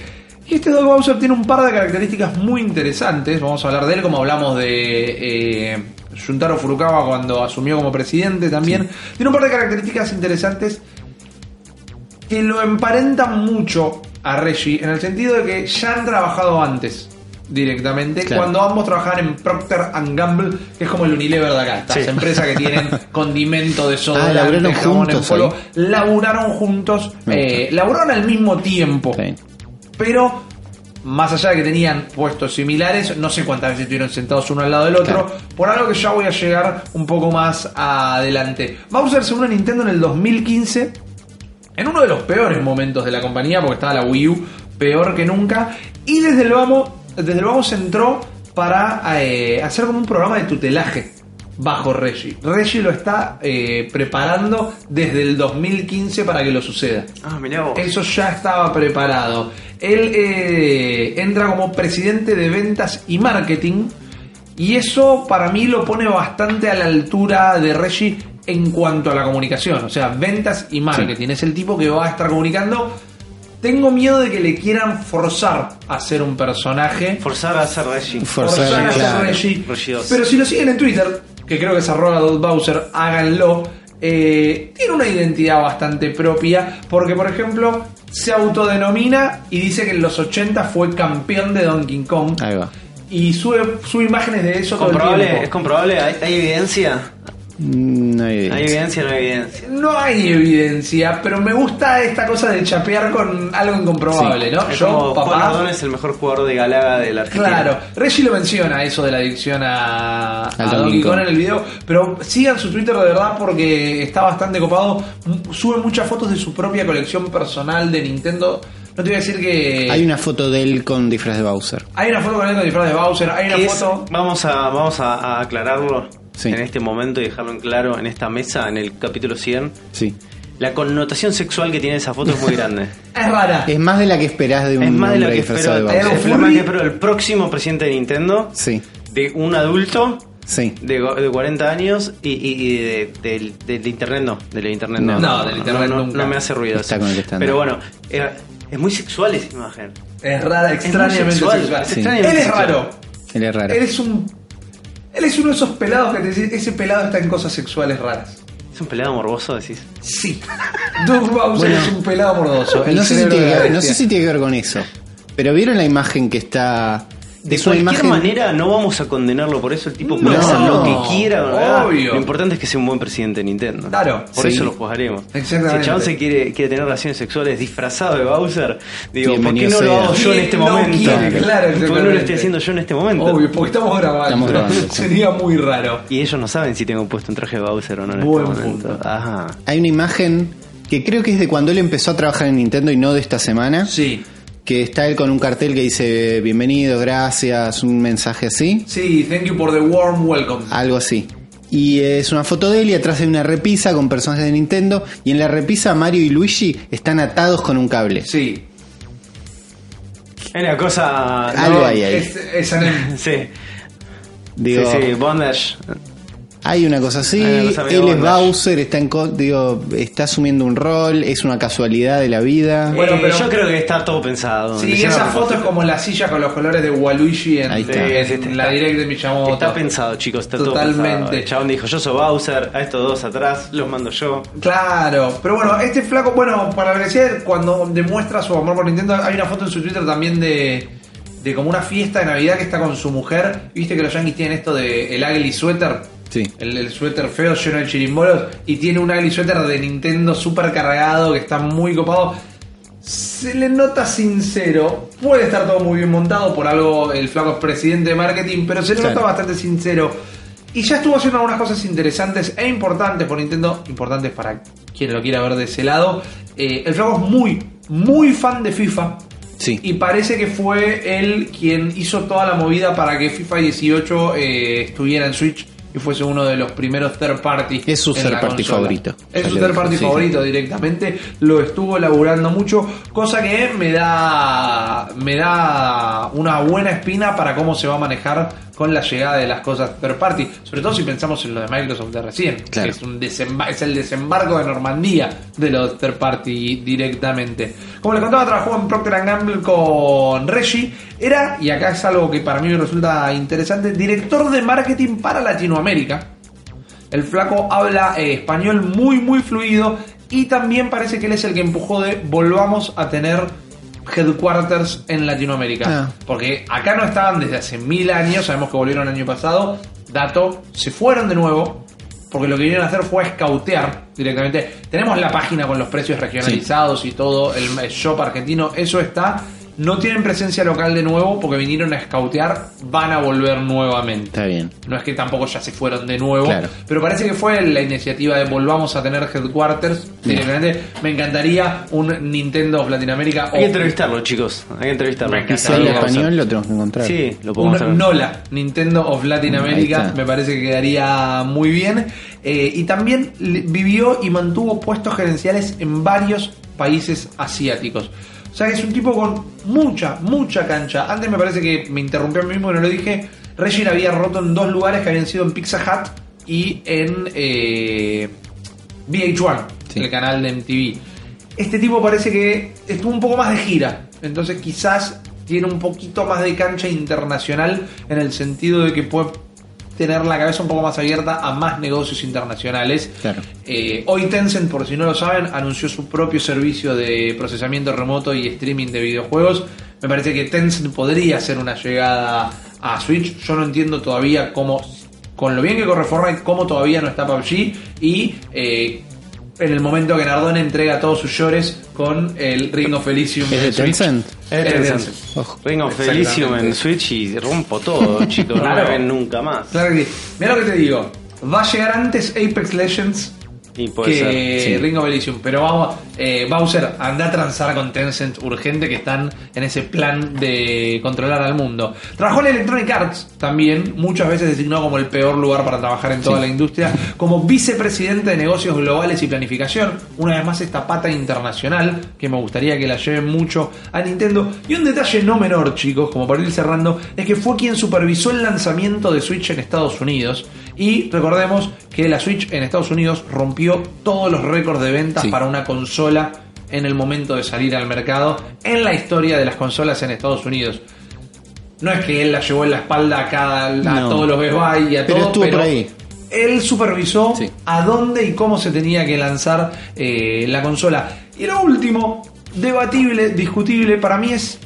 [SPEAKER 1] Y este Doug Bowser tiene un par de características muy interesantes. Vamos a hablar de él, como hablamos de eh, Yuntaro Furukawa cuando asumió como presidente también. Tiene un par de características interesantes que lo emparentan mucho a Reggie en el sentido de que ya han trabajado antes directamente
[SPEAKER 2] Claro.
[SPEAKER 1] cuando ambos trabajaban en Procter and Gamble que es como el Unilever de acá estas
[SPEAKER 3] Sí.
[SPEAKER 1] empresas que
[SPEAKER 2] (laughs)
[SPEAKER 1] tienen condimento de soda
[SPEAKER 2] Ah, laburaron juntos
[SPEAKER 1] en polvo
[SPEAKER 2] ahí.
[SPEAKER 1] laburaron juntos
[SPEAKER 2] Me gusta.
[SPEAKER 1] eh, laburaron al mismo tiempo
[SPEAKER 2] Está bien.
[SPEAKER 1] pero más allá de que tenían puestos similares, no sé cuántas veces estuvieron sentados uno al lado del otro,
[SPEAKER 2] Claro.
[SPEAKER 1] por algo que ya voy a llegar un poco más adelante. Bowser se une a Nintendo en el 2015, en uno de los peores momentos de la compañía, porque estaba la Wii U peor que nunca, y desde el vamos, desde el vamos entró para eh, hacer como un programa de tutelaje bajo Reggie. Reggie lo está eh, preparando desde el 2015 para que lo suceda.
[SPEAKER 3] ah mirá vos
[SPEAKER 1] Eso ya estaba preparado. Él eh, entra como presidente de ventas y marketing. Y eso para mí lo pone bastante a la altura de Reggie en cuanto a la comunicación. O sea, ventas y marketing. Es el tipo que va a estar comunicando. Tengo miedo de que le quieran forzar a ser un personaje.
[SPEAKER 3] forzar a hacer Reggie
[SPEAKER 2] Forzar,
[SPEAKER 1] Forzar a ser
[SPEAKER 2] claro.
[SPEAKER 1] Reggie.
[SPEAKER 3] Reggie dos.
[SPEAKER 1] Pero si lo siguen en Twitter, que creo que es arroba Dot Bowser, háganlo. eh, tiene una identidad bastante propia, porque por ejemplo se autodenomina y dice que en los 80 fue campeón de Donkey Kong.
[SPEAKER 2] Ahí va.
[SPEAKER 1] Y sube, sube imágenes de eso todo el
[SPEAKER 3] comprobable
[SPEAKER 1] tiempo.
[SPEAKER 3] es comprobable hay, hay evidencia
[SPEAKER 2] Mm, No hay idea.
[SPEAKER 3] hay evidencia no hay evidencia
[SPEAKER 1] no hay evidencia, pero me gusta esta cosa de chapear con algo incomprobable,
[SPEAKER 2] Sí.
[SPEAKER 1] ¿no?
[SPEAKER 3] Es
[SPEAKER 1] Yo,
[SPEAKER 3] como Juan
[SPEAKER 1] papá.
[SPEAKER 3] Ardón es el mejor jugador de Galaga de la Argentina
[SPEAKER 1] Claro, Reggie lo menciona eso de la adicción a, a
[SPEAKER 2] Donkey
[SPEAKER 1] Donkey Kong
[SPEAKER 2] Kong.
[SPEAKER 1] en el video, pero sigan su Twitter de verdad porque está bastante copado. M- Sube muchas fotos de su propia colección personal de Nintendo. No te voy a decir que.
[SPEAKER 2] Hay una foto de él con disfraz de Bowser.
[SPEAKER 1] hay una foto con él con disfraz de Bowser, hay
[SPEAKER 3] Que
[SPEAKER 1] una
[SPEAKER 3] es-
[SPEAKER 1] foto.
[SPEAKER 3] vamos a, vamos a, a aclararlo
[SPEAKER 2] Sí.
[SPEAKER 3] en este momento y dejarlo en claro en esta mesa, en el capítulo 100.
[SPEAKER 2] Sí.
[SPEAKER 3] La connotación sexual que tiene esa foto
[SPEAKER 1] (laughs)
[SPEAKER 3] es muy grande.
[SPEAKER 1] Es rara.
[SPEAKER 2] Es más de la que esperás de un
[SPEAKER 3] es más de lo
[SPEAKER 2] hombre
[SPEAKER 3] que
[SPEAKER 2] disfrazado
[SPEAKER 3] espero.
[SPEAKER 2] de
[SPEAKER 1] Era un
[SPEAKER 3] Es
[SPEAKER 2] Bowser.
[SPEAKER 3] lo más
[SPEAKER 1] furry.
[SPEAKER 3] que espero el próximo presidente de Nintendo,
[SPEAKER 2] Sí,
[SPEAKER 3] de un adulto
[SPEAKER 2] sí.
[SPEAKER 3] de, go- de 40 años y, y- y de- del, del internet no, del internet no.
[SPEAKER 1] No, del internet
[SPEAKER 3] no,
[SPEAKER 1] nunca.
[SPEAKER 3] no me hace ruido.
[SPEAKER 2] Está
[SPEAKER 3] eso.
[SPEAKER 2] con el estándar.
[SPEAKER 3] Pero bueno, eh, es muy sexual esa imagen.
[SPEAKER 1] Es rara,
[SPEAKER 3] muy
[SPEAKER 1] extrañamente
[SPEAKER 3] sexual,
[SPEAKER 1] sexual.
[SPEAKER 3] es
[SPEAKER 2] Sí.
[SPEAKER 3] extrañamente
[SPEAKER 1] Él es
[SPEAKER 3] sexual.
[SPEAKER 1] raro.
[SPEAKER 2] Él es raro.
[SPEAKER 1] Él es un. Él es uno de esos pelados que te dice, ese pelado está en cosas sexuales raras.
[SPEAKER 3] Es un pelado morboso, decís.
[SPEAKER 2] (laughs)
[SPEAKER 1] Sí. Doug Bowser
[SPEAKER 2] Bueno.
[SPEAKER 1] es un pelado mordoso. el
[SPEAKER 2] No sé, si
[SPEAKER 1] cerebro
[SPEAKER 2] tiene
[SPEAKER 1] de
[SPEAKER 2] que
[SPEAKER 1] la
[SPEAKER 2] ver, no sé
[SPEAKER 1] bestia.
[SPEAKER 2] si tiene que ver con eso. Pero vieron la imagen que está.
[SPEAKER 3] De
[SPEAKER 2] es una
[SPEAKER 3] cualquier
[SPEAKER 2] imagen-
[SPEAKER 3] manera no vamos a condenarlo por eso. El tipo puede
[SPEAKER 1] No,
[SPEAKER 3] hacer lo que quiera. ¿verdad?
[SPEAKER 1] obvio.
[SPEAKER 3] Lo importante es que sea un buen presidente de Nintendo.
[SPEAKER 1] Claro.
[SPEAKER 3] Por
[SPEAKER 2] Sí.
[SPEAKER 3] eso lo juzgaremos.
[SPEAKER 1] Exactamente.
[SPEAKER 3] Si el chabón se quiere, quiere tener relaciones sexuales disfrazado de Bowser, digo, ¿por qué
[SPEAKER 2] Bienvenido
[SPEAKER 3] no lo
[SPEAKER 2] sea.
[SPEAKER 3] hago yo en
[SPEAKER 1] Bien,
[SPEAKER 3] este
[SPEAKER 1] lo
[SPEAKER 3] momento?
[SPEAKER 1] quiere, claro,
[SPEAKER 3] ¿Por qué no lo
[SPEAKER 1] exactamente.
[SPEAKER 3] estoy haciendo yo en este momento?
[SPEAKER 1] Obvio, porque estamos grabando.
[SPEAKER 2] Estamos grabando.
[SPEAKER 1] Sería muy raro.
[SPEAKER 3] Y ellos no saben si tengo puesto un traje de Bowser o no en
[SPEAKER 1] Buen
[SPEAKER 3] este momento.
[SPEAKER 1] punto.
[SPEAKER 3] Ajá.
[SPEAKER 2] Hay una imagen que creo que es de cuando él empezó a trabajar en Nintendo y no de esta semana.
[SPEAKER 1] Sí.
[SPEAKER 2] Que está él con un cartel que dice bienvenido, gracias, un mensaje así.
[SPEAKER 1] Sí, thank you for the warm welcome.
[SPEAKER 2] Algo así. Y eh, es una foto de él y atrás hay una repisa con personajes de Nintendo. Y en la repisa Mario y Luigi están atados con un cable.
[SPEAKER 1] Sí.
[SPEAKER 3] Es una cosa.
[SPEAKER 1] Ah.
[SPEAKER 2] Algo ahí, ahí.
[SPEAKER 1] Es, es anel-
[SPEAKER 3] Sí.
[SPEAKER 2] Digo,
[SPEAKER 3] sí, sí, bondage.
[SPEAKER 2] hay una cosa así.
[SPEAKER 3] Hay una cosa medio
[SPEAKER 2] él es
[SPEAKER 3] bondage.
[SPEAKER 2] Bowser, está, en co- digo, está asumiendo un rol, es una casualidad de la vida.
[SPEAKER 1] Bueno,
[SPEAKER 3] Eh,
[SPEAKER 1] pero-
[SPEAKER 3] yo creo que está todo pensado.
[SPEAKER 1] Sí,
[SPEAKER 3] Hicieron
[SPEAKER 1] esa
[SPEAKER 3] a
[SPEAKER 1] foto es como la silla con los colores de Waluigi en,
[SPEAKER 2] Ahí está.
[SPEAKER 1] en
[SPEAKER 3] Sí, sí,
[SPEAKER 1] la
[SPEAKER 3] está.
[SPEAKER 1] direct de Miyamoto.
[SPEAKER 3] Está pensado, chicos, está todo
[SPEAKER 1] Totalmente.
[SPEAKER 3] pensado. El chabón dijo, yo soy Bowser, a estos dos atrás, los mando yo.
[SPEAKER 1] Claro, pero bueno, este flaco, bueno, para agradecer, cuando demuestra su amor por Nintendo, hay una foto en su Twitter también de, de como una fiesta de Navidad que está con su mujer. Viste que los yankees tienen esto de el ugly sweater.
[SPEAKER 2] Sí.
[SPEAKER 1] El, el suéter feo lleno de chirimbolos. Y tiene un ugly sweater de Nintendo super cargado que está muy copado. Se le nota sincero. Puede estar todo muy bien montado, por algo el flaco es presidente de marketing, pero se le
[SPEAKER 2] Claro.
[SPEAKER 1] nota bastante sincero. Y ya estuvo haciendo algunas cosas interesantes e importantes por Nintendo, importantes para quien lo quiera ver de ese lado. Eh, el flaco es muy, muy fan de FIFA.
[SPEAKER 2] Sí.
[SPEAKER 1] Y parece que fue él quien hizo toda la movida para que FIFA 18 eh, estuviera en Switch y fuese uno de los primeros third party.
[SPEAKER 2] Es su
[SPEAKER 1] en
[SPEAKER 2] third
[SPEAKER 1] la
[SPEAKER 2] party
[SPEAKER 1] consola.
[SPEAKER 2] favorito.
[SPEAKER 1] Es
[SPEAKER 2] Ya
[SPEAKER 1] su
[SPEAKER 2] le
[SPEAKER 1] third
[SPEAKER 2] dijo,
[SPEAKER 1] party
[SPEAKER 2] sí, sí.
[SPEAKER 1] favorito directamente. Lo estuvo laburando mucho, cosa que me da me da una buena espina para cómo se va a manejar con la llegada de las cosas third party, sobre todo si pensamos en lo de Microsoft de recién,
[SPEAKER 2] Claro.
[SPEAKER 1] que es, un desemba- es el desembarco de Normandía de los third party directamente. Como les contaba, trabajó en Procter Gamble con Reggie. Era, y acá es algo que para mí me resulta interesante, director de marketing para Latinoamérica. El flaco habla eh, español muy, muy fluido. Y también parece que él es el que empujó de volvamos a tener headquarters en Latinoamérica.
[SPEAKER 2] Ah.
[SPEAKER 1] Porque acá no estaban desde hace mil años. Sabemos que volvieron el año pasado. Dato, se fueron de nuevo. Porque lo que vinieron a hacer fue escautear directamente. Tenemos la página con los precios regionalizados y todo, el shop argentino, eso está. No tienen presencia local de nuevo porque vinieron a escautear, van a volver nuevamente.
[SPEAKER 2] Está bien.
[SPEAKER 1] No es que tampoco ya se fueron de nuevo.
[SPEAKER 2] Claro.
[SPEAKER 1] Pero parece que fue la iniciativa de volvamos a tener headquarters.
[SPEAKER 2] Bien.
[SPEAKER 1] Directamente, me encantaría un Nintendo of Latinoamérica
[SPEAKER 3] Hay que
[SPEAKER 1] o
[SPEAKER 3] entrevistarlo, chicos. Hay que entrevistarlo.
[SPEAKER 1] Me
[SPEAKER 2] Y
[SPEAKER 1] encanta.
[SPEAKER 2] si habla
[SPEAKER 1] Bowser.
[SPEAKER 2] español lo tenemos que encontrar.
[SPEAKER 3] Sí, lo podemos hacer.
[SPEAKER 1] un NOLA, Nintendo of Latin
[SPEAKER 2] Ahí
[SPEAKER 1] America,
[SPEAKER 2] está.
[SPEAKER 1] me parece que quedaría muy bien. Eh, y también li- vivió y mantuvo puestos gerenciales en varios países asiáticos. O sea, que es un tipo con mucha, mucha cancha. Antes me parece que me interrumpió a mí mismo y no lo dije. Reggie la había roto en dos lugares que habían sido en Pizza Hut y en eh, VH1,
[SPEAKER 2] Sí.
[SPEAKER 1] el canal de MTV. Este tipo parece que estuvo un poco más de gira, entonces quizás tiene un poquito más de cancha internacional en el sentido de que puede tener la cabeza un poco más abierta a más negocios internacionales.
[SPEAKER 2] Claro.
[SPEAKER 1] Eh, hoy Tencent, por si no lo saben, anunció su propio servicio de procesamiento remoto y streaming de videojuegos. Me parece que Tencent podría hacer una llegada a Switch. Yo no entiendo todavía cómo, con lo bien que corre Fortnite, cómo todavía no está PUBG y eh, en el momento que Nardone entrega todos sus llores con el Ring of Elysium.
[SPEAKER 2] ¿Es de
[SPEAKER 1] en Switch.
[SPEAKER 2] Tencent?
[SPEAKER 1] Es de Tencent.
[SPEAKER 2] Ojo.
[SPEAKER 3] Ring of
[SPEAKER 1] Exactamente.
[SPEAKER 3] Elysium en Switch y rompo
[SPEAKER 1] (laughs)
[SPEAKER 3] todo, chicos. No
[SPEAKER 1] Claro.
[SPEAKER 3] me ven nunca más.
[SPEAKER 1] Claro que sí. Mira lo que te digo. Va a llegar antes Apex Legends
[SPEAKER 3] Y puede
[SPEAKER 1] que
[SPEAKER 3] ser,
[SPEAKER 2] sí.
[SPEAKER 1] Ringo Belicium. Pero vamos, eh, Bowser, anda a transar con Tencent urgente que están en ese plan de controlar al mundo. Trabajó en Electronic Arts también, muchas veces designado como el peor lugar para trabajar en toda la industria, como vicepresidente de negocios globales y planificación. Una vez más, esta pata internacional que me gustaría que la lleven mucho a Nintendo. Y un detalle no menor, chicos, como para ir cerrando, es que fue quien supervisó el lanzamiento de Switch en Estados Unidos. Y recordemos que la Switch en Estados Unidos rompió todos los récords de ventas
[SPEAKER 2] Sí.
[SPEAKER 1] para una consola en el momento de salir al mercado en la historia de las consolas en Estados Unidos. No es que él la llevó en la espalda a, cada, a
[SPEAKER 3] No.
[SPEAKER 1] todos los Best Buy y a
[SPEAKER 2] Pero
[SPEAKER 1] todos,
[SPEAKER 2] estuvo por ahí.
[SPEAKER 1] él supervisó
[SPEAKER 2] Sí.
[SPEAKER 1] a dónde y cómo se tenía que lanzar eh, la consola. Y lo último, debatible, discutible, para mí es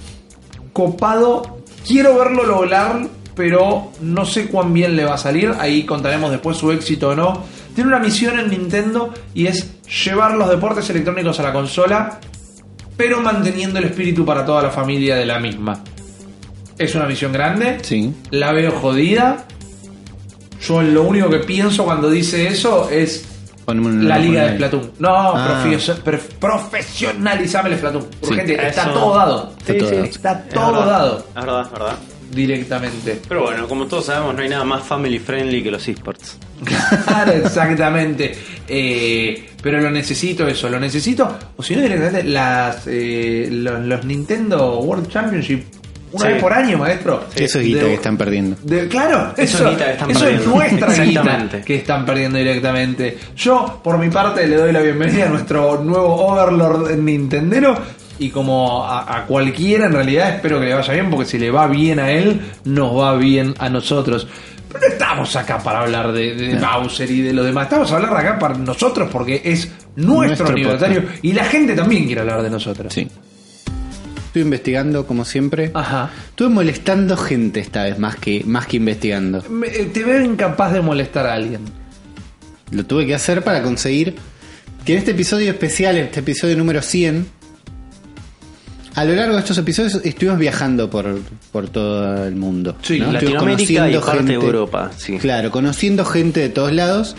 [SPEAKER 1] copado. Quiero verlo lograr, pero no sé cuán bien le va a salir. Ahí contaremos después su éxito o no. Tiene una misión en Nintendo y es llevar los deportes electrónicos a la consola, pero manteniendo el espíritu para toda la familia de la misma. Es una misión grande.
[SPEAKER 2] Sí.
[SPEAKER 1] La veo jodida. Yo lo único que pienso cuando dice eso es
[SPEAKER 2] Poneme un-
[SPEAKER 1] la liga de
[SPEAKER 2] poneme-
[SPEAKER 1] Splatoon. No,
[SPEAKER 2] Ah.
[SPEAKER 1] profes- pref- profesionalizame el Splatoon.
[SPEAKER 2] Sí.
[SPEAKER 1] Urgente, está
[SPEAKER 3] Eso-
[SPEAKER 1] todo dado.
[SPEAKER 2] Está todo dado.
[SPEAKER 1] Está
[SPEAKER 3] Es
[SPEAKER 1] todo
[SPEAKER 3] verdad,
[SPEAKER 1] dado
[SPEAKER 3] Es verdad, es verdad.
[SPEAKER 1] directamente.
[SPEAKER 3] Pero bueno, como todos sabemos, no hay nada más family friendly que los esports.
[SPEAKER 1] Claro, exactamente. Eh, pero lo necesito eso, lo necesito. O si no, directamente las, eh, los, los Nintendo World Championship. Una
[SPEAKER 3] Sí.
[SPEAKER 1] vez por año, maestro.
[SPEAKER 2] Sí, eso es guita
[SPEAKER 1] De-
[SPEAKER 2] que están perdiendo.
[SPEAKER 1] De- claro,
[SPEAKER 3] Eso
[SPEAKER 1] eso,
[SPEAKER 3] es guita que están
[SPEAKER 1] eso es
[SPEAKER 3] perdiendo.
[SPEAKER 1] nuestra
[SPEAKER 3] Exactamente.
[SPEAKER 1] guita que están perdiendo directamente. Yo, por mi parte, le doy la bienvenida a nuestro nuevo Overlord Nintendero. Y como a, a cualquiera, en realidad, espero que le vaya bien, porque si le va bien a él, nos va bien a nosotros. Pero no estamos acá para hablar de, de Bowser y de lo demás. Estamos hablando acá para nosotros, porque es nuestro,
[SPEAKER 2] Nuestro
[SPEAKER 1] aniversario. Y la gente también quiere hablar de nosotros.
[SPEAKER 2] Sí. Estuve investigando, como siempre.
[SPEAKER 1] Ajá.
[SPEAKER 2] Estuve molestando gente esta vez, más que, más que investigando.
[SPEAKER 1] Me- te veo incapaz de molestar a alguien.
[SPEAKER 2] Lo tuve que hacer para conseguir que en este episodio especial, en este episodio número 100, a lo largo de estos episodios estuvimos viajando por, por todo el mundo.
[SPEAKER 1] Sí,
[SPEAKER 2] Estuvimos
[SPEAKER 3] Latinoamérica y
[SPEAKER 2] conociendo
[SPEAKER 3] parte de Europa, sí.
[SPEAKER 2] Claro, conociendo gente de todos lados.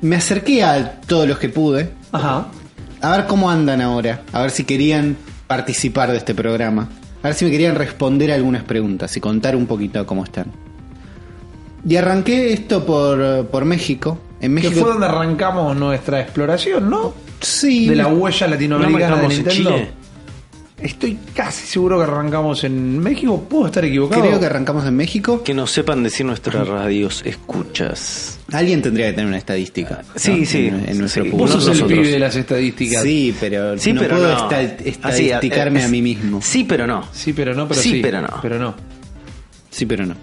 [SPEAKER 2] Me acerqué a todos los que pude,
[SPEAKER 1] Ajá.
[SPEAKER 2] a ver cómo andan ahora, a ver si querían participar de este programa, a ver si me querían responder algunas preguntas y contar un poquito cómo están. Y arranqué esto por, por México. En
[SPEAKER 1] Que
[SPEAKER 2] México
[SPEAKER 1] fue donde arrancamos nuestra exploración, ¿no?
[SPEAKER 2] Sí.
[SPEAKER 1] De la huella latinoamericana de
[SPEAKER 3] arrancamos en
[SPEAKER 1] Nintendo.
[SPEAKER 3] Chile?
[SPEAKER 1] Estoy casi seguro que arrancamos en México. Puedo estar equivocado.
[SPEAKER 2] Creo que arrancamos en México.
[SPEAKER 3] Que nos sepan decir nuestras radios escuchas.
[SPEAKER 2] Alguien tendría que tener una estadística. ¿no?
[SPEAKER 3] Sí, sí.
[SPEAKER 2] En, en nuestro
[SPEAKER 3] Sí.
[SPEAKER 1] Vos
[SPEAKER 2] público.
[SPEAKER 1] sos el
[SPEAKER 3] Nosotros.
[SPEAKER 1] pibe de las estadísticas.
[SPEAKER 2] Sí, pero no Ah, eh, puedo esta-
[SPEAKER 1] eh,
[SPEAKER 3] Así,
[SPEAKER 2] estadisticarme
[SPEAKER 3] es-
[SPEAKER 2] a mí mismo.
[SPEAKER 3] Sí, pero no.
[SPEAKER 1] Sí, pero no, pero sí.
[SPEAKER 3] Sí, pero no.
[SPEAKER 1] Pero no.
[SPEAKER 2] Sí, pero no.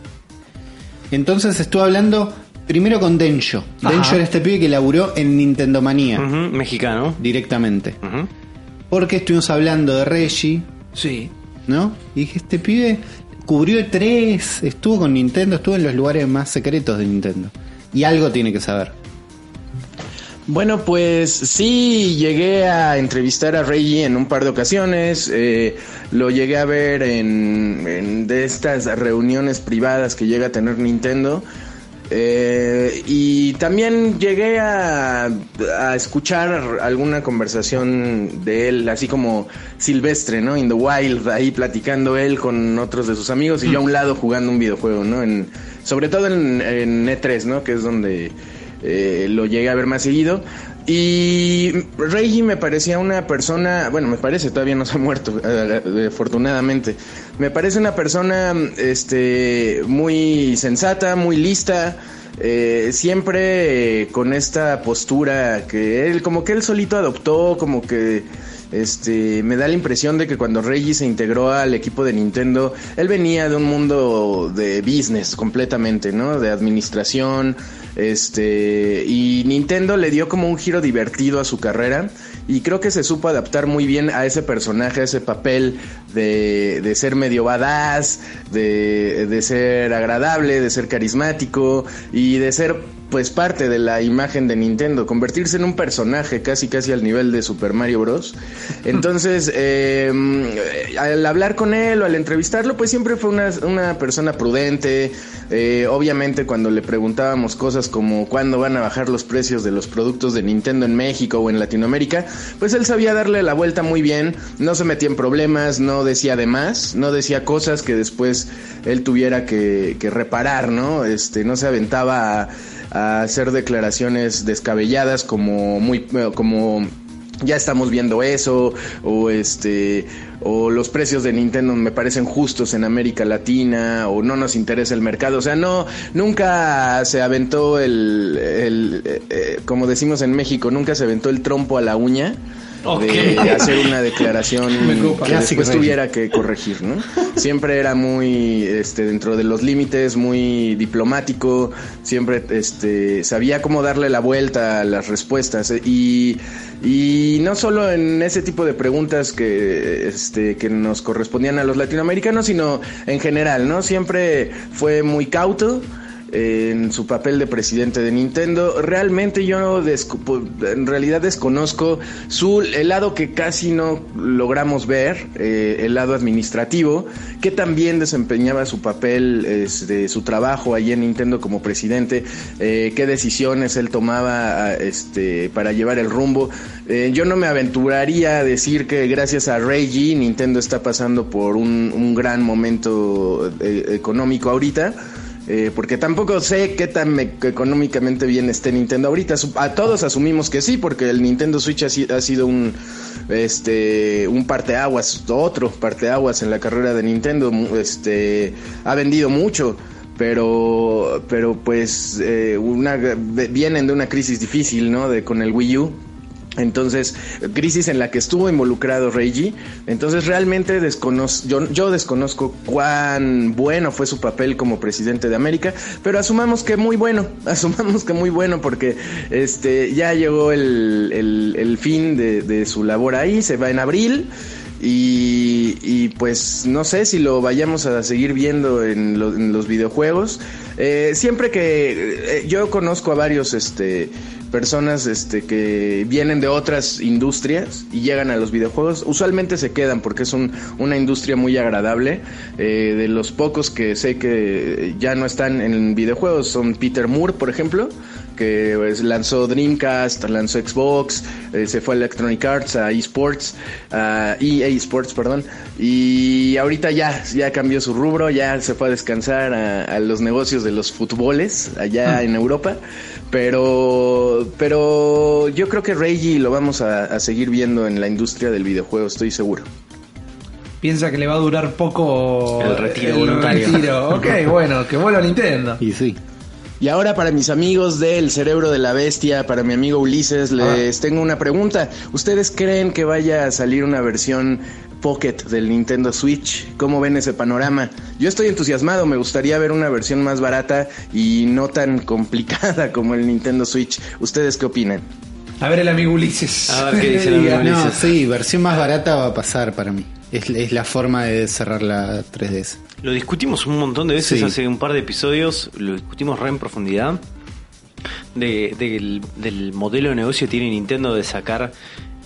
[SPEAKER 2] Entonces estuve hablando primero con Dencho.
[SPEAKER 1] Ajá.
[SPEAKER 2] Dencho era este pibe que laburó en Nintendo Manía
[SPEAKER 3] Ujú, mexicano.
[SPEAKER 2] directamente.
[SPEAKER 3] Ujú.
[SPEAKER 2] Porque estuvimos hablando de Reggie,
[SPEAKER 1] Sí.
[SPEAKER 2] ¿no? Y dije, este pibe cubrió tres, estuvo con Nintendo, estuvo en los lugares más secretos de Nintendo. Y algo tiene que saber.
[SPEAKER 4] Bueno, pues sí, llegué a entrevistar a Reggie en un par de ocasiones. eh, lo llegué a ver en, en de estas reuniones privadas que llega a tener Nintendo. eh, y también llegué a, a escuchar alguna conversación de él, así como silvestre, ¿no? In the wild, ahí platicando él con otros de sus amigos y yo a un lado jugando un videojuego, ¿no? En, sobre todo en, en E3, ¿no? Que es donde eh, lo llegué a ver más seguido. Y Reggie me parecía una persona, bueno, me parece, todavía no se ha muerto, (laughs) eh, afortunadamente. Me parece una persona este, muy sensata, muy lista, eh, siempre eh, con esta postura que él, como que él solito adoptó, como que este, me da la impresión de que cuando Reggie se integró al equipo de Nintendo, él venía de un mundo de business completamente, ¿no? De administración, este, y Nintendo le dio como un giro divertido a su carrera y creo que se supo adaptar muy bien a ese personaje, a ese papel de, de ser medio badass, de, de ser agradable, de ser carismático y de ser pues parte de la imagen de Nintendo, convertirse en un personaje casi casi al nivel de Super Mario Bros. Entonces, eh, al hablar con él o al entrevistarlo, pues siempre fue una, una persona prudente. Eh, obviamente cuando le preguntábamos cosas como cuándo van a bajar los precios de los productos de Nintendo en México o en Latinoamérica, pues él sabía darle la vuelta muy bien, no se metía en problemas, no decía de más, no decía cosas que después él tuviera que, que reparar, ¿no? Este, no se aventaba a a hacer declaraciones descabelladas como muy eh, como ya estamos viendo eso o este o los precios de Nintendo me parecen justos en América Latina o no nos interesa el mercado o sea no nunca se aventó el, el eh, eh, como decimos en México nunca se aventó el trompo a la uña
[SPEAKER 1] Ok.
[SPEAKER 4] de hacer una declaración
[SPEAKER 1] Me copa.
[SPEAKER 4] que
[SPEAKER 2] Clásico,
[SPEAKER 4] después
[SPEAKER 2] Reggie.
[SPEAKER 4] tuviera que corregir, ¿no? Siempre era muy, este, dentro de los límites, muy diplomático, siempre, este, sabía cómo darle la vuelta a las respuestas eh, y, y no solo en ese tipo de preguntas que, este, que nos correspondían a los latinoamericanos, sino en general, ¿no? Siempre fue muy cauto en su papel de presidente de Nintendo. Realmente yo no descu- pu- en realidad desconozco su el lado que casi no logramos ver, eh, el lado administrativo, que también desempeñaba su papel, este, su trabajo allí en Nintendo como presidente, eh, qué decisiones él tomaba a- este, para llevar el rumbo. Eh, yo no me aventuraría a decir que gracias a Reggie Nintendo está pasando por un, un gran momento eh, económico ahorita. Eh, porque tampoco sé qué tan me- económicamente bien esté Nintendo ahorita. Su- A todos asumimos que sí, porque el Nintendo Switch ha, si- ha sido un este un parteaguas, otro parteaguas en la carrera de Nintendo. Mu- Este ha vendido mucho, pero pero pues eh, una ve- vienen de una crisis difícil, ¿no? De con el Wii U. Entonces, crisis en la que estuvo involucrado Reggie. Entonces, realmente desconoz- yo, yo desconozco cuán bueno fue su papel como presidente de América, pero asumamos que muy bueno, (laughs) asumamos que muy bueno porque este ya llegó el, el- el fin de, de su labor ahí, se va en abril. Y, y, pues no sé si lo vayamos a seguir viendo en, lo- en los videojuegos. Eh, siempre que eh, yo conozco a varios este, personas este, que vienen de otras industrias y llegan a los videojuegos, usualmente se quedan porque es un- una industria muy agradable. Eh, de los pocos que sé que ya no están en videojuegos son Peter Moore, por ejemplo, que pues, lanzó Dreamcast, lanzó Xbox, eh, se fue a Electronic Arts, a eSports, a EA Sports, perdón, y ahorita ya, ya cambió su rubro, ya se fue a descansar a, a los negocios de los futboles allá en Europa, pero, pero yo creo que Reggie lo vamos a, a seguir viendo en la industria del videojuego, estoy seguro.
[SPEAKER 1] Piensa que le va a durar poco
[SPEAKER 3] El retiro
[SPEAKER 1] el
[SPEAKER 3] voluntario. (laughs)
[SPEAKER 1] retiro. Ok, bueno, que vuelva Nintendo.
[SPEAKER 2] Y sí.
[SPEAKER 4] Y ahora para mis amigos del cerebro de la bestia, para mi amigo Ulises, les tengo una pregunta. ¿Ustedes creen que vaya a salir una versión Pocket del Nintendo Switch? ¿Cómo ven ese panorama? Yo estoy entusiasmado, me gustaría ver una versión más barata y no tan complicada como el Nintendo Switch. ¿Ustedes qué opinan?
[SPEAKER 1] A ver el amigo Ulises.
[SPEAKER 3] A ver qué dice el amigo
[SPEAKER 1] (laughs) Diga.
[SPEAKER 2] No,
[SPEAKER 3] Ulises.
[SPEAKER 2] sí, versión más barata va a pasar para mí. Es, es la forma de cerrar la 3DS.
[SPEAKER 3] Lo discutimos un montón de veces
[SPEAKER 2] Sí.
[SPEAKER 3] hace un par de episodios, lo discutimos re en profundidad. De, del, del modelo de negocio que tiene Nintendo de sacar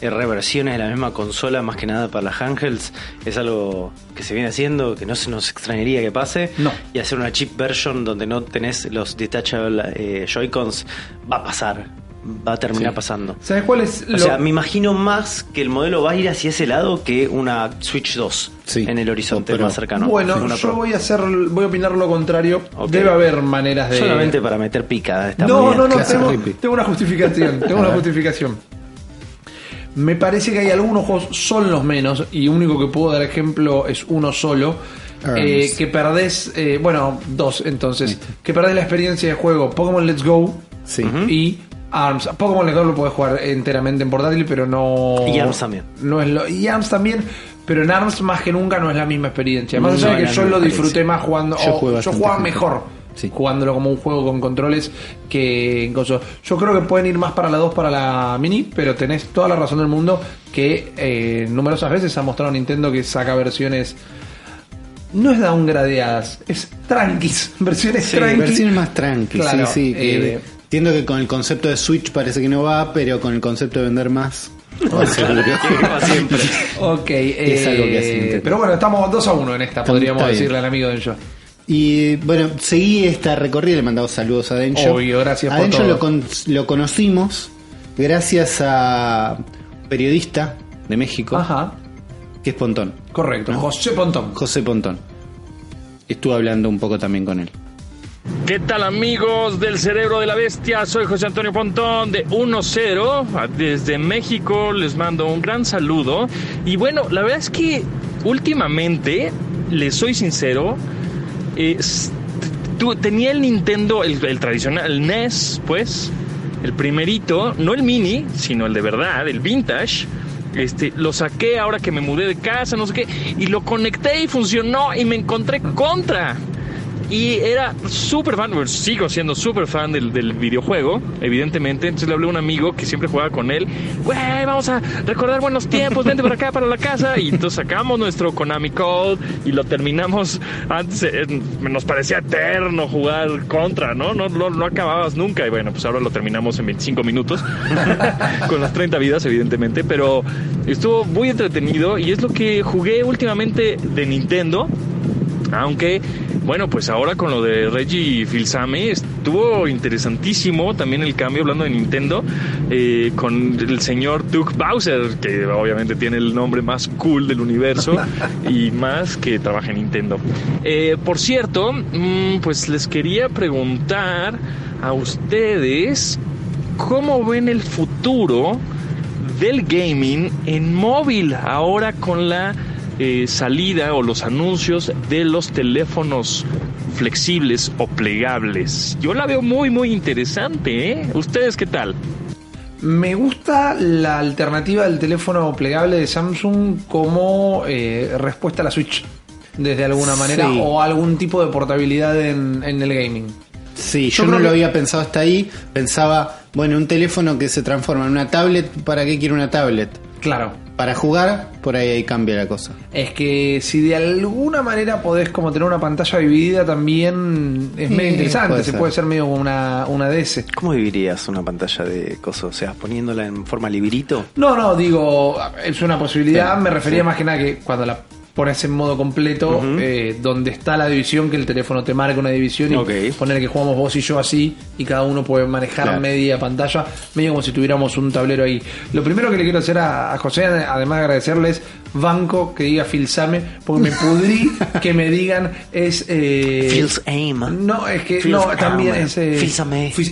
[SPEAKER 3] eh, reversiones de la misma consola, más que nada para las handhelds, es algo que se viene haciendo, que no se nos extrañaría que pase.
[SPEAKER 1] No.
[SPEAKER 3] Y hacer una chip version donde no tenés los detachable eh, Joy-Cons va a pasar, va a terminar pasando.
[SPEAKER 1] ¿Sabes cuál es
[SPEAKER 3] O sea, me imagino más que el modelo va a ir hacia ese lado que una Switch 2
[SPEAKER 2] Sí.
[SPEAKER 3] en el horizonte
[SPEAKER 2] O Pro.
[SPEAKER 3] más cercano.
[SPEAKER 1] bueno,
[SPEAKER 3] Una
[SPEAKER 1] yo
[SPEAKER 3] Pro.
[SPEAKER 1] voy a hacer, voy a opinar lo contrario.
[SPEAKER 3] Ok.
[SPEAKER 1] Debe haber maneras de.
[SPEAKER 3] Solamente para meter pica. Está muy
[SPEAKER 1] No,
[SPEAKER 3] bien.
[SPEAKER 1] no, no,
[SPEAKER 2] Clase
[SPEAKER 1] tengo,
[SPEAKER 2] hippie.
[SPEAKER 1] tengo una justificación. Tengo una justificación. Me parece que hay algunos juegos, son los menos, y único que puedo dar ejemplo es uno solo.
[SPEAKER 3] Ah,
[SPEAKER 1] eh,
[SPEAKER 2] Arms.
[SPEAKER 1] que perdés, eh, bueno, dos entonces, que perdés la experiencia de juego Pokémon Let's Go
[SPEAKER 2] Sí.
[SPEAKER 1] y ARMS. Pokémon Let's Go lo podés jugar enteramente en portátil, pero no.
[SPEAKER 3] Y ARMS también.
[SPEAKER 1] No es lo, y ARMS también, pero en ARMS más que nunca no es la misma experiencia. Más allá
[SPEAKER 3] No
[SPEAKER 1] de
[SPEAKER 3] es
[SPEAKER 1] que
[SPEAKER 3] la
[SPEAKER 1] yo
[SPEAKER 3] misma
[SPEAKER 1] lo disfruté
[SPEAKER 3] experiencia.
[SPEAKER 1] más jugando,
[SPEAKER 2] Yo
[SPEAKER 1] o-
[SPEAKER 2] jugué
[SPEAKER 1] yo
[SPEAKER 2] bastante
[SPEAKER 1] jugaba
[SPEAKER 2] junto.
[SPEAKER 1] mejor
[SPEAKER 2] Sí.
[SPEAKER 1] jugándolo como un juego con controles que en cosas. Yo creo que pueden ir más para la 2 para la mini, pero tenés toda la razón del mundo que eh, numerosas veces ha mostrado Nintendo que saca versiones. No es downgradeadas, es tranquis, (laughs) versiones tranquis.
[SPEAKER 2] Versión más tranqui,
[SPEAKER 1] Claro,
[SPEAKER 2] sí, sí. que
[SPEAKER 1] eh,
[SPEAKER 2] Entiendo que con el concepto de Switch parece que no va, pero con el concepto de vender (laughs) más.
[SPEAKER 3] siempre.
[SPEAKER 1] Ok,
[SPEAKER 2] Es
[SPEAKER 1] eh,
[SPEAKER 2] algo que hace Nintendo.
[SPEAKER 1] pero bueno, estamos 2 a 1 en esta, podríamos
[SPEAKER 2] está bien.
[SPEAKER 1] decirle al amigo de Joe.
[SPEAKER 2] Y bueno, seguí esta recorrida, le mandaba saludos a Dencho.
[SPEAKER 1] Obvio, gracias
[SPEAKER 2] a
[SPEAKER 1] por
[SPEAKER 2] Dencho
[SPEAKER 1] todo.
[SPEAKER 2] Lo, con- lo conocimos gracias a un periodista de México,
[SPEAKER 1] Ajá,
[SPEAKER 2] que es Pontón,
[SPEAKER 1] correcto. José Pontón.
[SPEAKER 2] José Pontón. Estuve hablando un poco también con él.
[SPEAKER 5] ¿Qué tal amigos del cerebro de la bestia? Soy José Antonio Pontón de 1-0 desde México. Les mando un gran saludo. Y bueno, la verdad es que últimamente, les soy sincero, es- tu- tenía el Nintendo, el, el tradicional, el NES, pues, el primerito, no el mini, sino el de verdad, el vintage. Este, lo saqué ahora que me mudé de casa, no sé qué, y lo conecté y funcionó y me encontré contra. Y era súper fan, bueno, sigo siendo súper fan del, del videojuego, evidentemente. Entonces le hablé a un amigo que siempre jugaba con él. Güey, vamos a recordar buenos tiempos, vente para acá, para la casa. Y entonces sacamos nuestro Konami Code y lo terminamos antes. eh, nos parecía eterno jugar contra, ¿no? No, no, no acababas nunca. Y bueno, pues ahora lo terminamos en 25 minutos. (laughs) con las 30 vidas, evidentemente. Pero estuvo muy entretenido y es lo que jugué últimamente de Nintendo. Aunque, bueno, pues ahora con lo de Reggie Filsame estuvo interesantísimo también el cambio, hablando de Nintendo, eh, con el señor Duke Bowser, que obviamente tiene el nombre más cool del universo y más que trabaja en Nintendo. Eh, por cierto, mm, pues les quería preguntar a ustedes cómo ven el futuro del gaming en móvil ahora con la eh, salida o los anuncios de los teléfonos flexibles o plegables. Yo la veo muy muy interesante, ¿eh? ¿Ustedes qué tal?
[SPEAKER 1] Me gusta la alternativa del teléfono plegable de Samsung como eh, respuesta a la Switch, desde alguna manera,
[SPEAKER 2] Sí.
[SPEAKER 1] o algún tipo de portabilidad en, en el gaming.
[SPEAKER 2] Sí, yo,
[SPEAKER 1] Yo
[SPEAKER 2] no
[SPEAKER 1] creo
[SPEAKER 2] lo
[SPEAKER 1] que-
[SPEAKER 2] había pensado hasta ahí. Pensaba, bueno, un teléfono que se transforma en una tablet, ¿para qué quiero una tablet?
[SPEAKER 1] Claro,
[SPEAKER 2] Para jugar, por ahí, ahí cambia la cosa.
[SPEAKER 1] Es que si de alguna manera podés como tener una pantalla dividida también es
[SPEAKER 2] Sí,
[SPEAKER 1] medio interesante,
[SPEAKER 2] puede
[SPEAKER 1] se
[SPEAKER 2] ser.
[SPEAKER 1] puede ser medio como una, una DS.
[SPEAKER 3] ¿Cómo vivirías una pantalla de cosas? O sea, poniéndola en forma librito.
[SPEAKER 1] No, no, digo, es una posibilidad,
[SPEAKER 3] Sí,
[SPEAKER 1] me refería
[SPEAKER 3] sí.
[SPEAKER 1] más que nada que cuando la pones en modo completo, eh, donde está la división, que el teléfono te marca una división y
[SPEAKER 3] Ok.
[SPEAKER 1] poner que jugamos vos y yo así y cada uno puede manejar
[SPEAKER 2] Claro.
[SPEAKER 1] media pantalla, medio como si tuviéramos un tablero ahí. Lo primero que le quiero hacer a, a José, además de agradecerles, banco que diga Filsame, porque me
[SPEAKER 3] (laughs)
[SPEAKER 1] pudrí que me digan es... Eh,
[SPEAKER 3] Feels aim.
[SPEAKER 1] no, es que
[SPEAKER 3] Fils-
[SPEAKER 1] no,
[SPEAKER 3] ah,
[SPEAKER 1] también
[SPEAKER 3] bueno.
[SPEAKER 1] es eh,
[SPEAKER 3] Filsame.
[SPEAKER 1] Fis-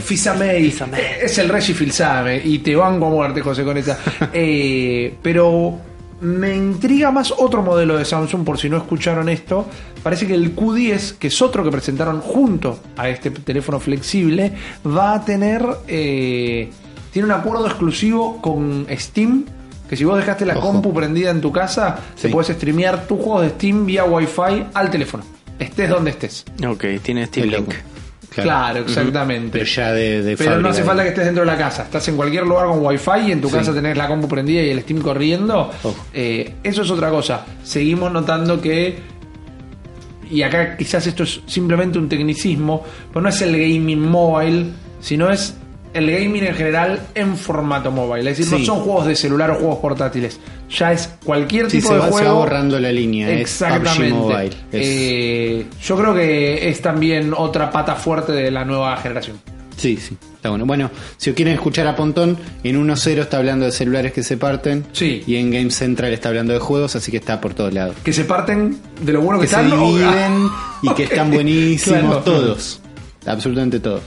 [SPEAKER 3] Filsame.
[SPEAKER 1] Fisamei.
[SPEAKER 3] Filsame.
[SPEAKER 1] Eh, Es el Reggie Filsame y te banco a muerte, José,
[SPEAKER 2] (laughs)
[SPEAKER 1] con esa. Eh, pero me intriga más otro modelo de Samsung, por si no escucharon esto. Parece que el Q10, que es otro que presentaron junto a este teléfono flexible, va a tener. eh, tiene un acuerdo exclusivo con Steam. Que si vos dejaste la
[SPEAKER 2] Ojo.
[SPEAKER 1] compu prendida en tu casa,
[SPEAKER 2] Sí.
[SPEAKER 1] te podés streamear tus juegos de Steam vía Wi-Fi al teléfono. Estés donde estés.
[SPEAKER 3] Ok, tiene Steam
[SPEAKER 2] El
[SPEAKER 3] Link.
[SPEAKER 2] loco.
[SPEAKER 1] Claro, exactamente.
[SPEAKER 2] Pero ya de, de
[SPEAKER 1] Pero no
[SPEAKER 2] fábrica,
[SPEAKER 1] hace
[SPEAKER 2] de-
[SPEAKER 1] falta que estés dentro de la casa. Estás en cualquier lugar con wifi y en tu
[SPEAKER 2] Sí. Oh.
[SPEAKER 1] casa tenés la compu prendida y el Steam corriendo.
[SPEAKER 2] Ojo.
[SPEAKER 1] Eh, eso es otra cosa. Seguimos notando que. Y acá quizás esto es simplemente un tecnicismo. Pero no es el gaming mobile, sino es el gaming en general en formato mobile. Es decir, no
[SPEAKER 2] Sí.
[SPEAKER 1] son juegos de celular o juegos portátiles. Ya es cualquier
[SPEAKER 2] Sí,
[SPEAKER 1] tipo
[SPEAKER 2] se,
[SPEAKER 1] de
[SPEAKER 2] va, se
[SPEAKER 1] juego.
[SPEAKER 2] va borrando la línea. es PUBG
[SPEAKER 1] Exactamente.
[SPEAKER 2] Mobile. Es-
[SPEAKER 1] Eh, yo creo que es también otra pata fuerte de la nueva generación.
[SPEAKER 2] Sí, sí, está bueno. Bueno, si quieren escuchar a Pontón, en 1.0 está hablando de celulares que se parten.
[SPEAKER 1] Sí.
[SPEAKER 2] Y en Game Central está hablando de juegos, así que está por todos lados.
[SPEAKER 1] Que se parten de lo bueno que,
[SPEAKER 2] Que se
[SPEAKER 1] están o-
[SPEAKER 2] dividen y
[SPEAKER 1] (laughs)
[SPEAKER 2] que están buenísimos
[SPEAKER 1] Claro.
[SPEAKER 2] todos. Absolutamente todos.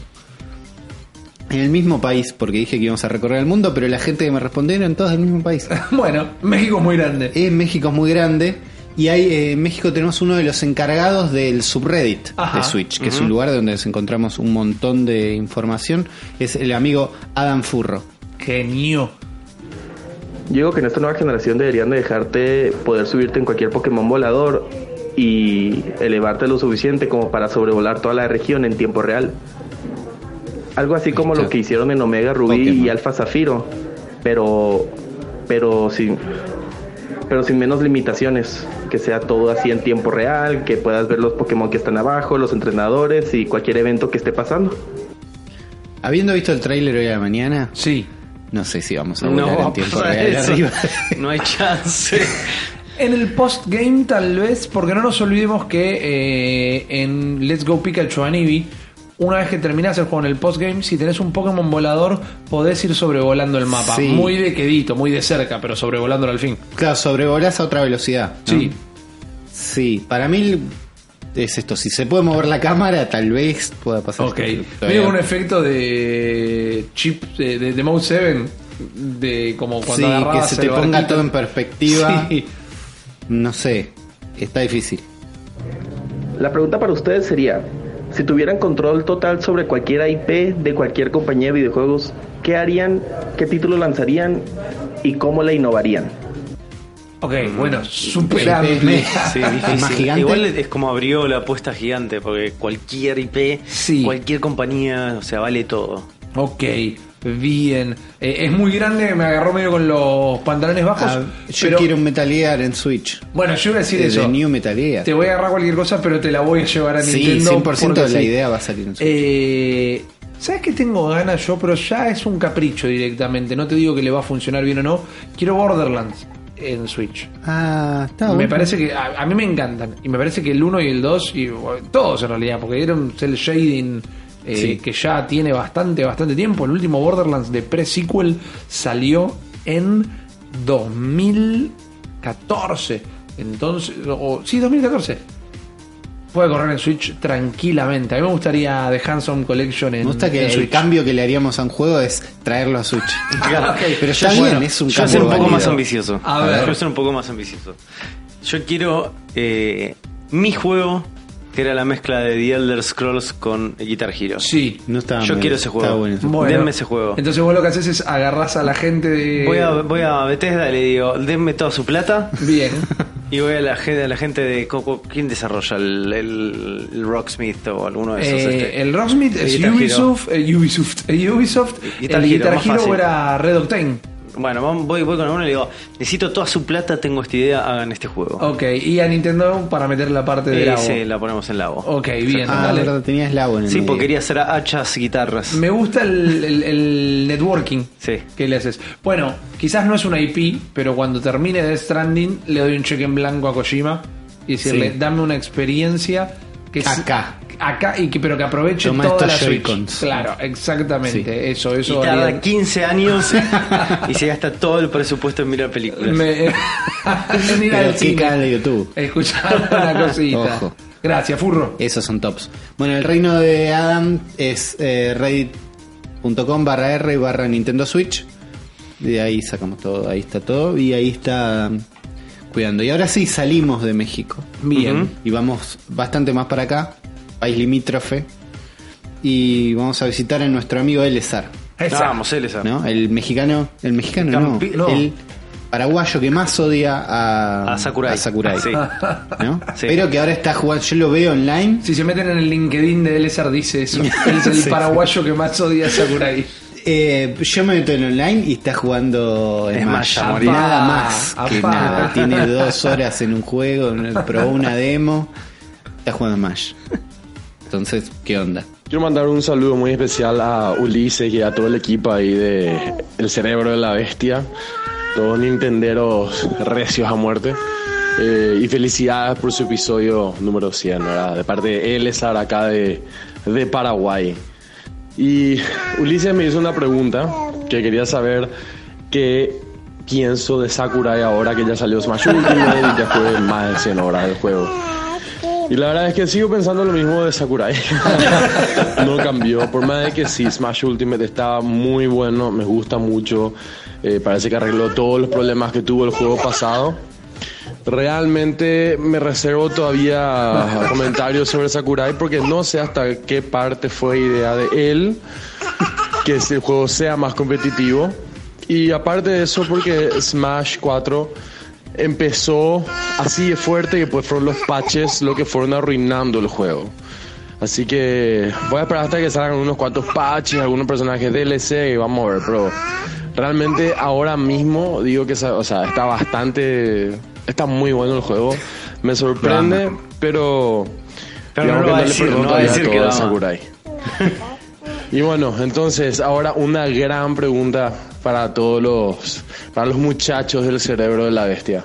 [SPEAKER 2] En el mismo país, porque dije que íbamos a recorrer el mundo, pero la gente que me respondió eran todos del mismo país.
[SPEAKER 1] (laughs) Bueno, México es muy grande.
[SPEAKER 2] Eh, México es muy grande y hay, eh, en México tenemos uno de los encargados del subreddit
[SPEAKER 1] Ajá.
[SPEAKER 2] de Switch, que es un lugar donde nos encontramos un montón de información. Es el amigo Adam Furro.
[SPEAKER 1] Genio.
[SPEAKER 6] Yo digo que en esta nueva generación deberían de dejarte poder subirte en cualquier Pokémon volador y elevarte lo suficiente como para sobrevolar toda la región en tiempo real. Algo así como lo que hicieron en Omega Rubí
[SPEAKER 2] Pokémon.
[SPEAKER 6] y Alfa Zafiro, pero pero sin pero sin menos limitaciones, que sea todo así en tiempo real, que puedas ver los Pokémon que están abajo, los entrenadores y cualquier evento que esté pasando.
[SPEAKER 2] Habiendo visto el tráiler hoy a la mañana,
[SPEAKER 1] Sí.
[SPEAKER 2] no sé si vamos a volar
[SPEAKER 3] No va
[SPEAKER 2] en
[SPEAKER 3] a
[SPEAKER 2] tiempo
[SPEAKER 3] pasar
[SPEAKER 1] (laughs)
[SPEAKER 2] real
[SPEAKER 3] eso.
[SPEAKER 2] arriba.
[SPEAKER 3] No hay chance.
[SPEAKER 1] En el postgame tal vez, porque no nos olvidemos que eh, en Let's Go Pikachu Anibi, una vez que terminás el juego en el postgame, si tenés un Pokémon volador, podés ir sobrevolando el mapa.
[SPEAKER 2] Sí.
[SPEAKER 1] Muy de quedito, muy de cerca, pero sobrevolándolo al fin.
[SPEAKER 2] claro, sobrevolás a otra velocidad. ¿no?
[SPEAKER 1] Sí.
[SPEAKER 2] Sí, para mí es esto. Si se puede mover la cámara, tal vez pueda pasar.
[SPEAKER 1] Ok.
[SPEAKER 2] Todavía-
[SPEAKER 1] Veo un efecto de chip de, de, de Mode 7, de como
[SPEAKER 2] Sí,
[SPEAKER 1] cuando
[SPEAKER 2] que
[SPEAKER 1] agarrabas
[SPEAKER 2] se
[SPEAKER 1] el
[SPEAKER 2] te ponga
[SPEAKER 1] barquito.
[SPEAKER 2] todo en perspectiva.
[SPEAKER 1] (laughs) Sí.
[SPEAKER 2] No sé, está difícil.
[SPEAKER 6] La pregunta para ustedes sería, si tuvieran control total sobre cualquier IP de cualquier compañía de videojuegos, ¿qué harían? ¿Qué título lanzarían? ¿Y cómo la innovarían?
[SPEAKER 1] Ok,
[SPEAKER 2] Mm.
[SPEAKER 1] bueno, super
[SPEAKER 2] Me-
[SPEAKER 3] Sí,
[SPEAKER 2] es más
[SPEAKER 3] difícil.
[SPEAKER 2] gigante.
[SPEAKER 3] Igual es como abrió la apuesta gigante, porque cualquier IP,
[SPEAKER 1] Sí.
[SPEAKER 3] cualquier compañía, o sea, vale todo.
[SPEAKER 1] (laughs) Ok, bien. Eh, es muy grande, me agarró medio con los pantalones bajos.
[SPEAKER 2] Ah, yo
[SPEAKER 1] pero-
[SPEAKER 2] quiero un Metal Gear en Switch. Eh,
[SPEAKER 1] Bueno, yo iba a decir
[SPEAKER 2] De
[SPEAKER 1] eso.
[SPEAKER 2] New Metal Gear.
[SPEAKER 1] Te voy a agarrar cualquier cosa, pero te la voy a llevar a
[SPEAKER 2] Sí,
[SPEAKER 1] Nintendo.
[SPEAKER 2] 100% de
[SPEAKER 1] porque
[SPEAKER 2] la
[SPEAKER 1] sí.
[SPEAKER 2] idea va a salir en Switch.
[SPEAKER 1] Eh, ¿Sabes qué tengo ganas yo? Pero ya es un capricho directamente. No te digo que le va a funcionar bien o no. Quiero Borderlands en Switch.
[SPEAKER 2] ah, está
[SPEAKER 1] Me
[SPEAKER 2] bueno.
[SPEAKER 1] parece que a, a mí me encantan. Y me parece que el 1 y el 2, y bueno, todos en realidad, porque era un cel shading eh,
[SPEAKER 2] Sí.
[SPEAKER 1] que ya tiene bastante, bastante tiempo. El último Borderlands de pre-sequel salió en 2014. Entonces, o, sí, 2014. Puede correr en Switch tranquilamente. A mí me gustaría The Handsome Collection en,
[SPEAKER 2] Me gusta que
[SPEAKER 1] en
[SPEAKER 2] el
[SPEAKER 1] Switch.
[SPEAKER 2] cambio que le haríamos a un juego es traerlo a Switch. Pero ya
[SPEAKER 1] Bueno,
[SPEAKER 2] bien, es un
[SPEAKER 3] Yo voy a
[SPEAKER 2] cambio.
[SPEAKER 3] ser un poco
[SPEAKER 2] válido.
[SPEAKER 3] más ambicioso.
[SPEAKER 1] A ver.
[SPEAKER 3] Yo voy a ser un poco más ambicioso. Yo quiero eh, mi juego, que era la mezcla de The Elder Scrolls con Guitar Hero.
[SPEAKER 1] Sí.
[SPEAKER 2] No está
[SPEAKER 3] Yo
[SPEAKER 2] mal,
[SPEAKER 3] quiero ese
[SPEAKER 2] está
[SPEAKER 3] juego.
[SPEAKER 2] bueno ese
[SPEAKER 1] Bueno,
[SPEAKER 3] Denme ese juego.
[SPEAKER 1] Entonces vos lo que haces es agarrás a la gente de...
[SPEAKER 3] Voy a, voy a Bethesda y le digo, denme toda su plata.
[SPEAKER 1] Bien.
[SPEAKER 3] Y voy a la, gente- a la gente de Coco. ¿Quién desarrolla el, el- el Rocksmith o alguno de esos?
[SPEAKER 1] Eh,
[SPEAKER 3] este?
[SPEAKER 1] el Rocksmith
[SPEAKER 3] el
[SPEAKER 1] es
[SPEAKER 3] Guitar Hero.
[SPEAKER 1] Ubisoft, eh, Ubisoft, eh, Ubisoft,
[SPEAKER 3] Guitar
[SPEAKER 1] el
[SPEAKER 3] Hero,
[SPEAKER 1] Guitar
[SPEAKER 3] más
[SPEAKER 1] Hero
[SPEAKER 3] fácil.
[SPEAKER 1] era Red Octane.
[SPEAKER 3] Bueno, vamos- voy, voy con uno y le digo, necesito toda su plata, tengo esta idea, hagan este juego.
[SPEAKER 1] Ok, y a Nintendo para meter la parte de
[SPEAKER 3] Eh,
[SPEAKER 1] Labo.
[SPEAKER 3] sí, la ponemos en Labo.
[SPEAKER 1] Ok, bien,
[SPEAKER 2] Ah,
[SPEAKER 1] dale.
[SPEAKER 2] verdad, tenías la buena.
[SPEAKER 3] Sí, porque quería hacer hachas, guitarras.
[SPEAKER 1] Me gusta el, el- el networking
[SPEAKER 3] Sí.
[SPEAKER 1] que le haces. Bueno, quizás no es una IP, pero cuando termine Death Stranding le doy un cheque en blanco a Kojima y decirle,
[SPEAKER 2] Sí.
[SPEAKER 1] dame una experiencia que es-
[SPEAKER 2] Acá.
[SPEAKER 1] Acá, y que, pero que aproveche
[SPEAKER 2] Toma
[SPEAKER 1] toda
[SPEAKER 2] estos
[SPEAKER 1] la Switch.
[SPEAKER 2] Joy-Cons.
[SPEAKER 1] Claro, exactamente.
[SPEAKER 2] Sí.
[SPEAKER 1] Eso,
[SPEAKER 3] Y
[SPEAKER 1] eso. haría-
[SPEAKER 3] tarda 15
[SPEAKER 1] (laughs)
[SPEAKER 3] años y se gasta todo el presupuesto en mirar películas.
[SPEAKER 1] (laughs) Me... en ir
[SPEAKER 2] eh, Pero
[SPEAKER 1] al
[SPEAKER 2] qué
[SPEAKER 1] cine.
[SPEAKER 2] canal de YouTube.
[SPEAKER 1] Escuchar una cosita.
[SPEAKER 2] Ojo.
[SPEAKER 1] Gracias, furro.
[SPEAKER 2] Esos son tops. Bueno, el reino de Adam es eh, reddit.com barra R barra Nintendo Switch. De ahí sacamos todo, ahí está todo. Y ahí está mm, cuidando. Y ahora sí salimos de México.
[SPEAKER 1] Bien.
[SPEAKER 2] Y vamos bastante más para acá, país limítrofe. Y vamos a visitar a nuestro amigo Elezar.
[SPEAKER 1] Esa.
[SPEAKER 3] Vamos, él esa.
[SPEAKER 2] ¿no? El mexicano, el mexicano no,
[SPEAKER 3] Campi- no.
[SPEAKER 2] el paraguayo que más odia a,
[SPEAKER 3] A Sakurai. Sí.
[SPEAKER 2] ¿no?
[SPEAKER 3] (laughs) Sí.
[SPEAKER 2] Pero que ahora está jugando, yo lo veo online,
[SPEAKER 1] Si se meten en el LinkedIn de Elezar,
[SPEAKER 2] (laughs)
[SPEAKER 1] dice eso. Él es el
[SPEAKER 2] Sí, sí.
[SPEAKER 1] paraguayo que más odia a Sakurai.
[SPEAKER 2] eh, yo me meto en online y está jugando en
[SPEAKER 3] Smash, a morir.
[SPEAKER 2] nada
[SPEAKER 1] Apá,
[SPEAKER 2] más que
[SPEAKER 1] apá. (laughs)
[SPEAKER 2] nada, tiene dos horas en un juego, probó una demo, está jugando Smash. Entonces, ¿qué onda?
[SPEAKER 7] Quiero mandar un saludo muy especial a Ulises y a todo el equipo ahí de El Cerebro de la Bestia. Todos nintenderos recios a muerte. Eh, y felicidades por su episodio número 100, ¿verdad? De parte de él, Sara, acá de, de Paraguay. Y Ulises me hizo una pregunta que quería saber qué pienso de Sakurai ahora que ya salió Smash Ultimate y ya fue más de 100 horas de juego. Y la verdad es que sigo pensando lo mismo de Sakurai. (laughs) no cambió. Por más de que sí, Smash Ultimate está muy bueno, me gusta mucho. Eh, parece que arregló todos los problemas que tuvo el juego pasado. Realmente me reservo todavía comentarios sobre Sakurai porque no sé hasta qué parte fue idea de él que el juego sea más competitivo. Y aparte de eso, porque Smash 4 empezó así de fuerte que pues fueron los patches lo que fueron arruinando el juego. Así que voy a esperar hasta que salgan unos cuantos patches, algunos personajes DLC y vamos a ver, pero realmente ahora mismo digo que sa- o sea, está bastante, está muy bueno el juego. Me sorprende, pero...
[SPEAKER 3] Pero no
[SPEAKER 7] digamos
[SPEAKER 3] lo va a
[SPEAKER 7] le
[SPEAKER 3] decir,
[SPEAKER 7] perdono
[SPEAKER 3] no va a
[SPEAKER 7] todavía
[SPEAKER 3] decir que
[SPEAKER 7] todo
[SPEAKER 3] lo ama.
[SPEAKER 7] Sakurai.
[SPEAKER 4] (laughs) Y bueno, entonces ahora una gran pregunta para todos los, para los muchachos del cerebro de la bestia.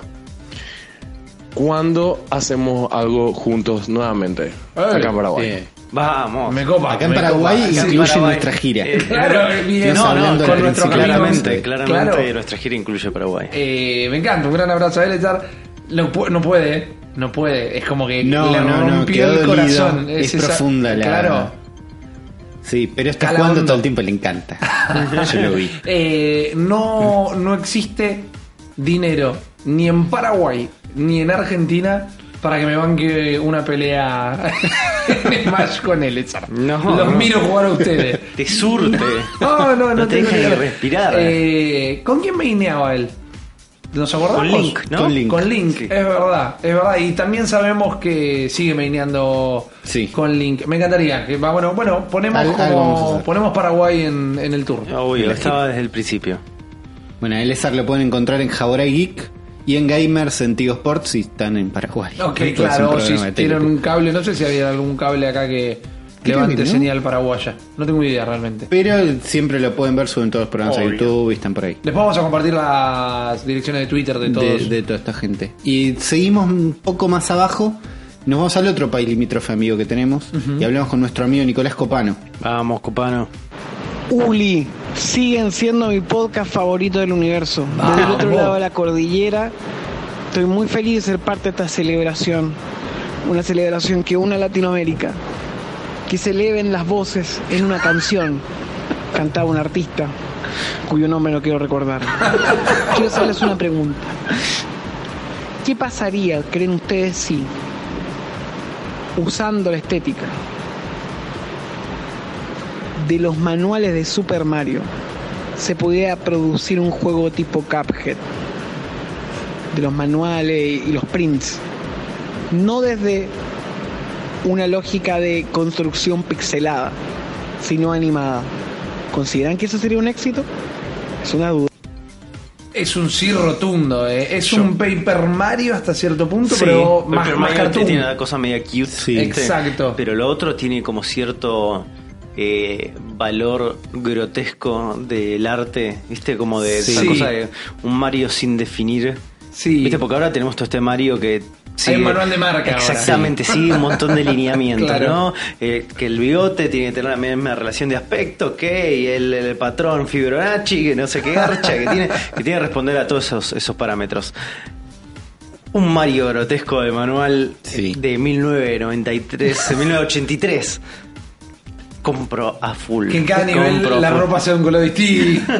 [SPEAKER 4] ¿Cuándo hacemos algo juntos nuevamente? Acá en
[SPEAKER 3] eh,
[SPEAKER 4] Paraguay.
[SPEAKER 2] Sí.
[SPEAKER 3] Vamos.
[SPEAKER 1] Me copa.
[SPEAKER 2] Acá en
[SPEAKER 1] me
[SPEAKER 2] Paraguay
[SPEAKER 1] copa. Sí.
[SPEAKER 2] incluye
[SPEAKER 3] Paraguay.
[SPEAKER 2] nuestra gira.
[SPEAKER 3] Eh,
[SPEAKER 1] (laughs) Claro, bien.
[SPEAKER 2] No, no,
[SPEAKER 1] hablando
[SPEAKER 2] con
[SPEAKER 1] al
[SPEAKER 2] nuestro
[SPEAKER 1] principio.
[SPEAKER 3] Claramente,
[SPEAKER 2] Sí.
[SPEAKER 3] claramente
[SPEAKER 1] este. Claro.
[SPEAKER 3] nuestra gira incluye Paraguay.
[SPEAKER 1] Eh, me encanta, un gran abrazo a Eletar. No, pu- no puede, eh. no puede. Es como que
[SPEAKER 2] No,
[SPEAKER 1] le
[SPEAKER 2] no, no,
[SPEAKER 1] rompió
[SPEAKER 2] quedó
[SPEAKER 1] el
[SPEAKER 2] dolido.
[SPEAKER 1] corazón.
[SPEAKER 2] Es
[SPEAKER 1] esa-
[SPEAKER 2] profunda la-
[SPEAKER 1] Claro.
[SPEAKER 2] Sí, pero está
[SPEAKER 1] Cala
[SPEAKER 2] jugando
[SPEAKER 1] hondo.
[SPEAKER 2] todo el tiempo, le
[SPEAKER 1] (laughs)
[SPEAKER 2] encanta. Yo lo vi.
[SPEAKER 1] Eh, no, no existe dinero ni en Paraguay ni en Argentina para que me banque una pelea (laughs) en el match con Eletar.
[SPEAKER 3] No,
[SPEAKER 1] Los
[SPEAKER 3] no.
[SPEAKER 1] miro jugar a ustedes.
[SPEAKER 3] Te
[SPEAKER 1] (laughs)
[SPEAKER 3] surte.
[SPEAKER 1] No, no, no,
[SPEAKER 3] No te
[SPEAKER 1] tengo
[SPEAKER 3] deja ni
[SPEAKER 1] idea.
[SPEAKER 3] respirar.
[SPEAKER 1] Eh, ¿Con quién me ineaba él? ¿Nos acordamos?
[SPEAKER 3] Con Link, ¿no?
[SPEAKER 2] Con Link.
[SPEAKER 1] Con Link,
[SPEAKER 3] Sí.
[SPEAKER 1] es verdad, es verdad. Y también sabemos que sigue maineando
[SPEAKER 2] Sí.
[SPEAKER 1] con Link. Me encantaría. que va- Bueno, bueno, ponemos
[SPEAKER 2] Al- algo
[SPEAKER 1] como-
[SPEAKER 2] vamos a hacer.
[SPEAKER 1] ponemos Paraguay en, en el tour.
[SPEAKER 3] Obvio, estaba desde el principio.
[SPEAKER 2] Bueno, el Ezar lo pueden encontrar en Jaboray Geek y en Gamer Sentido Sports si están en Paraguay. Esto
[SPEAKER 1] Ok,
[SPEAKER 2] es un
[SPEAKER 1] claro,
[SPEAKER 2] programa
[SPEAKER 1] si
[SPEAKER 2] de
[SPEAKER 1] tienen
[SPEAKER 2] tele.
[SPEAKER 1] un cable, no sé si había algún cable acá que
[SPEAKER 2] Creo
[SPEAKER 1] levante
[SPEAKER 2] que no.
[SPEAKER 1] señal paraguaya. No tengo idea realmente.
[SPEAKER 2] Pero siempre lo pueden ver, suben todos los programas a
[SPEAKER 1] Obvio.
[SPEAKER 2] YouTube y están por ahí.
[SPEAKER 1] Después vamos a compartir las direcciones de Twitter de todos.
[SPEAKER 2] de, de toda esta gente. Y seguimos un poco más abajo, nos vamos al otro país limítrofe amigo que tenemos y hablamos con nuestro amigo Nicolás Copano.
[SPEAKER 3] Vamos, copano.
[SPEAKER 8] Uli, siguen siendo mi podcast favorito del universo. Del
[SPEAKER 1] Vamos.
[SPEAKER 8] otro lado de la cordillera, estoy muy feliz de ser parte de esta celebración. Una celebración que una Latinoamérica. Que se eleven las voces en una canción. Cantaba un artista, cuyo nombre no quiero recordar. Quiero hacerles una pregunta. ¿Qué pasaría, creen ustedes, si, usando la estética, de los manuales de Super Mario se pudiera producir un juego tipo Cuphead. De los manuales y los prints. No desde una lógica de construcción pixelada, sino animada. ¿Consideran que eso sería un éxito? Es una duda.
[SPEAKER 1] Es un sí rotundo, eh. es un Paper Mario hasta cierto punto, pero más,
[SPEAKER 3] pero
[SPEAKER 1] más
[SPEAKER 3] Mario
[SPEAKER 1] cartoon.
[SPEAKER 3] tiene una cosa media cute.
[SPEAKER 2] Sí.
[SPEAKER 3] ¿viste?
[SPEAKER 1] Exacto.
[SPEAKER 3] Pero lo otro tiene como cierto eh, valor grotesco del arte, ¿viste? Como de esa
[SPEAKER 1] Sí.
[SPEAKER 3] cosa de un Mario sin definir.
[SPEAKER 1] Sí.
[SPEAKER 3] ¿Viste? Porque ahora tenemos todo este Mario que. sigue-
[SPEAKER 1] un manual de marca ahora.
[SPEAKER 3] Exactamente, sí, un montón
[SPEAKER 1] (laughs)
[SPEAKER 3] de lineamientos,
[SPEAKER 1] Claro.
[SPEAKER 3] ¿no? Eh, que el bigote tiene que tener la misma relación de aspecto, que y el, el patrón Fibonacci, que no sé qué garcha, que tiene que tiene que responder a todos esos, esos parámetros. Un Mario grotesco de manual
[SPEAKER 2] Sí.
[SPEAKER 3] de 1993, 1983. Compro a full.
[SPEAKER 1] Que en cada nivel
[SPEAKER 3] Compro a
[SPEAKER 1] la
[SPEAKER 3] full.
[SPEAKER 1] ropa sea de un color distinto.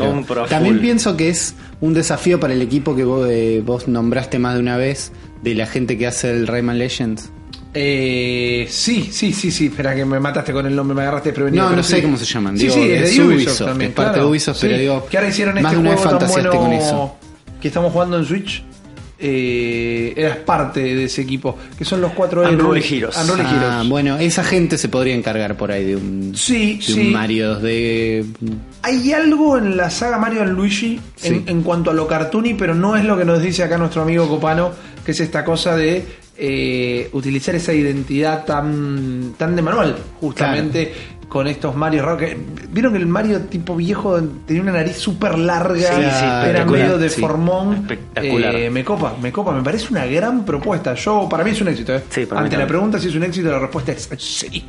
[SPEAKER 3] Compro a
[SPEAKER 2] También
[SPEAKER 3] full.
[SPEAKER 2] pienso que es un desafío para el equipo que vos, eh, vos nombraste más de una vez, de la gente que hace el Rayman Legends.
[SPEAKER 1] Eh, sí, sí, sí, sí. Espera que me mataste con el nombre, me agarraste desprevenido.
[SPEAKER 2] No, no
[SPEAKER 1] pero
[SPEAKER 2] sé
[SPEAKER 1] sí.
[SPEAKER 2] cómo se llaman.
[SPEAKER 1] Sí,
[SPEAKER 2] Digo,
[SPEAKER 1] sí, es de
[SPEAKER 2] es
[SPEAKER 1] Ubisoft,
[SPEAKER 2] Ubisoft,
[SPEAKER 1] también.
[SPEAKER 2] es parte
[SPEAKER 1] claro.
[SPEAKER 2] de Ubisoft,
[SPEAKER 1] Sí,
[SPEAKER 2] pero digo,
[SPEAKER 1] Que ahora hicieron
[SPEAKER 2] más
[SPEAKER 1] este
[SPEAKER 2] de una vez
[SPEAKER 1] juego tan
[SPEAKER 2] fantaseaste
[SPEAKER 1] bueno
[SPEAKER 2] con eso.
[SPEAKER 1] que estamos jugando en Switch. Eh, eras parte de ese equipo, que son los cuatro
[SPEAKER 3] Unruly
[SPEAKER 1] héroes.
[SPEAKER 3] Heroes.
[SPEAKER 1] Unruly
[SPEAKER 2] Ah,
[SPEAKER 1] Heroes.
[SPEAKER 2] bueno, esa gente se podría encargar por ahí de un,
[SPEAKER 1] Sí,
[SPEAKER 2] de
[SPEAKER 1] sí.
[SPEAKER 2] un Mario de
[SPEAKER 1] Hay algo en la saga Mario Luigi en,
[SPEAKER 2] Sí.
[SPEAKER 1] en cuanto a lo cartoony, pero no es lo que nos dice acá nuestro amigo Copano, que es esta cosa de eh, utilizar esa identidad tan, tan de manual, justamente con estos Mario raros. que- Vieron que el Mario tipo viejo tenía una nariz súper larga,
[SPEAKER 2] Sí, sí,
[SPEAKER 1] era
[SPEAKER 2] espectacular,
[SPEAKER 1] medio de
[SPEAKER 2] sí.
[SPEAKER 1] formón.
[SPEAKER 3] Espectacular.
[SPEAKER 1] Eh, me copa, me copa, me parece una gran propuesta. Yo, para mí es un éxito. ¿eh?
[SPEAKER 3] Sí, para mí
[SPEAKER 1] Ante la
[SPEAKER 3] también.
[SPEAKER 1] pregunta si es un éxito, la respuesta es sí.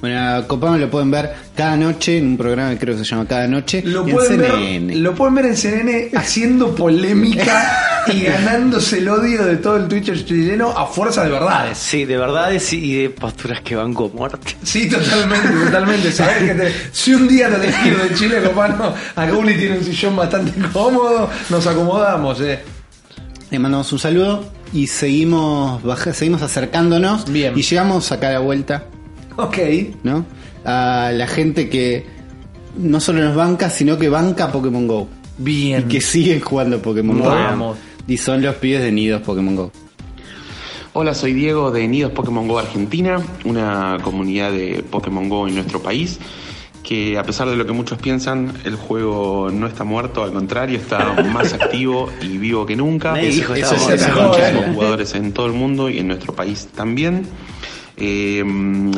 [SPEAKER 2] Bueno, a Copano lo pueden ver cada noche en un programa que creo que se llama Cada Noche.
[SPEAKER 1] Lo
[SPEAKER 2] en
[SPEAKER 1] pueden, ver,
[SPEAKER 2] CNN.
[SPEAKER 1] lo pueden ver en CNN haciendo polémica
[SPEAKER 2] (laughs)
[SPEAKER 1] y ganándose el odio de todo el Twitch chileno a fuerza de verdades.
[SPEAKER 3] Sí, de verdades y de posturas que van como muerte.
[SPEAKER 1] Sí, totalmente, totalmente. Sabés que te- si un día te tenés que ir de Chile, copano, acá Uli tiene un sillón bastante cómodo, nos acomodamos, eh.
[SPEAKER 2] Le mandamos un saludo y seguimos baja- seguimos acercándonos
[SPEAKER 1] Bien.
[SPEAKER 2] y llegamos a cada vuelta,
[SPEAKER 1] Ok.
[SPEAKER 2] ¿no? A la gente que no solo nos banca, sino que banca Pokémon Go y
[SPEAKER 1] Bien.
[SPEAKER 2] que siguen jugando Pokémon
[SPEAKER 1] Vamos.
[SPEAKER 2] Go. Y son los pibes de Nidos Pokémon Go.
[SPEAKER 9] Hola, soy Diego de Nidos Pokémon Go Argentina, una comunidad de Pokémon Go en nuestro país, que a pesar de lo que muchos piensan, el juego no está muerto, al contrario, está más activo y vivo que nunca.
[SPEAKER 3] Nadie dijo que
[SPEAKER 2] eso
[SPEAKER 3] estaba
[SPEAKER 2] es
[SPEAKER 3] muerto.
[SPEAKER 2] el
[SPEAKER 9] Tenemos
[SPEAKER 2] mejor.
[SPEAKER 9] muchísimos jugadores en todo el mundo y en nuestro país también. Eh,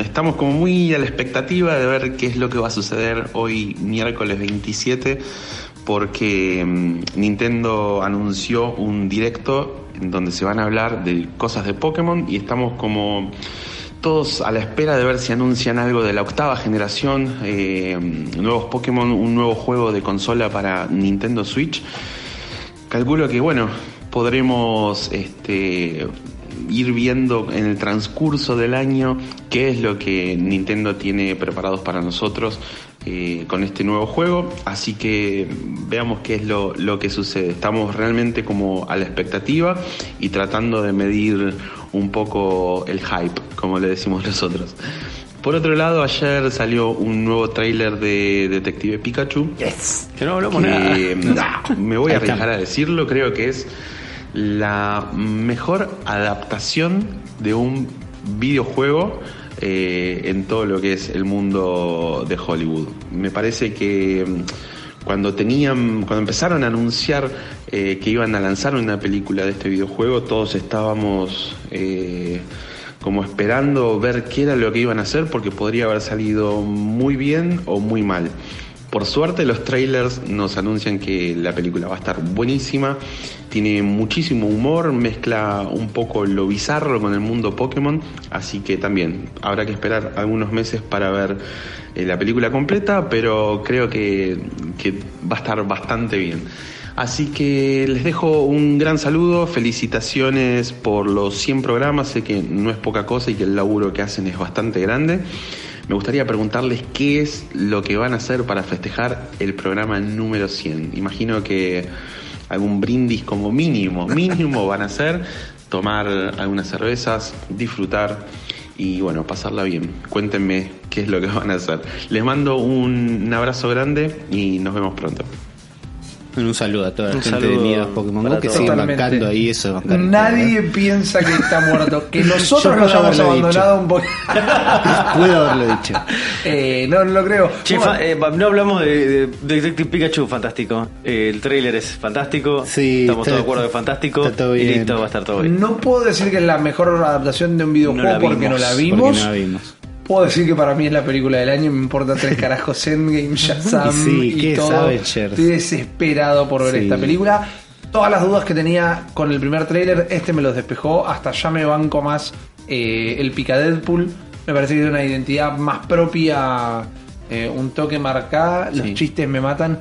[SPEAKER 9] estamos como muy a la expectativa de ver qué es lo que va a suceder hoy miércoles 27 porque mm, Nintendo anunció un directo en donde se van a hablar de cosas de Pokémon y estamos como todos a la espera de ver si anuncian algo de la octava generación, eh, nuevos Pokémon, un nuevo juego de consola para Nintendo Switch. Calculo que, bueno, podremos este, ir viendo en el transcurso del año qué es lo que Nintendo tiene preparados para nosotros eh, con este nuevo juego. Así que veamos qué es lo, lo que sucede. Estamos realmente como a la expectativa y tratando de medir un poco el hype, como le decimos nosotros. Por otro lado, ayer salió un nuevo tráiler de Detective Pikachu.
[SPEAKER 3] Que no hablamos nada. (laughs)
[SPEAKER 9] que, ah, me voy a arriesgar a decirlo, creo que es la mejor adaptación de un videojuego eh, en todo lo que es el mundo de Hollywood. Me parece que mm, cuando tenían, cuando empezaron a anunciar eh, que iban a lanzar una película de este videojuego, todos estábamos eh, como esperando ver qué era lo que iban a hacer porque podría haber salido muy bien o muy mal. Por suerte los trailers nos anuncian que la película va a estar buenísima, tiene muchísimo humor, mezcla un poco lo bizarro con el mundo Pokémon, así que también habrá que esperar algunos meses para ver eh, la película completa, pero creo que, que va a estar bastante bien. Así que les dejo un gran saludo, felicitaciones por los 100 programas, sé que no es poca cosa y que el laburo que hacen es bastante grande. Me gustaría preguntarles qué es lo que van a hacer para festejar el programa número 100. Imagino que algún brindis como mínimo, mínimo van a hacer, tomar algunas cervezas, disfrutar y bueno, pasarla bien. Cuéntenme qué es lo que van a hacer. Les mando un abrazo grande y nos vemos pronto.
[SPEAKER 2] Un saludo a toda la
[SPEAKER 3] Un
[SPEAKER 2] gente de
[SPEAKER 3] saludo
[SPEAKER 2] Nidos Pokémon Go
[SPEAKER 3] para
[SPEAKER 2] que
[SPEAKER 3] todos.
[SPEAKER 2] siguen
[SPEAKER 1] Totalmente.
[SPEAKER 2] bancando ahí eso. de bancar.
[SPEAKER 1] Nadie piensa que
[SPEAKER 2] (laughs)
[SPEAKER 1] está muerto. Que
[SPEAKER 2] Yo
[SPEAKER 1] nosotros
[SPEAKER 2] puedo
[SPEAKER 1] nos hayamos
[SPEAKER 2] haberlo
[SPEAKER 1] abandonado un poco.
[SPEAKER 2] Puedo haberlo dicho.
[SPEAKER 1] (laughs) Eh, no, no lo creo.
[SPEAKER 3] Che,
[SPEAKER 1] Bueno,
[SPEAKER 3] fa- eh, no hablamos de, de Detective Pikachu, fantástico. Eh, el tráiler es fantástico.
[SPEAKER 2] Sí,
[SPEAKER 3] Estamos
[SPEAKER 2] está-
[SPEAKER 3] todos de acuerdo que es fantástico.
[SPEAKER 2] está todo
[SPEAKER 3] Y
[SPEAKER 2] bien.
[SPEAKER 3] listo, va a estar todo bien.
[SPEAKER 1] no puedo decir que es la mejor adaptación de un videojuego
[SPEAKER 3] eh. No la
[SPEAKER 1] porque
[SPEAKER 3] vimos,
[SPEAKER 1] no la
[SPEAKER 3] porque
[SPEAKER 1] vimos.
[SPEAKER 2] Porque no la vimos.
[SPEAKER 1] Puedo decir que para mí es la película del año, me
[SPEAKER 2] (laughs)
[SPEAKER 1] importa tres carajos Endgame, Shazam
[SPEAKER 2] Y sí,
[SPEAKER 1] y
[SPEAKER 2] ¿qué es
[SPEAKER 1] todo.
[SPEAKER 2] Avengers?
[SPEAKER 1] Estoy desesperado por ver
[SPEAKER 2] Sí.
[SPEAKER 1] esta película. Todas las dudas que tenía con el primer tráiler, este me los despejó. Hasta ya me banco más eh, el pica Deadpool. Me parece que tiene una identidad más propia, eh, un toque marcada. Los
[SPEAKER 2] Sí.
[SPEAKER 1] chistes me matan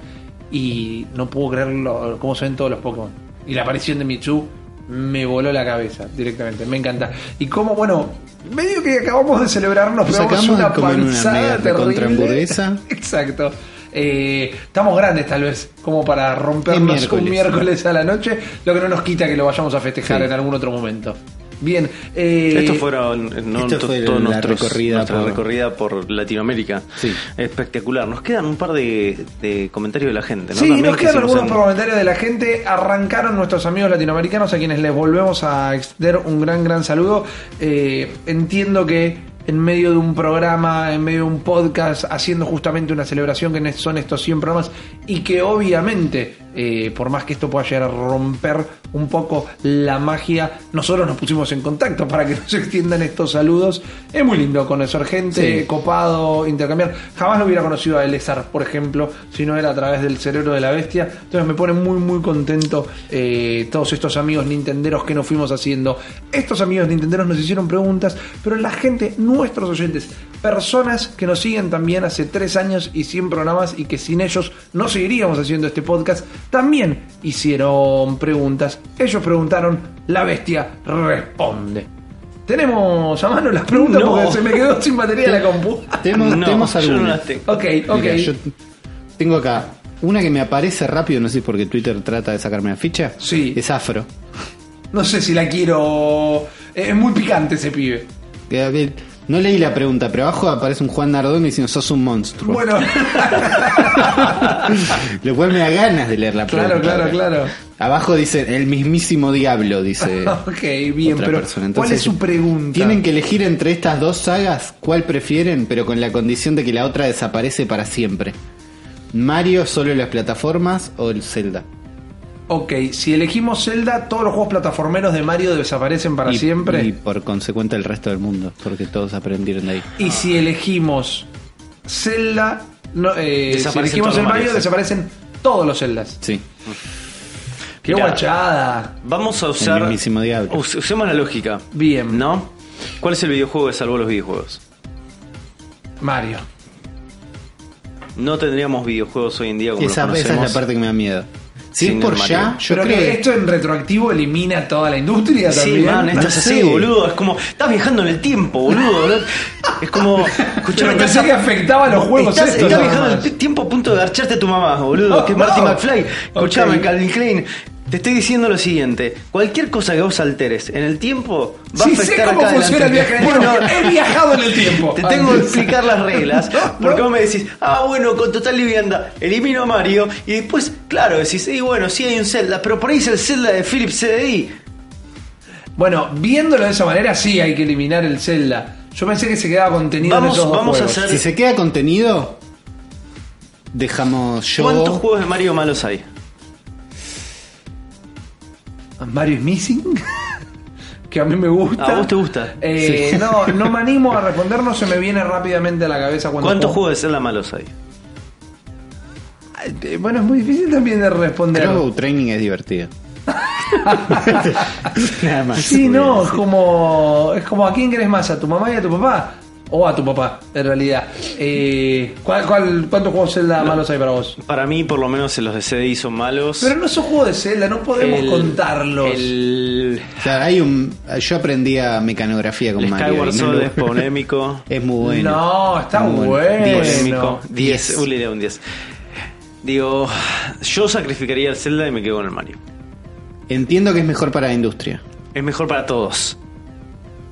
[SPEAKER 1] y no puedo creer lo- cómo se ven todos los Pokémon. Y la aparición de Michu me voló la cabeza directamente. Me encanta. Y cómo, bueno, medio que acabamos de celebrarnos,
[SPEAKER 2] Nos
[SPEAKER 1] pegamos
[SPEAKER 2] acabamos de
[SPEAKER 1] una
[SPEAKER 2] comer una
[SPEAKER 1] panzada
[SPEAKER 2] mega
[SPEAKER 1] terrible.
[SPEAKER 2] recontra hamburguesa.
[SPEAKER 1] (laughs) Exacto. Eh, estamos grandes tal vez, como para rompernos
[SPEAKER 2] Es miércoles.
[SPEAKER 1] un miércoles a la noche, lo que no nos quita que lo vayamos a festejar
[SPEAKER 2] Sí.
[SPEAKER 1] en algún otro momento. Bien, eh,
[SPEAKER 3] Esto fueron eh, no,
[SPEAKER 2] esto
[SPEAKER 3] to-
[SPEAKER 2] fue
[SPEAKER 3] todos
[SPEAKER 2] la
[SPEAKER 3] nuestros-
[SPEAKER 2] recorrida
[SPEAKER 3] nuestra
[SPEAKER 2] por-
[SPEAKER 3] recorrida por Latinoamérica.
[SPEAKER 2] Sí.
[SPEAKER 3] Espectacular. Nos quedan un par de, de comentarios de la gente. ¿no?
[SPEAKER 1] Sí,
[SPEAKER 3] También
[SPEAKER 1] nos
[SPEAKER 3] que
[SPEAKER 1] quedan
[SPEAKER 3] se
[SPEAKER 1] algunos
[SPEAKER 3] han-
[SPEAKER 1] comentarios de la gente. Arrancaron nuestros amigos latinoamericanos a quienes les volvemos a extender un gran, gran saludo. Eh, entiendo que en medio de un programa, en medio de un podcast, haciendo justamente una celebración que nes- son estos 100 programas y que obviamente, eh, por más que esto pueda llegar a romper un poco la magia, nosotros nos pusimos en contacto para que nos (laughs) extiendan estos saludos. Es muy lindo conocer gente,
[SPEAKER 2] Sí.
[SPEAKER 1] copado, intercambiar. Jamás lo hubiera conocido a Elezar, por ejemplo, si no era a través del cerebro de la bestia. Entonces me pone muy, muy contento eh, todos estos amigos nintenderos que nos fuimos haciendo. Estos amigos nintenderos nos hicieron preguntas, pero la gente, nuestros oyentes, personas que nos siguen también hace tres años y 100 programas y que sin ellos no seguiríamos haciendo este podcast, también hicieron preguntas. Ellos preguntaron, la bestia responde. Tenemos a mano las preguntas
[SPEAKER 3] No.
[SPEAKER 1] porque se me quedó sin batería la compu.
[SPEAKER 2] Tenemos,
[SPEAKER 3] No,
[SPEAKER 2] tenemos
[SPEAKER 3] yo no
[SPEAKER 2] alguna.
[SPEAKER 3] las tengo.
[SPEAKER 1] Ok, ok.
[SPEAKER 2] Mira, yo tengo acá una que me aparece rápido, no sé si porque Twitter trata de sacarme la ficha.
[SPEAKER 1] Sí.
[SPEAKER 2] Es afro.
[SPEAKER 1] No sé si la quiero. eh, Es muy picante ese pibe.
[SPEAKER 2] Que, a ver, No leí la pregunta, pero abajo aparece un Juan Nardón diciendo sos un monstruo.
[SPEAKER 3] (laughs)
[SPEAKER 1] Bueno,
[SPEAKER 2] (laughs)
[SPEAKER 1] (laughs)
[SPEAKER 2] Lo cual me da ganas de leer la
[SPEAKER 1] Claro,
[SPEAKER 2] pregunta.
[SPEAKER 1] claro, claro.
[SPEAKER 2] Abajo dice el mismísimo diablo, dice.
[SPEAKER 1] ok, (laughs) bien,
[SPEAKER 2] otra
[SPEAKER 1] pero
[SPEAKER 2] persona.
[SPEAKER 1] ¿cuál
[SPEAKER 2] Entonces,
[SPEAKER 1] es su pregunta?
[SPEAKER 2] Tienen que elegir entre estas dos sagas cuál prefieren, pero con la condición de que la otra desaparece para siempre. Mario solo en las plataformas o el Zelda.
[SPEAKER 1] Ok, si elegimos Zelda, todos los juegos plataformeros de Mario desaparecen para
[SPEAKER 2] y,
[SPEAKER 1] siempre.
[SPEAKER 2] Y por consecuente el resto del mundo, porque todos aprendieron de ahí.
[SPEAKER 1] Y si elegimos Zelda, no, eh, si
[SPEAKER 3] Desaparecen
[SPEAKER 1] elegimos
[SPEAKER 3] todos
[SPEAKER 1] el
[SPEAKER 3] los
[SPEAKER 1] Mario,
[SPEAKER 3] Marios.
[SPEAKER 1] desaparecen todos los Zeldas.
[SPEAKER 2] Sí.
[SPEAKER 1] ¡Qué
[SPEAKER 3] Mirá.
[SPEAKER 1] guachada!
[SPEAKER 3] Vamos a usar.
[SPEAKER 2] mismísimo diablo.
[SPEAKER 3] us- usemos la lógica.
[SPEAKER 1] Bien.
[SPEAKER 3] ¿No? ¿Cuál es el videojuego que salvó los videojuegos?
[SPEAKER 1] Mario.
[SPEAKER 3] No tendríamos videojuegos hoy en día como
[SPEAKER 2] Esa,
[SPEAKER 3] los
[SPEAKER 2] esa es
[SPEAKER 3] conocemos.
[SPEAKER 2] la parte que me da miedo. Si
[SPEAKER 3] Sin
[SPEAKER 2] es por
[SPEAKER 3] el
[SPEAKER 2] ya,
[SPEAKER 3] Mario.
[SPEAKER 2] yo
[SPEAKER 1] Pero
[SPEAKER 2] creo
[SPEAKER 1] que esto en retroactivo elimina toda la industria
[SPEAKER 3] Sí,
[SPEAKER 1] también.
[SPEAKER 3] man, estás
[SPEAKER 2] No
[SPEAKER 3] así,
[SPEAKER 2] sé.
[SPEAKER 3] boludo. Es como, estás viajando en el tiempo,
[SPEAKER 1] (laughs)
[SPEAKER 3] boludo. ¿no? Es como, escuchame,
[SPEAKER 1] Yo pensé
[SPEAKER 3] estás-
[SPEAKER 1] que afectaba a los juegos
[SPEAKER 3] Estás,
[SPEAKER 1] estos,
[SPEAKER 3] estás
[SPEAKER 1] nada
[SPEAKER 3] viajando en
[SPEAKER 1] más.
[SPEAKER 3] el tiempo a punto de garcharte a tu mamá, boludo.
[SPEAKER 1] Oh,
[SPEAKER 3] que es Marty
[SPEAKER 1] (laughs) no.
[SPEAKER 3] McFly. Escuchame,
[SPEAKER 1] Ok.
[SPEAKER 3] Calvin Klein. Te estoy diciendo lo siguiente: cualquier cosa que vos alteres en el tiempo va a
[SPEAKER 1] Sí, sé
[SPEAKER 3] afectar
[SPEAKER 1] cómo
[SPEAKER 3] acá
[SPEAKER 1] funciona el
[SPEAKER 3] adelante.
[SPEAKER 1] viaje en el tiempo. He
[SPEAKER 3] (laughs)
[SPEAKER 1] viajado en el tiempo.
[SPEAKER 3] Te tengo que
[SPEAKER 1] Antes.
[SPEAKER 3] explicar las reglas.
[SPEAKER 1] No,
[SPEAKER 3] Porque
[SPEAKER 1] no.
[SPEAKER 3] vos me decís, ah, bueno, con total liviandad, elimino a Mario. Y después, claro, decís, y bueno, sí hay un Zelda, pero por ahí es el Zelda de Philip CDI.
[SPEAKER 1] (laughs) Bueno, viéndolo de esa manera, sí hay que eliminar el Zelda. Yo pensé que se quedaba contenido en
[SPEAKER 3] Vamos,
[SPEAKER 1] esos dos
[SPEAKER 3] vamos a
[SPEAKER 1] juegos.
[SPEAKER 3] hacer.
[SPEAKER 2] Si se queda contenido, dejamos yo.
[SPEAKER 3] ¿Cuántos juegos de Mario malos hay?
[SPEAKER 1] Mario is Missing. (laughs) que a mí me gusta.
[SPEAKER 3] A vos te gusta.
[SPEAKER 1] Eh,
[SPEAKER 2] Sí.
[SPEAKER 1] No, no me animo a responder, no se me viene rápidamente a la cabeza cuando.
[SPEAKER 3] ¿Cuántos
[SPEAKER 1] juego.
[SPEAKER 3] juegos de Zelda malos hay?
[SPEAKER 1] Eh, Bueno, es muy difícil también de responder.
[SPEAKER 2] Creo que Go Training es
[SPEAKER 1] (laughs)
[SPEAKER 2] divertido. Nada más.
[SPEAKER 1] Sí, no, es como, es como a quién querés más, a tu mamá y a tu papá. O a tu papá, en realidad. Eh, ¿cuál, cuál, cuántos juegos Zelda malos hay para vos?
[SPEAKER 3] Para mí, por lo menos, los de CDI son malos.
[SPEAKER 1] Pero no son juegos de Zelda, no podemos
[SPEAKER 3] El-
[SPEAKER 1] contarlos.
[SPEAKER 3] El
[SPEAKER 2] O sea, hay un. Yo aprendí a mecanografía con
[SPEAKER 3] el
[SPEAKER 2] Mario.
[SPEAKER 3] Skyward
[SPEAKER 2] y no
[SPEAKER 3] Sword
[SPEAKER 2] lo-
[SPEAKER 3] es polémico.
[SPEAKER 2] (laughs) es muy bueno.
[SPEAKER 1] No, está
[SPEAKER 2] Muy
[SPEAKER 1] (laughs) bueno.
[SPEAKER 3] polémico.
[SPEAKER 1] Bueno.
[SPEAKER 3] 10. Un un 10. Digo, yo sacrificaría el Zelda y me quedo con el Mario.
[SPEAKER 2] Entiendo que es mejor para la industria.
[SPEAKER 3] Es mejor para todos.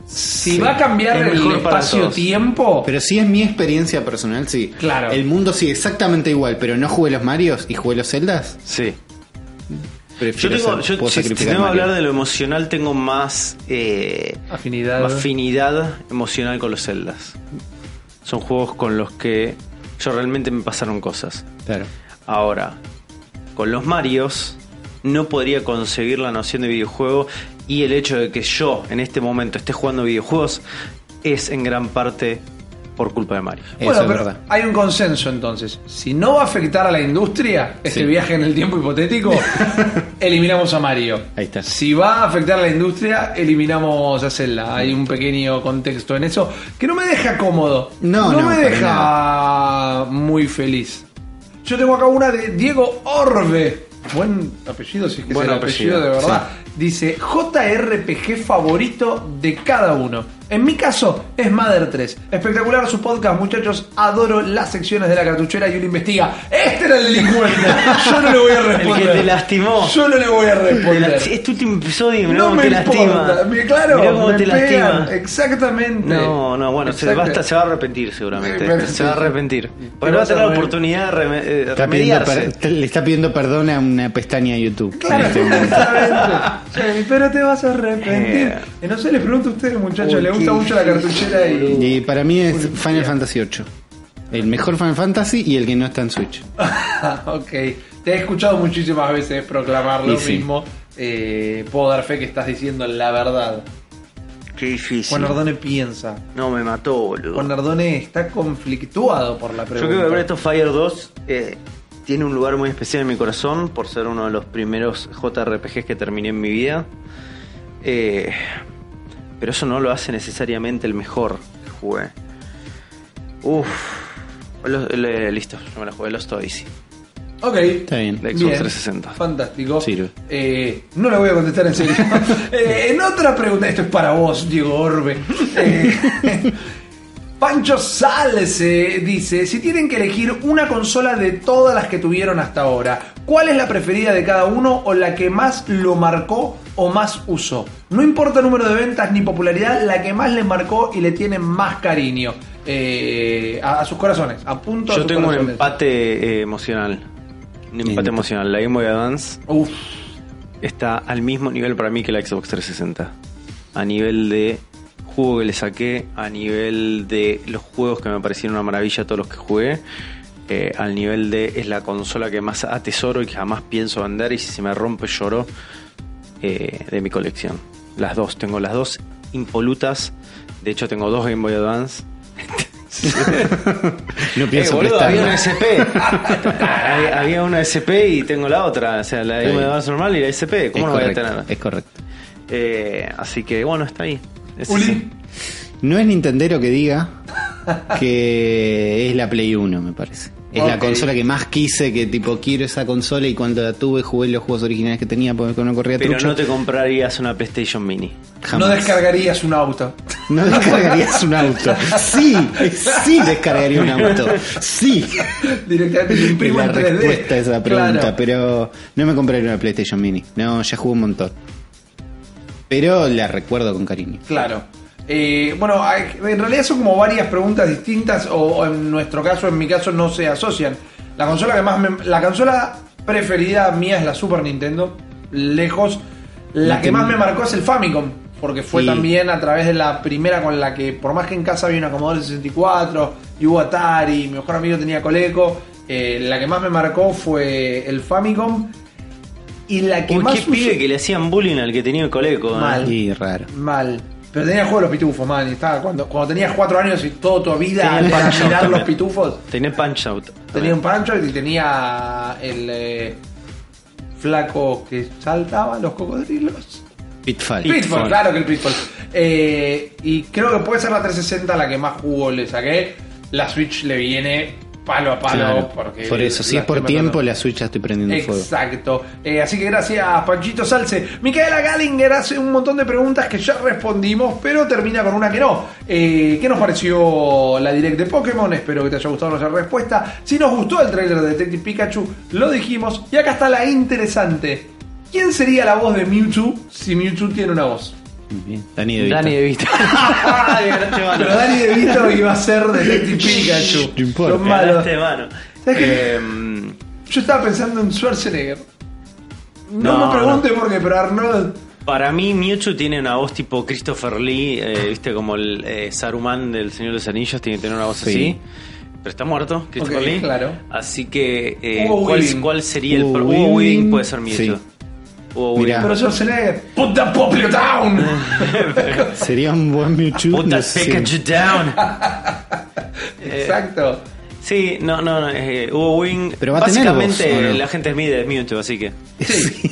[SPEAKER 1] si va a cambiar
[SPEAKER 3] es
[SPEAKER 1] el
[SPEAKER 3] mejor para todos.
[SPEAKER 1] espacio-tiempo,
[SPEAKER 2] Pero si es mi experiencia personal, sí.
[SPEAKER 1] Claro.
[SPEAKER 2] El mundo sigue exactamente igual, pero no jugué los Marios y jugué los Zeldas.
[SPEAKER 3] Sí. Yo
[SPEAKER 2] Prefiero ser-
[SPEAKER 3] tengo, yo,
[SPEAKER 2] puedo
[SPEAKER 3] si, si
[SPEAKER 2] sacrificar
[SPEAKER 3] tengo que
[SPEAKER 2] Mario.
[SPEAKER 3] hablar de lo emocional, tengo más, eh,
[SPEAKER 1] afinidad.
[SPEAKER 3] afinidad emocional con los celdas. Son juegos con los que yo realmente me pasaron cosas.
[SPEAKER 2] Claro.
[SPEAKER 3] Ahora, con los Marios no podría conseguir la noción de videojuego y el hecho de que yo en este momento esté jugando videojuegos es en gran parte por culpa de Mario.
[SPEAKER 1] Bueno,
[SPEAKER 2] Eso es
[SPEAKER 1] pero
[SPEAKER 2] verdad.
[SPEAKER 1] hay un consenso entonces. Si no va a afectar a la industria, este
[SPEAKER 2] Sí.
[SPEAKER 1] viaje en el tiempo hipotético,
[SPEAKER 3] (laughs)
[SPEAKER 1] eliminamos a Mario.
[SPEAKER 2] Ahí está.
[SPEAKER 1] Si va a afectar a la industria, eliminamos a Zelda. Hay un pequeño contexto en eso que no me deja cómodo.
[SPEAKER 2] No, no,
[SPEAKER 1] me
[SPEAKER 2] para
[SPEAKER 1] deja muy feliz. Yo tengo acá una de Diego Orbe. Buen apellido, si es que
[SPEAKER 3] Buen
[SPEAKER 1] es el apellido,
[SPEAKER 3] apellido,
[SPEAKER 1] de verdad. Dice JRPG favorito de cada uno. En mi caso es Mother 3. Espectacular su podcast, muchachos. Adoro las secciones de la cartuchera y uno investiga. Este era el delincuente. Yo no le voy
[SPEAKER 3] (laughs)
[SPEAKER 1] a
[SPEAKER 3] El
[SPEAKER 1] responder.
[SPEAKER 3] que te lastimó.
[SPEAKER 1] Yo no le voy a
[SPEAKER 3] Te la-
[SPEAKER 1] responder.
[SPEAKER 3] Es tu este último episodio, mirá
[SPEAKER 1] No
[SPEAKER 3] cómo
[SPEAKER 1] me
[SPEAKER 3] te
[SPEAKER 1] importa.
[SPEAKER 3] lastima.
[SPEAKER 1] Me- claro,
[SPEAKER 3] Mirá cómo
[SPEAKER 1] me
[SPEAKER 3] te
[SPEAKER 1] pegan.
[SPEAKER 3] lastima.
[SPEAKER 1] Exactamente.
[SPEAKER 3] No, no, bueno, se,
[SPEAKER 1] Exacta-
[SPEAKER 3] basta, se va a arrepentir seguramente.
[SPEAKER 1] Pero-
[SPEAKER 3] se va a arrepentir.
[SPEAKER 1] Pero
[SPEAKER 3] Pero va a
[SPEAKER 1] vas a
[SPEAKER 3] tener la
[SPEAKER 1] morir.
[SPEAKER 3] oportunidad de reme- eh,
[SPEAKER 2] Está pidiendo
[SPEAKER 3] remediarse.
[SPEAKER 2] per- le está pidiendo perdón a una pestaña de YouTube. este
[SPEAKER 1] Claro,
[SPEAKER 3] (laughs)
[SPEAKER 1] exactamente. Sí, pero te vas a arrepentir.
[SPEAKER 3] Eh.
[SPEAKER 1] Y no sé, les pregunto a ustedes, muchachos,
[SPEAKER 2] Uy,
[SPEAKER 1] ¿les gusta
[SPEAKER 2] qué
[SPEAKER 1] mucho la cartuchera (laughs) y.?
[SPEAKER 2] Y para mí es Final Fantasy VIII. El mejor Final Fantasy y el que no está en Switch.
[SPEAKER 1] Ah, ok. Te he escuchado muchísimas veces proclamar lo
[SPEAKER 2] Y sí.
[SPEAKER 1] mismo. Eh, puedo dar fe que estás diciendo la verdad.
[SPEAKER 3] Qué difícil.
[SPEAKER 1] Juan Ardone piensa.
[SPEAKER 3] No, me mató, boludo.
[SPEAKER 1] Juan Ardone está conflictuado por la
[SPEAKER 3] Yo
[SPEAKER 1] pregunta.
[SPEAKER 3] creo que Breath of Fire 2 eh, tiene un lugar muy especial en mi corazón por ser uno de los primeros JRPGs que terminé en mi vida. Eh, pero eso no lo hace necesariamente el mejor que jugué. Uf. Lo- le- listo, yo me la jugué, los Odyssey.
[SPEAKER 1] Ok.
[SPEAKER 2] Está bien.
[SPEAKER 3] De Xbox
[SPEAKER 1] Bien.
[SPEAKER 3] 360.
[SPEAKER 1] Fantástico.
[SPEAKER 2] Sirve.
[SPEAKER 1] Eh, no le voy a contestar en
[SPEAKER 3] (laughs)
[SPEAKER 1] serio. Eh, en otra pregunta, esto es para vos, Diego Orbe. Eh, (laughs) Pancho Sales eh, dice, si tienen que elegir una consola de todas las que tuvieron hasta ahora, ¿cuál es la preferida de cada uno o la que más lo marcó o más usó? No importa el número de ventas ni popularidad, la que más le marcó y le tienen más cariño Eh, a, a sus corazones. A punto a
[SPEAKER 3] Yo
[SPEAKER 1] sus
[SPEAKER 3] tengo un
[SPEAKER 1] corazones.
[SPEAKER 3] empate eh, emocional. Un empate
[SPEAKER 2] Lindo.
[SPEAKER 3] emocional. La Game Boy Advance
[SPEAKER 1] Uf.
[SPEAKER 3] está al mismo nivel para mí que la Xbox 360. A nivel de juego que le saqué, a nivel de los juegos que me parecieron una maravilla todos los que jugué. eh, al nivel de es la consola que más atesoro y que jamás pienso vender y si se me rompe lloro eh, de mi colección. Las dos, tengo las dos impolutas. De hecho tengo dos Game Boy Advance.
[SPEAKER 2] No
[SPEAKER 3] Eh,
[SPEAKER 2] pienso
[SPEAKER 3] boludo, había una
[SPEAKER 2] prestarla.
[SPEAKER 3] SP. había, (laughs) había una SP y tengo la otra. O sea, la de
[SPEAKER 2] Sí.
[SPEAKER 3] Game Boy Advance normal y la SP. ¿Cómo
[SPEAKER 2] es
[SPEAKER 3] no
[SPEAKER 2] correcto,
[SPEAKER 3] voy a tener?
[SPEAKER 2] Es correcto.
[SPEAKER 3] Eh, así que bueno, está ahí. Es-
[SPEAKER 1] Uli.
[SPEAKER 2] No es Nintendero que diga que es la Play 1, me parece. Es la
[SPEAKER 1] Ok.
[SPEAKER 2] consola que más quise, que tipo quiero esa consola y cuando la tuve jugué los juegos originales que tenía porque no corría
[SPEAKER 3] Pero
[SPEAKER 2] trucho.
[SPEAKER 3] no te comprarías una PlayStation Mini.
[SPEAKER 2] Jamás.
[SPEAKER 1] No descargarías un auto. (laughs)
[SPEAKER 2] No descargarías un auto. Sí, sí descargaría un auto. Sí.
[SPEAKER 1] Directamente te imprimo
[SPEAKER 2] la
[SPEAKER 1] en 3D.
[SPEAKER 2] respuesta a esa pregunta,
[SPEAKER 1] Claro.
[SPEAKER 2] pero no me compraría una PlayStation Mini. No, ya jugué un montón. Pero la recuerdo con cariño.
[SPEAKER 1] Claro. Eh, bueno, hay- en realidad son como varias preguntas distintas, o, o en nuestro caso, en mi caso, no se asocian. La consola que más me- la consola preferida mía es la Super Nintendo, lejos. La que
[SPEAKER 2] Nintendo.
[SPEAKER 1] más me marcó es el Famicom, porque fue
[SPEAKER 2] Sí.
[SPEAKER 1] también a través de la primera con la que, por más que en casa había una Commodore 64, y hubo Atari, mi mejor amigo tenía Coleco, eh, la que más me marcó fue el Famicom. Y la que
[SPEAKER 3] Uy,
[SPEAKER 1] más
[SPEAKER 3] qué
[SPEAKER 1] usé-
[SPEAKER 3] pibe que le hacían bullying al que tenía el coleco. ¿eh?
[SPEAKER 1] Mal.
[SPEAKER 2] Y raro.
[SPEAKER 1] Mal. Pero tenía juego de los pitufos, man. y estaba cuando, cuando tenías cuatro años y toda tu vida
[SPEAKER 3] Tenía el
[SPEAKER 1] era
[SPEAKER 3] Punch Out
[SPEAKER 1] mirar los
[SPEAKER 3] también.
[SPEAKER 1] pitufos.
[SPEAKER 3] Tenía Punch Out.
[SPEAKER 1] Tenía un pancho y tenía el eh, flaco que saltaba los cocodrilos.
[SPEAKER 2] Pitfall.
[SPEAKER 1] Pitfall, claro que el Pitfall. Eh, y creo que puede ser la 360 la que más jugó le saqué. La Switch le viene palo a palo.
[SPEAKER 2] Claro.
[SPEAKER 1] Porque
[SPEAKER 2] por eso, si
[SPEAKER 1] la
[SPEAKER 2] es por
[SPEAKER 1] estoy
[SPEAKER 2] tiempo,
[SPEAKER 1] matando.
[SPEAKER 2] la Switch la estoy prendiendo fuego.
[SPEAKER 1] Exacto. Eh, así que gracias, Panchito Salce. Micaela Gallinger hace un montón de preguntas que ya respondimos, pero termina con una que no. Eh, ¿Qué nos pareció la direct de Pokémon? Espero que te haya gustado nuestra respuesta. Si nos gustó el trailer de Detective Pikachu, lo dijimos. Y acá está la interesante. ¿Quién sería la voz de Mewtwo si Mewtwo tiene una voz?
[SPEAKER 2] Muy bien. Dani de
[SPEAKER 3] Dani de
[SPEAKER 1] (laughs)
[SPEAKER 3] vista.
[SPEAKER 1] Pero Dani de Vito iba a ser Detective Pikachu.
[SPEAKER 2] No importa.
[SPEAKER 1] Los malos.
[SPEAKER 3] mano.
[SPEAKER 1] ¿Sabes qué?
[SPEAKER 3] Em,
[SPEAKER 1] Yo estaba pensando en Schwarzenegger. No,
[SPEAKER 3] No,
[SPEAKER 1] me pregunte por qué, pero Arnold.
[SPEAKER 3] Para mí, Mewtwo tiene una voz tipo Christopher Lee, eh, viste, como el eh, Saruman del Señor de los Anillos, tiene que tener una voz
[SPEAKER 2] Sí.
[SPEAKER 3] así. Pero está muerto, Christopher
[SPEAKER 1] Ok,
[SPEAKER 3] Lee.
[SPEAKER 1] claro.
[SPEAKER 3] Así que, eh,
[SPEAKER 1] Hugo
[SPEAKER 3] ¿cuál,
[SPEAKER 1] Weaving.
[SPEAKER 3] cuál sería el
[SPEAKER 2] Hugo
[SPEAKER 3] pro- Hugo
[SPEAKER 2] Weaving.
[SPEAKER 3] Weaving puede ser Mewtwo.
[SPEAKER 2] Sí.
[SPEAKER 3] Hugo
[SPEAKER 2] Mirá.
[SPEAKER 3] Weaving.
[SPEAKER 1] Pero Schwarzenegger. ¡Put the Poplar down!
[SPEAKER 2] Sería un buen Mewtwo.
[SPEAKER 3] (laughs) Put
[SPEAKER 2] no
[SPEAKER 3] that
[SPEAKER 2] sé.
[SPEAKER 3] Pikachu
[SPEAKER 1] (laughs)
[SPEAKER 3] down. Eh,
[SPEAKER 1] Exacto. (laughs)
[SPEAKER 3] Sí, no, no, no, eh, Hugo Weaving.
[SPEAKER 2] Pero va a tener
[SPEAKER 3] básicamente
[SPEAKER 2] voz, ¿o no?
[SPEAKER 3] la gente es mide de Mewtwo, así que.
[SPEAKER 1] Sí.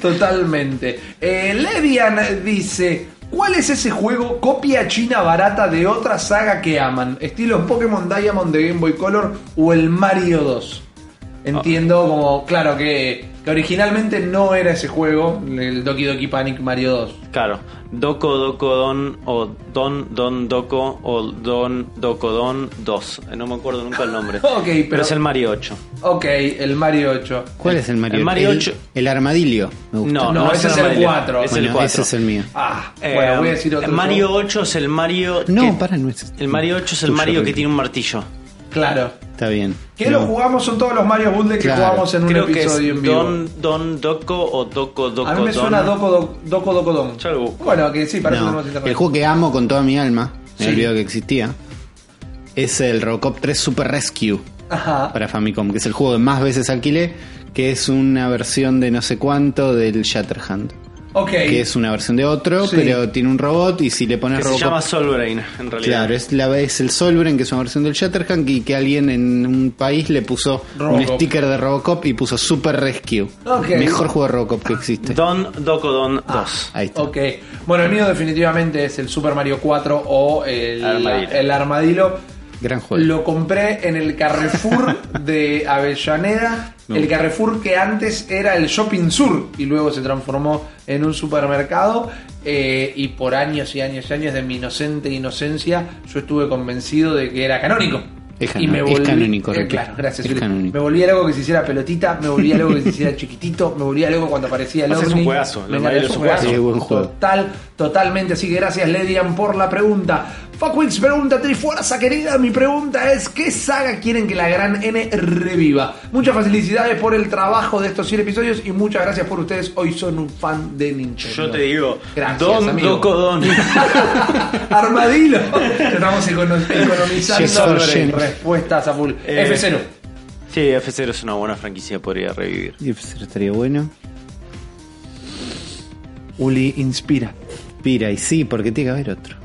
[SPEAKER 1] Totalmente. Eh, Levian dice: ¿Cuál es ese juego copia china barata de otra saga que aman? Estilo Pokémon Diamond de Game Boy Color o el Mario 2. Entiendo
[SPEAKER 3] Ah.
[SPEAKER 1] como, claro, que, que originalmente no era ese juego, el Doki Doki Panic Mario 2.
[SPEAKER 3] Claro, Doco Doco Don o Don Don Doco o Don Doco Don 2. Eh, No me acuerdo nunca el nombre.
[SPEAKER 1] (laughs) Ok, pero-
[SPEAKER 3] es el Mario 8.
[SPEAKER 1] Ok, el Mario 8.
[SPEAKER 2] ¿Cuál es el Mario?
[SPEAKER 3] El Mario
[SPEAKER 2] el,
[SPEAKER 3] ocho.
[SPEAKER 2] el armadillo. Me gusta.
[SPEAKER 3] No,
[SPEAKER 1] No,
[SPEAKER 3] no,
[SPEAKER 1] ese es el
[SPEAKER 3] Mario.
[SPEAKER 1] cuatro.
[SPEAKER 3] Es
[SPEAKER 2] Bueno,
[SPEAKER 3] el 4.
[SPEAKER 2] ese es el mío.
[SPEAKER 1] Ah, bueno, voy a decir otro.
[SPEAKER 3] Mario
[SPEAKER 1] juego.
[SPEAKER 3] 8 es Eh, el Mario.
[SPEAKER 2] No,
[SPEAKER 3] que-
[SPEAKER 2] para, no es.
[SPEAKER 3] El Mario 8 es el
[SPEAKER 2] Tuyo,
[SPEAKER 3] Mario que
[SPEAKER 2] Ricky.
[SPEAKER 3] tiene un martillo.
[SPEAKER 1] Claro.
[SPEAKER 2] Está bien.
[SPEAKER 1] Que lo
[SPEAKER 2] No.
[SPEAKER 1] jugamos, son todos los Mario Bulde que
[SPEAKER 2] Claro.
[SPEAKER 1] jugamos en un
[SPEAKER 3] Creo que es
[SPEAKER 1] episodio en vivo.
[SPEAKER 3] Don Don Doco o Doco Doco
[SPEAKER 1] a mí me
[SPEAKER 3] Don.
[SPEAKER 1] suena Doco Doc- Doco Doco Don.
[SPEAKER 3] Yo lo busco.
[SPEAKER 1] Bueno, que sí, para eso
[SPEAKER 2] No,
[SPEAKER 1] tenemos internet.
[SPEAKER 2] El juego que amo con toda mi alma, me
[SPEAKER 1] Sí.
[SPEAKER 2] olvidó que existía, es el Robocop 3 Super Rescue
[SPEAKER 1] Ajá.
[SPEAKER 2] para Famicom, que es el juego que más veces alquilé, que es una versión de no sé cuánto del Shatterhand.
[SPEAKER 1] Ok.
[SPEAKER 2] Que es una versión de otro,
[SPEAKER 1] Sí.
[SPEAKER 2] pero tiene un robot y si le pones
[SPEAKER 3] Que se
[SPEAKER 2] Robocop...
[SPEAKER 3] llama Solbrain, en realidad.
[SPEAKER 2] Claro, es, la, es el Solbren, que es una versión del Shatterhand, y que alguien en un país le puso un
[SPEAKER 1] Robocop.
[SPEAKER 2] sticker de Robocop y puso Super Rescue.
[SPEAKER 1] Ok.
[SPEAKER 2] Mejor juego de Robocop que existe.
[SPEAKER 3] Don Doco Don
[SPEAKER 2] Ah.
[SPEAKER 3] 2.
[SPEAKER 2] Ahí está.
[SPEAKER 1] Ok. Bueno, el mío definitivamente es el Super Mario 4 o el
[SPEAKER 3] Armadillo.
[SPEAKER 1] el armadillo.
[SPEAKER 2] Gran juego.
[SPEAKER 1] Lo compré en
[SPEAKER 2] (laughs)
[SPEAKER 1] el Carrefour de Avellaneda.
[SPEAKER 2] Me
[SPEAKER 1] El
[SPEAKER 2] gusta.
[SPEAKER 1] Carrefour que antes era el Shopping Sur y luego se transformó en un supermercado. eh, y por años y años y años de mi inocente inocencia, yo estuve convencido de que era canónico.
[SPEAKER 2] Es
[SPEAKER 1] y
[SPEAKER 2] cano- es canónico,
[SPEAKER 1] eh,
[SPEAKER 2] Ricky.
[SPEAKER 1] claro, gracias.
[SPEAKER 2] Es
[SPEAKER 1] Uri.
[SPEAKER 2] canónico.
[SPEAKER 1] Me volvía algo que se hiciera pelotita, me volvía algo que se hiciera chiquitito, me volvía algo cuando aparecía el
[SPEAKER 3] Ese es un
[SPEAKER 1] ovni.
[SPEAKER 3] juegazo, el
[SPEAKER 1] Me
[SPEAKER 3] Armadillo
[SPEAKER 1] encantó,
[SPEAKER 3] es un
[SPEAKER 1] juegazo.
[SPEAKER 2] juegazo. Sí, buen juego.
[SPEAKER 1] Total, totalmente. Así que gracias, Ledian, por la pregunta. Fuckwix pregunta, Trifuerza querida, mi pregunta es, ¿qué saga quieren que la gran N reviva? Muchas felicidades por el trabajo de estos 100 episodios y muchas gracias por ustedes. Hoy son un fan de Nintendo.
[SPEAKER 3] Yo te digo,
[SPEAKER 1] Gracias,
[SPEAKER 3] Don
[SPEAKER 1] amigo.
[SPEAKER 3] Doco Don.
[SPEAKER 2] (laughs)
[SPEAKER 1] Armadillo. Estamos econo-
[SPEAKER 3] (laughs)
[SPEAKER 1] economizando
[SPEAKER 2] Yes, sir,
[SPEAKER 1] re-
[SPEAKER 2] Jim.
[SPEAKER 1] respuestas a full.
[SPEAKER 3] Eh,
[SPEAKER 1] F0.
[SPEAKER 3] Sí, F0 es una buena franquicia, podría revivir.
[SPEAKER 2] Y pues, estaría bueno.
[SPEAKER 8] Uli inspira.
[SPEAKER 2] Pira, y sí, porque tiene que haber otro.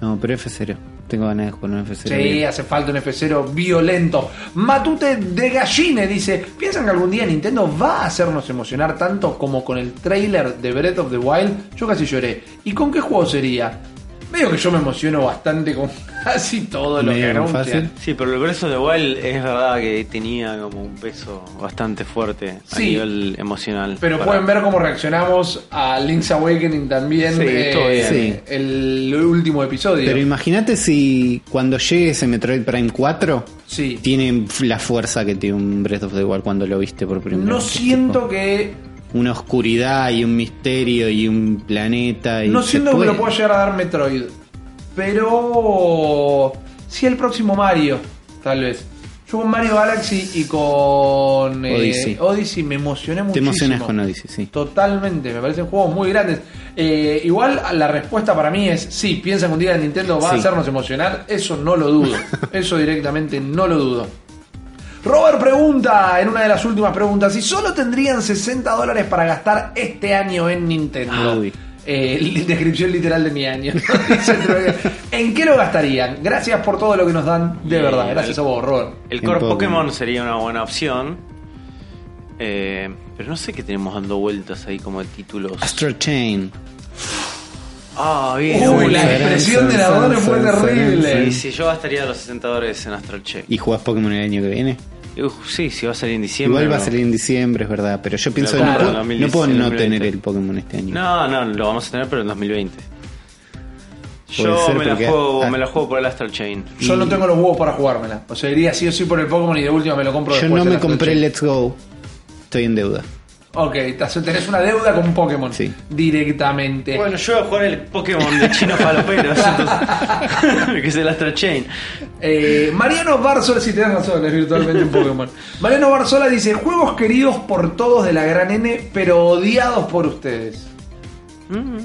[SPEAKER 2] No, pero F0. Tengo ganas de jugar un F0.
[SPEAKER 1] Sí, hace falta un F0 violento. Matute de Galline dice: ¿Piensan que algún día Nintendo va a hacernos emocionar tanto como con el trailer de Breath of the Wild? Yo casi lloré. ¿Y con qué juego sería? Medio que yo me emociono bastante con (laughs) casi todo lo que
[SPEAKER 2] Medio
[SPEAKER 1] anuncian.
[SPEAKER 2] fácil.
[SPEAKER 3] Sí, pero el verso de Wild es verdad que tenía como un peso bastante fuerte a
[SPEAKER 1] Sí.
[SPEAKER 3] nivel emocional.
[SPEAKER 1] Pero
[SPEAKER 3] Para-
[SPEAKER 1] pueden ver cómo reaccionamos a Link's Awakening también. eh,
[SPEAKER 3] Sí, todo bien.
[SPEAKER 2] Sí.
[SPEAKER 1] El último episodio.
[SPEAKER 2] Pero imagínate si cuando llegue ese Metroid Prime 4
[SPEAKER 1] sí.
[SPEAKER 2] tiene la fuerza que tiene un Breath of the Wild cuando lo viste por primera
[SPEAKER 1] No
[SPEAKER 2] vez.
[SPEAKER 1] siento
[SPEAKER 2] Tipo,
[SPEAKER 1] que.
[SPEAKER 2] una oscuridad y un misterio y un planeta y
[SPEAKER 1] No
[SPEAKER 2] se
[SPEAKER 1] siento que me
[SPEAKER 2] puede.
[SPEAKER 1] lo pueda llegar a dar Metroid. Pero. Sí, el próximo Mario, tal vez. Yo con Mario Galaxy y con eh,
[SPEAKER 2] Odyssey.
[SPEAKER 1] Odyssey me emocioné muchísimo.
[SPEAKER 2] Te emocionas con Odyssey, sí.
[SPEAKER 1] Totalmente, me parecen juegos muy grandes. Eh, igual la respuesta para mí es sí, piensan que un día Nintendo va a
[SPEAKER 2] Sí.
[SPEAKER 1] hacernos emocionar, eso no lo dudo, eso directamente no lo dudo. Robert pregunta en una de las últimas preguntas si solo tendrían 60 dólares para gastar este año en Nintendo.
[SPEAKER 2] Ah, uy.
[SPEAKER 1] Eh, li- descripción literal de mi año. (laughs) eh, ¿En qué lo gastarían? Gracias por todo lo que nos dan, de
[SPEAKER 3] Bien.
[SPEAKER 1] verdad. Gracias a vos, Robert.
[SPEAKER 3] El
[SPEAKER 2] En
[SPEAKER 3] core
[SPEAKER 2] Pokémon.
[SPEAKER 3] Pokémon sería una buena opción. Eh, pero no sé qué tenemos dando vueltas ahí como de títulos.
[SPEAKER 2] Astro Chain.
[SPEAKER 3] Ah, bien.
[SPEAKER 1] Uy,
[SPEAKER 3] bueno.
[SPEAKER 1] la
[SPEAKER 2] San,
[SPEAKER 1] expresión de la
[SPEAKER 2] San,
[SPEAKER 1] dona fue
[SPEAKER 2] San, San,
[SPEAKER 1] terrible.
[SPEAKER 3] Sí, sí, yo gastaría los 60 dólares en Astral Check.
[SPEAKER 2] ¿Y jugás Pokémon el año que viene?
[SPEAKER 3] Uf, sí, si va a salir en diciembre.
[SPEAKER 2] Igual va a
[SPEAKER 3] ¿no?
[SPEAKER 2] salir en diciembre, es verdad. Pero yo pienso
[SPEAKER 3] Claro,
[SPEAKER 2] que no, puedo,
[SPEAKER 3] 2016,
[SPEAKER 2] no puedo no
[SPEAKER 3] 2020.
[SPEAKER 2] tener el Pokémon este año.
[SPEAKER 3] No, no, lo vamos a tener, pero en 2020.
[SPEAKER 2] Puede
[SPEAKER 3] Yo
[SPEAKER 2] ser
[SPEAKER 3] me la,
[SPEAKER 2] porque-
[SPEAKER 3] juego,
[SPEAKER 2] ah.
[SPEAKER 3] me la juego por el Astral Chain.
[SPEAKER 1] Yo
[SPEAKER 2] Y-
[SPEAKER 1] no tengo los huevos para jugármela. O sea, iría sí o sí por el Pokémon y de última me lo compro
[SPEAKER 2] Yo
[SPEAKER 1] después.
[SPEAKER 2] no
[SPEAKER 1] en
[SPEAKER 2] me
[SPEAKER 1] la
[SPEAKER 2] compré
[SPEAKER 1] noche.
[SPEAKER 2] Let's Go. Estoy en deuda.
[SPEAKER 1] Ok, estás- tenés una deuda con Pokémon.
[SPEAKER 2] Sí.
[SPEAKER 1] Directamente.
[SPEAKER 3] Bueno, yo voy a jugar el Pokémon de Chino Paloperos, entonces, (laughs) que es el Astral Chain.
[SPEAKER 1] Eh, Mariano Barzola, si tenés razón, es virtualmente
[SPEAKER 2] (laughs)
[SPEAKER 1] un Pokémon. Mariano Barzola dice: Juegos queridos por todos de la gran N, pero odiados por ustedes.
[SPEAKER 3] Mm,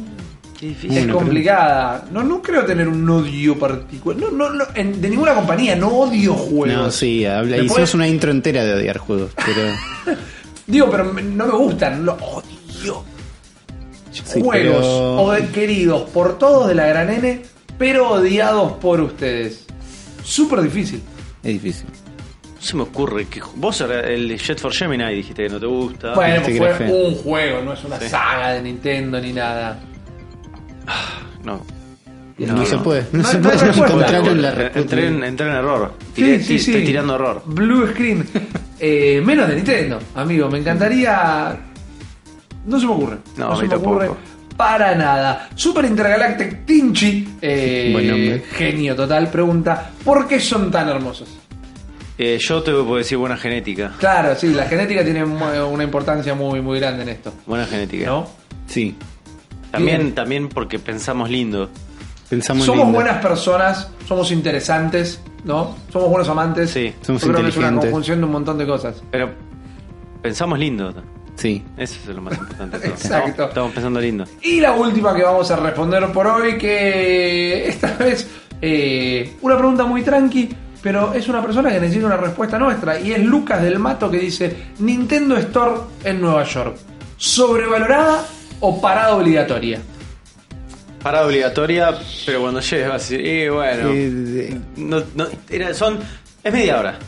[SPEAKER 3] qué difícil.
[SPEAKER 1] Es
[SPEAKER 2] Una
[SPEAKER 1] complicada. No, no creo tener un odio particular. No, no, no, en- de ninguna compañía, no odio juegos.
[SPEAKER 2] No, sí, habla.
[SPEAKER 1] ¿Me
[SPEAKER 2] Hicimos
[SPEAKER 1] puedes-
[SPEAKER 2] una intro entera de odiar juegos,
[SPEAKER 1] (laughs)
[SPEAKER 2] pero.
[SPEAKER 1] Digo, pero me- no me gustan, lo odio.
[SPEAKER 2] sí,
[SPEAKER 1] juegos
[SPEAKER 2] pero-
[SPEAKER 1] ode- queridos por todos de la gran N, pero odiados por ustedes. Súper difícil.
[SPEAKER 2] Es difícil.
[SPEAKER 3] No se me ocurre que. Vos era el Jet for Gemini dijiste Ah, que no te gusta.
[SPEAKER 1] bueno,
[SPEAKER 2] este
[SPEAKER 1] fue
[SPEAKER 2] grafeno.
[SPEAKER 1] un juego, no es una saga de Nintendo ni nada.
[SPEAKER 3] No.
[SPEAKER 2] No, se puede. No,
[SPEAKER 1] No,
[SPEAKER 2] se
[SPEAKER 1] no
[SPEAKER 2] puede.
[SPEAKER 1] hay respuesta.
[SPEAKER 2] encontraron la respuesta.
[SPEAKER 3] Entré en, entré en error. Tiré- ti- Estoy tirando error.
[SPEAKER 1] Blue
[SPEAKER 3] (laughs)
[SPEAKER 1] Screen. Eh, menos de Nintendo, amigo. Me encantaría. No se me ocurre.
[SPEAKER 3] No, a
[SPEAKER 1] se
[SPEAKER 3] mí
[SPEAKER 1] me ocurre
[SPEAKER 3] tampoco.
[SPEAKER 1] para nada. Super Intergalactic Tinchi. eh,
[SPEAKER 2] Buen nombre.
[SPEAKER 1] genio total. Pregunta: ¿Por qué son tan hermosos?
[SPEAKER 3] Eh, yo te puedo decir buena genética.
[SPEAKER 1] Claro, sí, la genética tiene mu- una importancia muy, muy grande en esto.
[SPEAKER 3] Buena genética.
[SPEAKER 1] ¿No?
[SPEAKER 2] Sí.
[SPEAKER 3] También,
[SPEAKER 1] Bien.
[SPEAKER 3] también porque pensamos lindo.
[SPEAKER 2] Pensamos
[SPEAKER 1] somos
[SPEAKER 2] lindo.
[SPEAKER 1] buenas personas, somos interesantes, ¿no? Somos buenos amantes.
[SPEAKER 3] Sí.
[SPEAKER 2] Somos
[SPEAKER 1] Yo creo que es una
[SPEAKER 2] inteligentes.
[SPEAKER 1] conjunción de un montón de cosas.
[SPEAKER 3] Pero pensamos lindo.
[SPEAKER 2] Sí.
[SPEAKER 3] Eso es lo más importante. de todo.
[SPEAKER 1] (laughs) Exacto.
[SPEAKER 3] Estamos- Estamos pensando lindo.
[SPEAKER 1] Y la última que vamos a responder por hoy, que esta (laughs) vez eh, una pregunta muy tranqui, pero es una persona que necesita una respuesta nuestra, y es Lucas del Mato que dice, Nintendo Store en Nueva York, ¿sobrevalorada o parada obligatoria?
[SPEAKER 3] Parada obligatoria, pero cuando llegues vas a decir, eh, bueno.
[SPEAKER 2] Eh,
[SPEAKER 3] no- no- era- son, es media hora.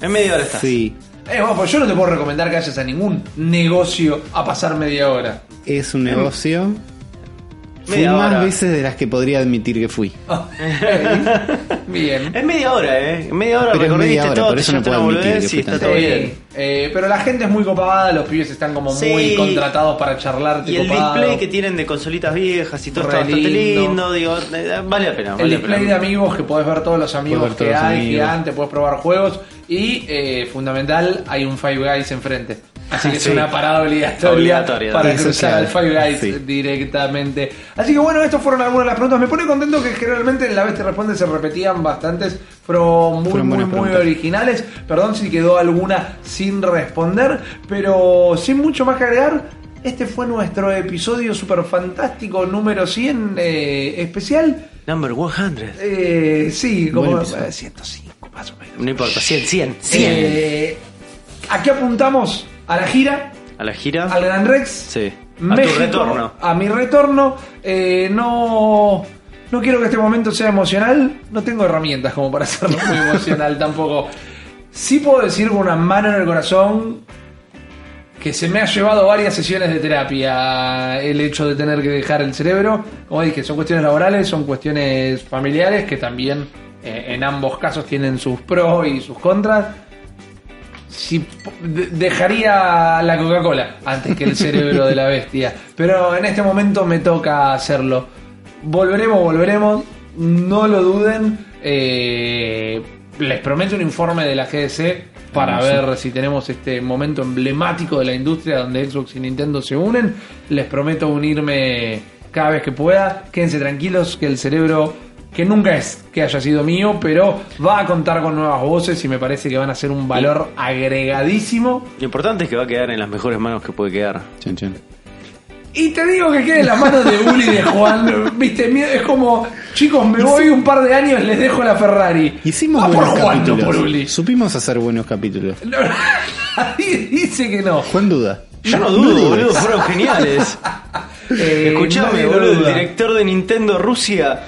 [SPEAKER 3] Es media hora estás.
[SPEAKER 2] Sí.
[SPEAKER 1] Eh, bueno, pues yo no te puedo recomendar que vayas a ningún negocio a pasar media hora. (laughs)
[SPEAKER 2] Es un negocio. Fui
[SPEAKER 3] Media hora.
[SPEAKER 2] más veces de las que podría admitir que fui.
[SPEAKER 1] Bien.
[SPEAKER 3] Es media hora, ¿eh? En media hora
[SPEAKER 2] Pero es
[SPEAKER 3] recorriste
[SPEAKER 2] media hora,
[SPEAKER 3] todo,
[SPEAKER 2] por
[SPEAKER 3] te
[SPEAKER 2] eso no
[SPEAKER 3] llevaste
[SPEAKER 2] puedo
[SPEAKER 3] una
[SPEAKER 2] admitir
[SPEAKER 3] boludez
[SPEAKER 2] que
[SPEAKER 3] y
[SPEAKER 2] fui
[SPEAKER 3] está
[SPEAKER 2] tan
[SPEAKER 3] todo
[SPEAKER 1] Sí,
[SPEAKER 3] bien.
[SPEAKER 1] eh, pero la gente es muy copada, los pibes están como
[SPEAKER 3] Sí.
[SPEAKER 1] muy contratados para charlarte
[SPEAKER 3] Y el
[SPEAKER 1] copado.
[SPEAKER 3] display que tienen de consolitas viejas y todo
[SPEAKER 1] Re
[SPEAKER 3] está bastante
[SPEAKER 1] lindo.
[SPEAKER 3] lindo, digo, eh, vale la pena.
[SPEAKER 1] El
[SPEAKER 3] Vale la
[SPEAKER 1] display de
[SPEAKER 3] pena.
[SPEAKER 1] amigos que podés ver todos los amigos
[SPEAKER 2] Podés ver
[SPEAKER 1] que
[SPEAKER 2] todos los
[SPEAKER 1] hay, que
[SPEAKER 2] amigos.
[SPEAKER 1] antes, podés probar juegos y eh, fundamental, hay un Five Guys enfrente. Así
[SPEAKER 2] (laughs)
[SPEAKER 1] que es
[SPEAKER 3] Sí.
[SPEAKER 1] una parada obligatoria,
[SPEAKER 3] Obligatoria.
[SPEAKER 1] para
[SPEAKER 2] Eso
[SPEAKER 1] cruzar
[SPEAKER 2] claro.
[SPEAKER 1] al Five Guys
[SPEAKER 2] Sí.
[SPEAKER 1] directamente. Así que bueno, estas fueron algunas de las preguntas. Me pone contento que generalmente en la vez te responde se repetían bastantes, pero muy,
[SPEAKER 2] Fueron
[SPEAKER 1] muy,
[SPEAKER 2] buenas
[SPEAKER 1] muy
[SPEAKER 2] preguntas.
[SPEAKER 1] originales. Perdón si quedó alguna sin responder, pero sin mucho más que agregar. Este fue nuestro episodio super fantástico número 100 eh, especial.
[SPEAKER 3] Number 100.
[SPEAKER 1] Eh, sí, como
[SPEAKER 2] Buen episodio.
[SPEAKER 1] eh, 105 más o menos.
[SPEAKER 3] No importa, 100, 100, 100.
[SPEAKER 1] Eh, ¿A qué apuntamos? A la gira,
[SPEAKER 3] a la gira.
[SPEAKER 1] al Gran Rex.
[SPEAKER 3] Sí.
[SPEAKER 1] México,
[SPEAKER 3] a tu retorno.
[SPEAKER 1] A mi retorno. Eh, no, no quiero que este momento sea emocional. No tengo herramientas como para hacerlo
[SPEAKER 3] (laughs)
[SPEAKER 1] muy emocional tampoco. Sí puedo decir con una mano en el corazón que se me ha llevado varias sesiones de terapia el hecho de tener que dejar el cerebro. Como dije, son cuestiones laborales, son cuestiones familiares que también eh, en ambos casos tienen sus pros y sus contras. Si po- de- dejaría la Coca-Cola antes que el cerebro de la bestia. Pero en este momento me toca hacerlo. Volveremos, volveremos. No lo duden. Eh, les prometo un informe de la GDC para ver si tenemos este momento emblemático de la industria donde Xbox y Nintendo se unen. Les prometo unirme cada vez que pueda. Quédense tranquilos que el cerebro que nunca es que haya sido mío, pero va a contar con nuevas voces y me parece que van a ser un valor agregadísimo.
[SPEAKER 3] Lo importante es que va a quedar en las mejores manos que puede quedar.
[SPEAKER 2] Chan, chan.
[SPEAKER 1] Y te digo que quede en las manos de Bully y
[SPEAKER 2] (laughs)
[SPEAKER 1] de Juan. Viste, mi- es como, chicos, me voy un par de años, les dejo la Ferrari.
[SPEAKER 2] Hicimos
[SPEAKER 1] Va por
[SPEAKER 2] buenos
[SPEAKER 1] Juan, no por Uli. (laughs)
[SPEAKER 2] capítulos. Supimos hacer buenos capítulos.
[SPEAKER 1] No, nadie dice que no.
[SPEAKER 2] Juan duda.
[SPEAKER 3] Yo no dudo,
[SPEAKER 2] dudes.
[SPEAKER 3] boludo,
[SPEAKER 2] (laughs)
[SPEAKER 3] fueron geniales.
[SPEAKER 1] Eh,
[SPEAKER 3] Escuchame,
[SPEAKER 1] nadie lo
[SPEAKER 3] boludo, el
[SPEAKER 1] duda.
[SPEAKER 3] director de Nintendo
[SPEAKER 1] (laughs)
[SPEAKER 3] Rusia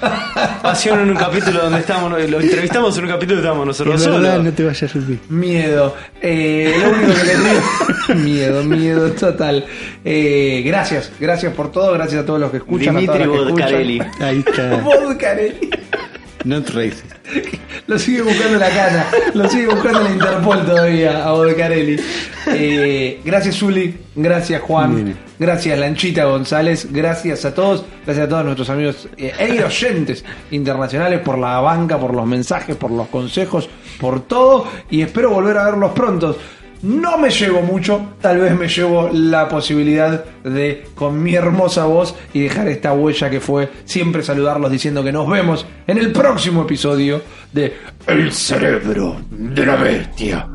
[SPEAKER 3] hacían un capítulo donde estábamos, lo entrevistamos en un capítulo donde estábamos nosotros
[SPEAKER 2] Es verdad, no
[SPEAKER 3] solos.
[SPEAKER 2] te vayas a subir.
[SPEAKER 1] Miedo. Eh, lo único que les
[SPEAKER 2] (laughs)
[SPEAKER 1] digo- miedo, miedo total. Eh, gracias, gracias por todo, gracias a todos los que escuchan. a
[SPEAKER 3] Dimitri
[SPEAKER 1] todas las que escuchan.
[SPEAKER 3] Vodkarelli.
[SPEAKER 2] Ahí
[SPEAKER 1] (laughs)
[SPEAKER 2] está.
[SPEAKER 1] Vodkarelli.
[SPEAKER 2] Not racist.
[SPEAKER 1] Lo sigue buscando la cana, lo sigue buscando la Interpol todavía a Bodecarelli. Eh, gracias, Zuli, gracias, Juan,
[SPEAKER 2] Bien.
[SPEAKER 1] gracias, Lanchita González, gracias a todos, gracias a todos nuestros amigos eh, e oyentes internacionales por la banca, por los mensajes, por los consejos, por todo. Y espero volver a verlos prontos. No me llevo mucho, tal vez me llevo la posibilidad de, con mi hermosa voz y dejar esta huella que fue, siempre saludarlos diciendo que nos vemos en el próximo episodio de El cerebro de la bestia.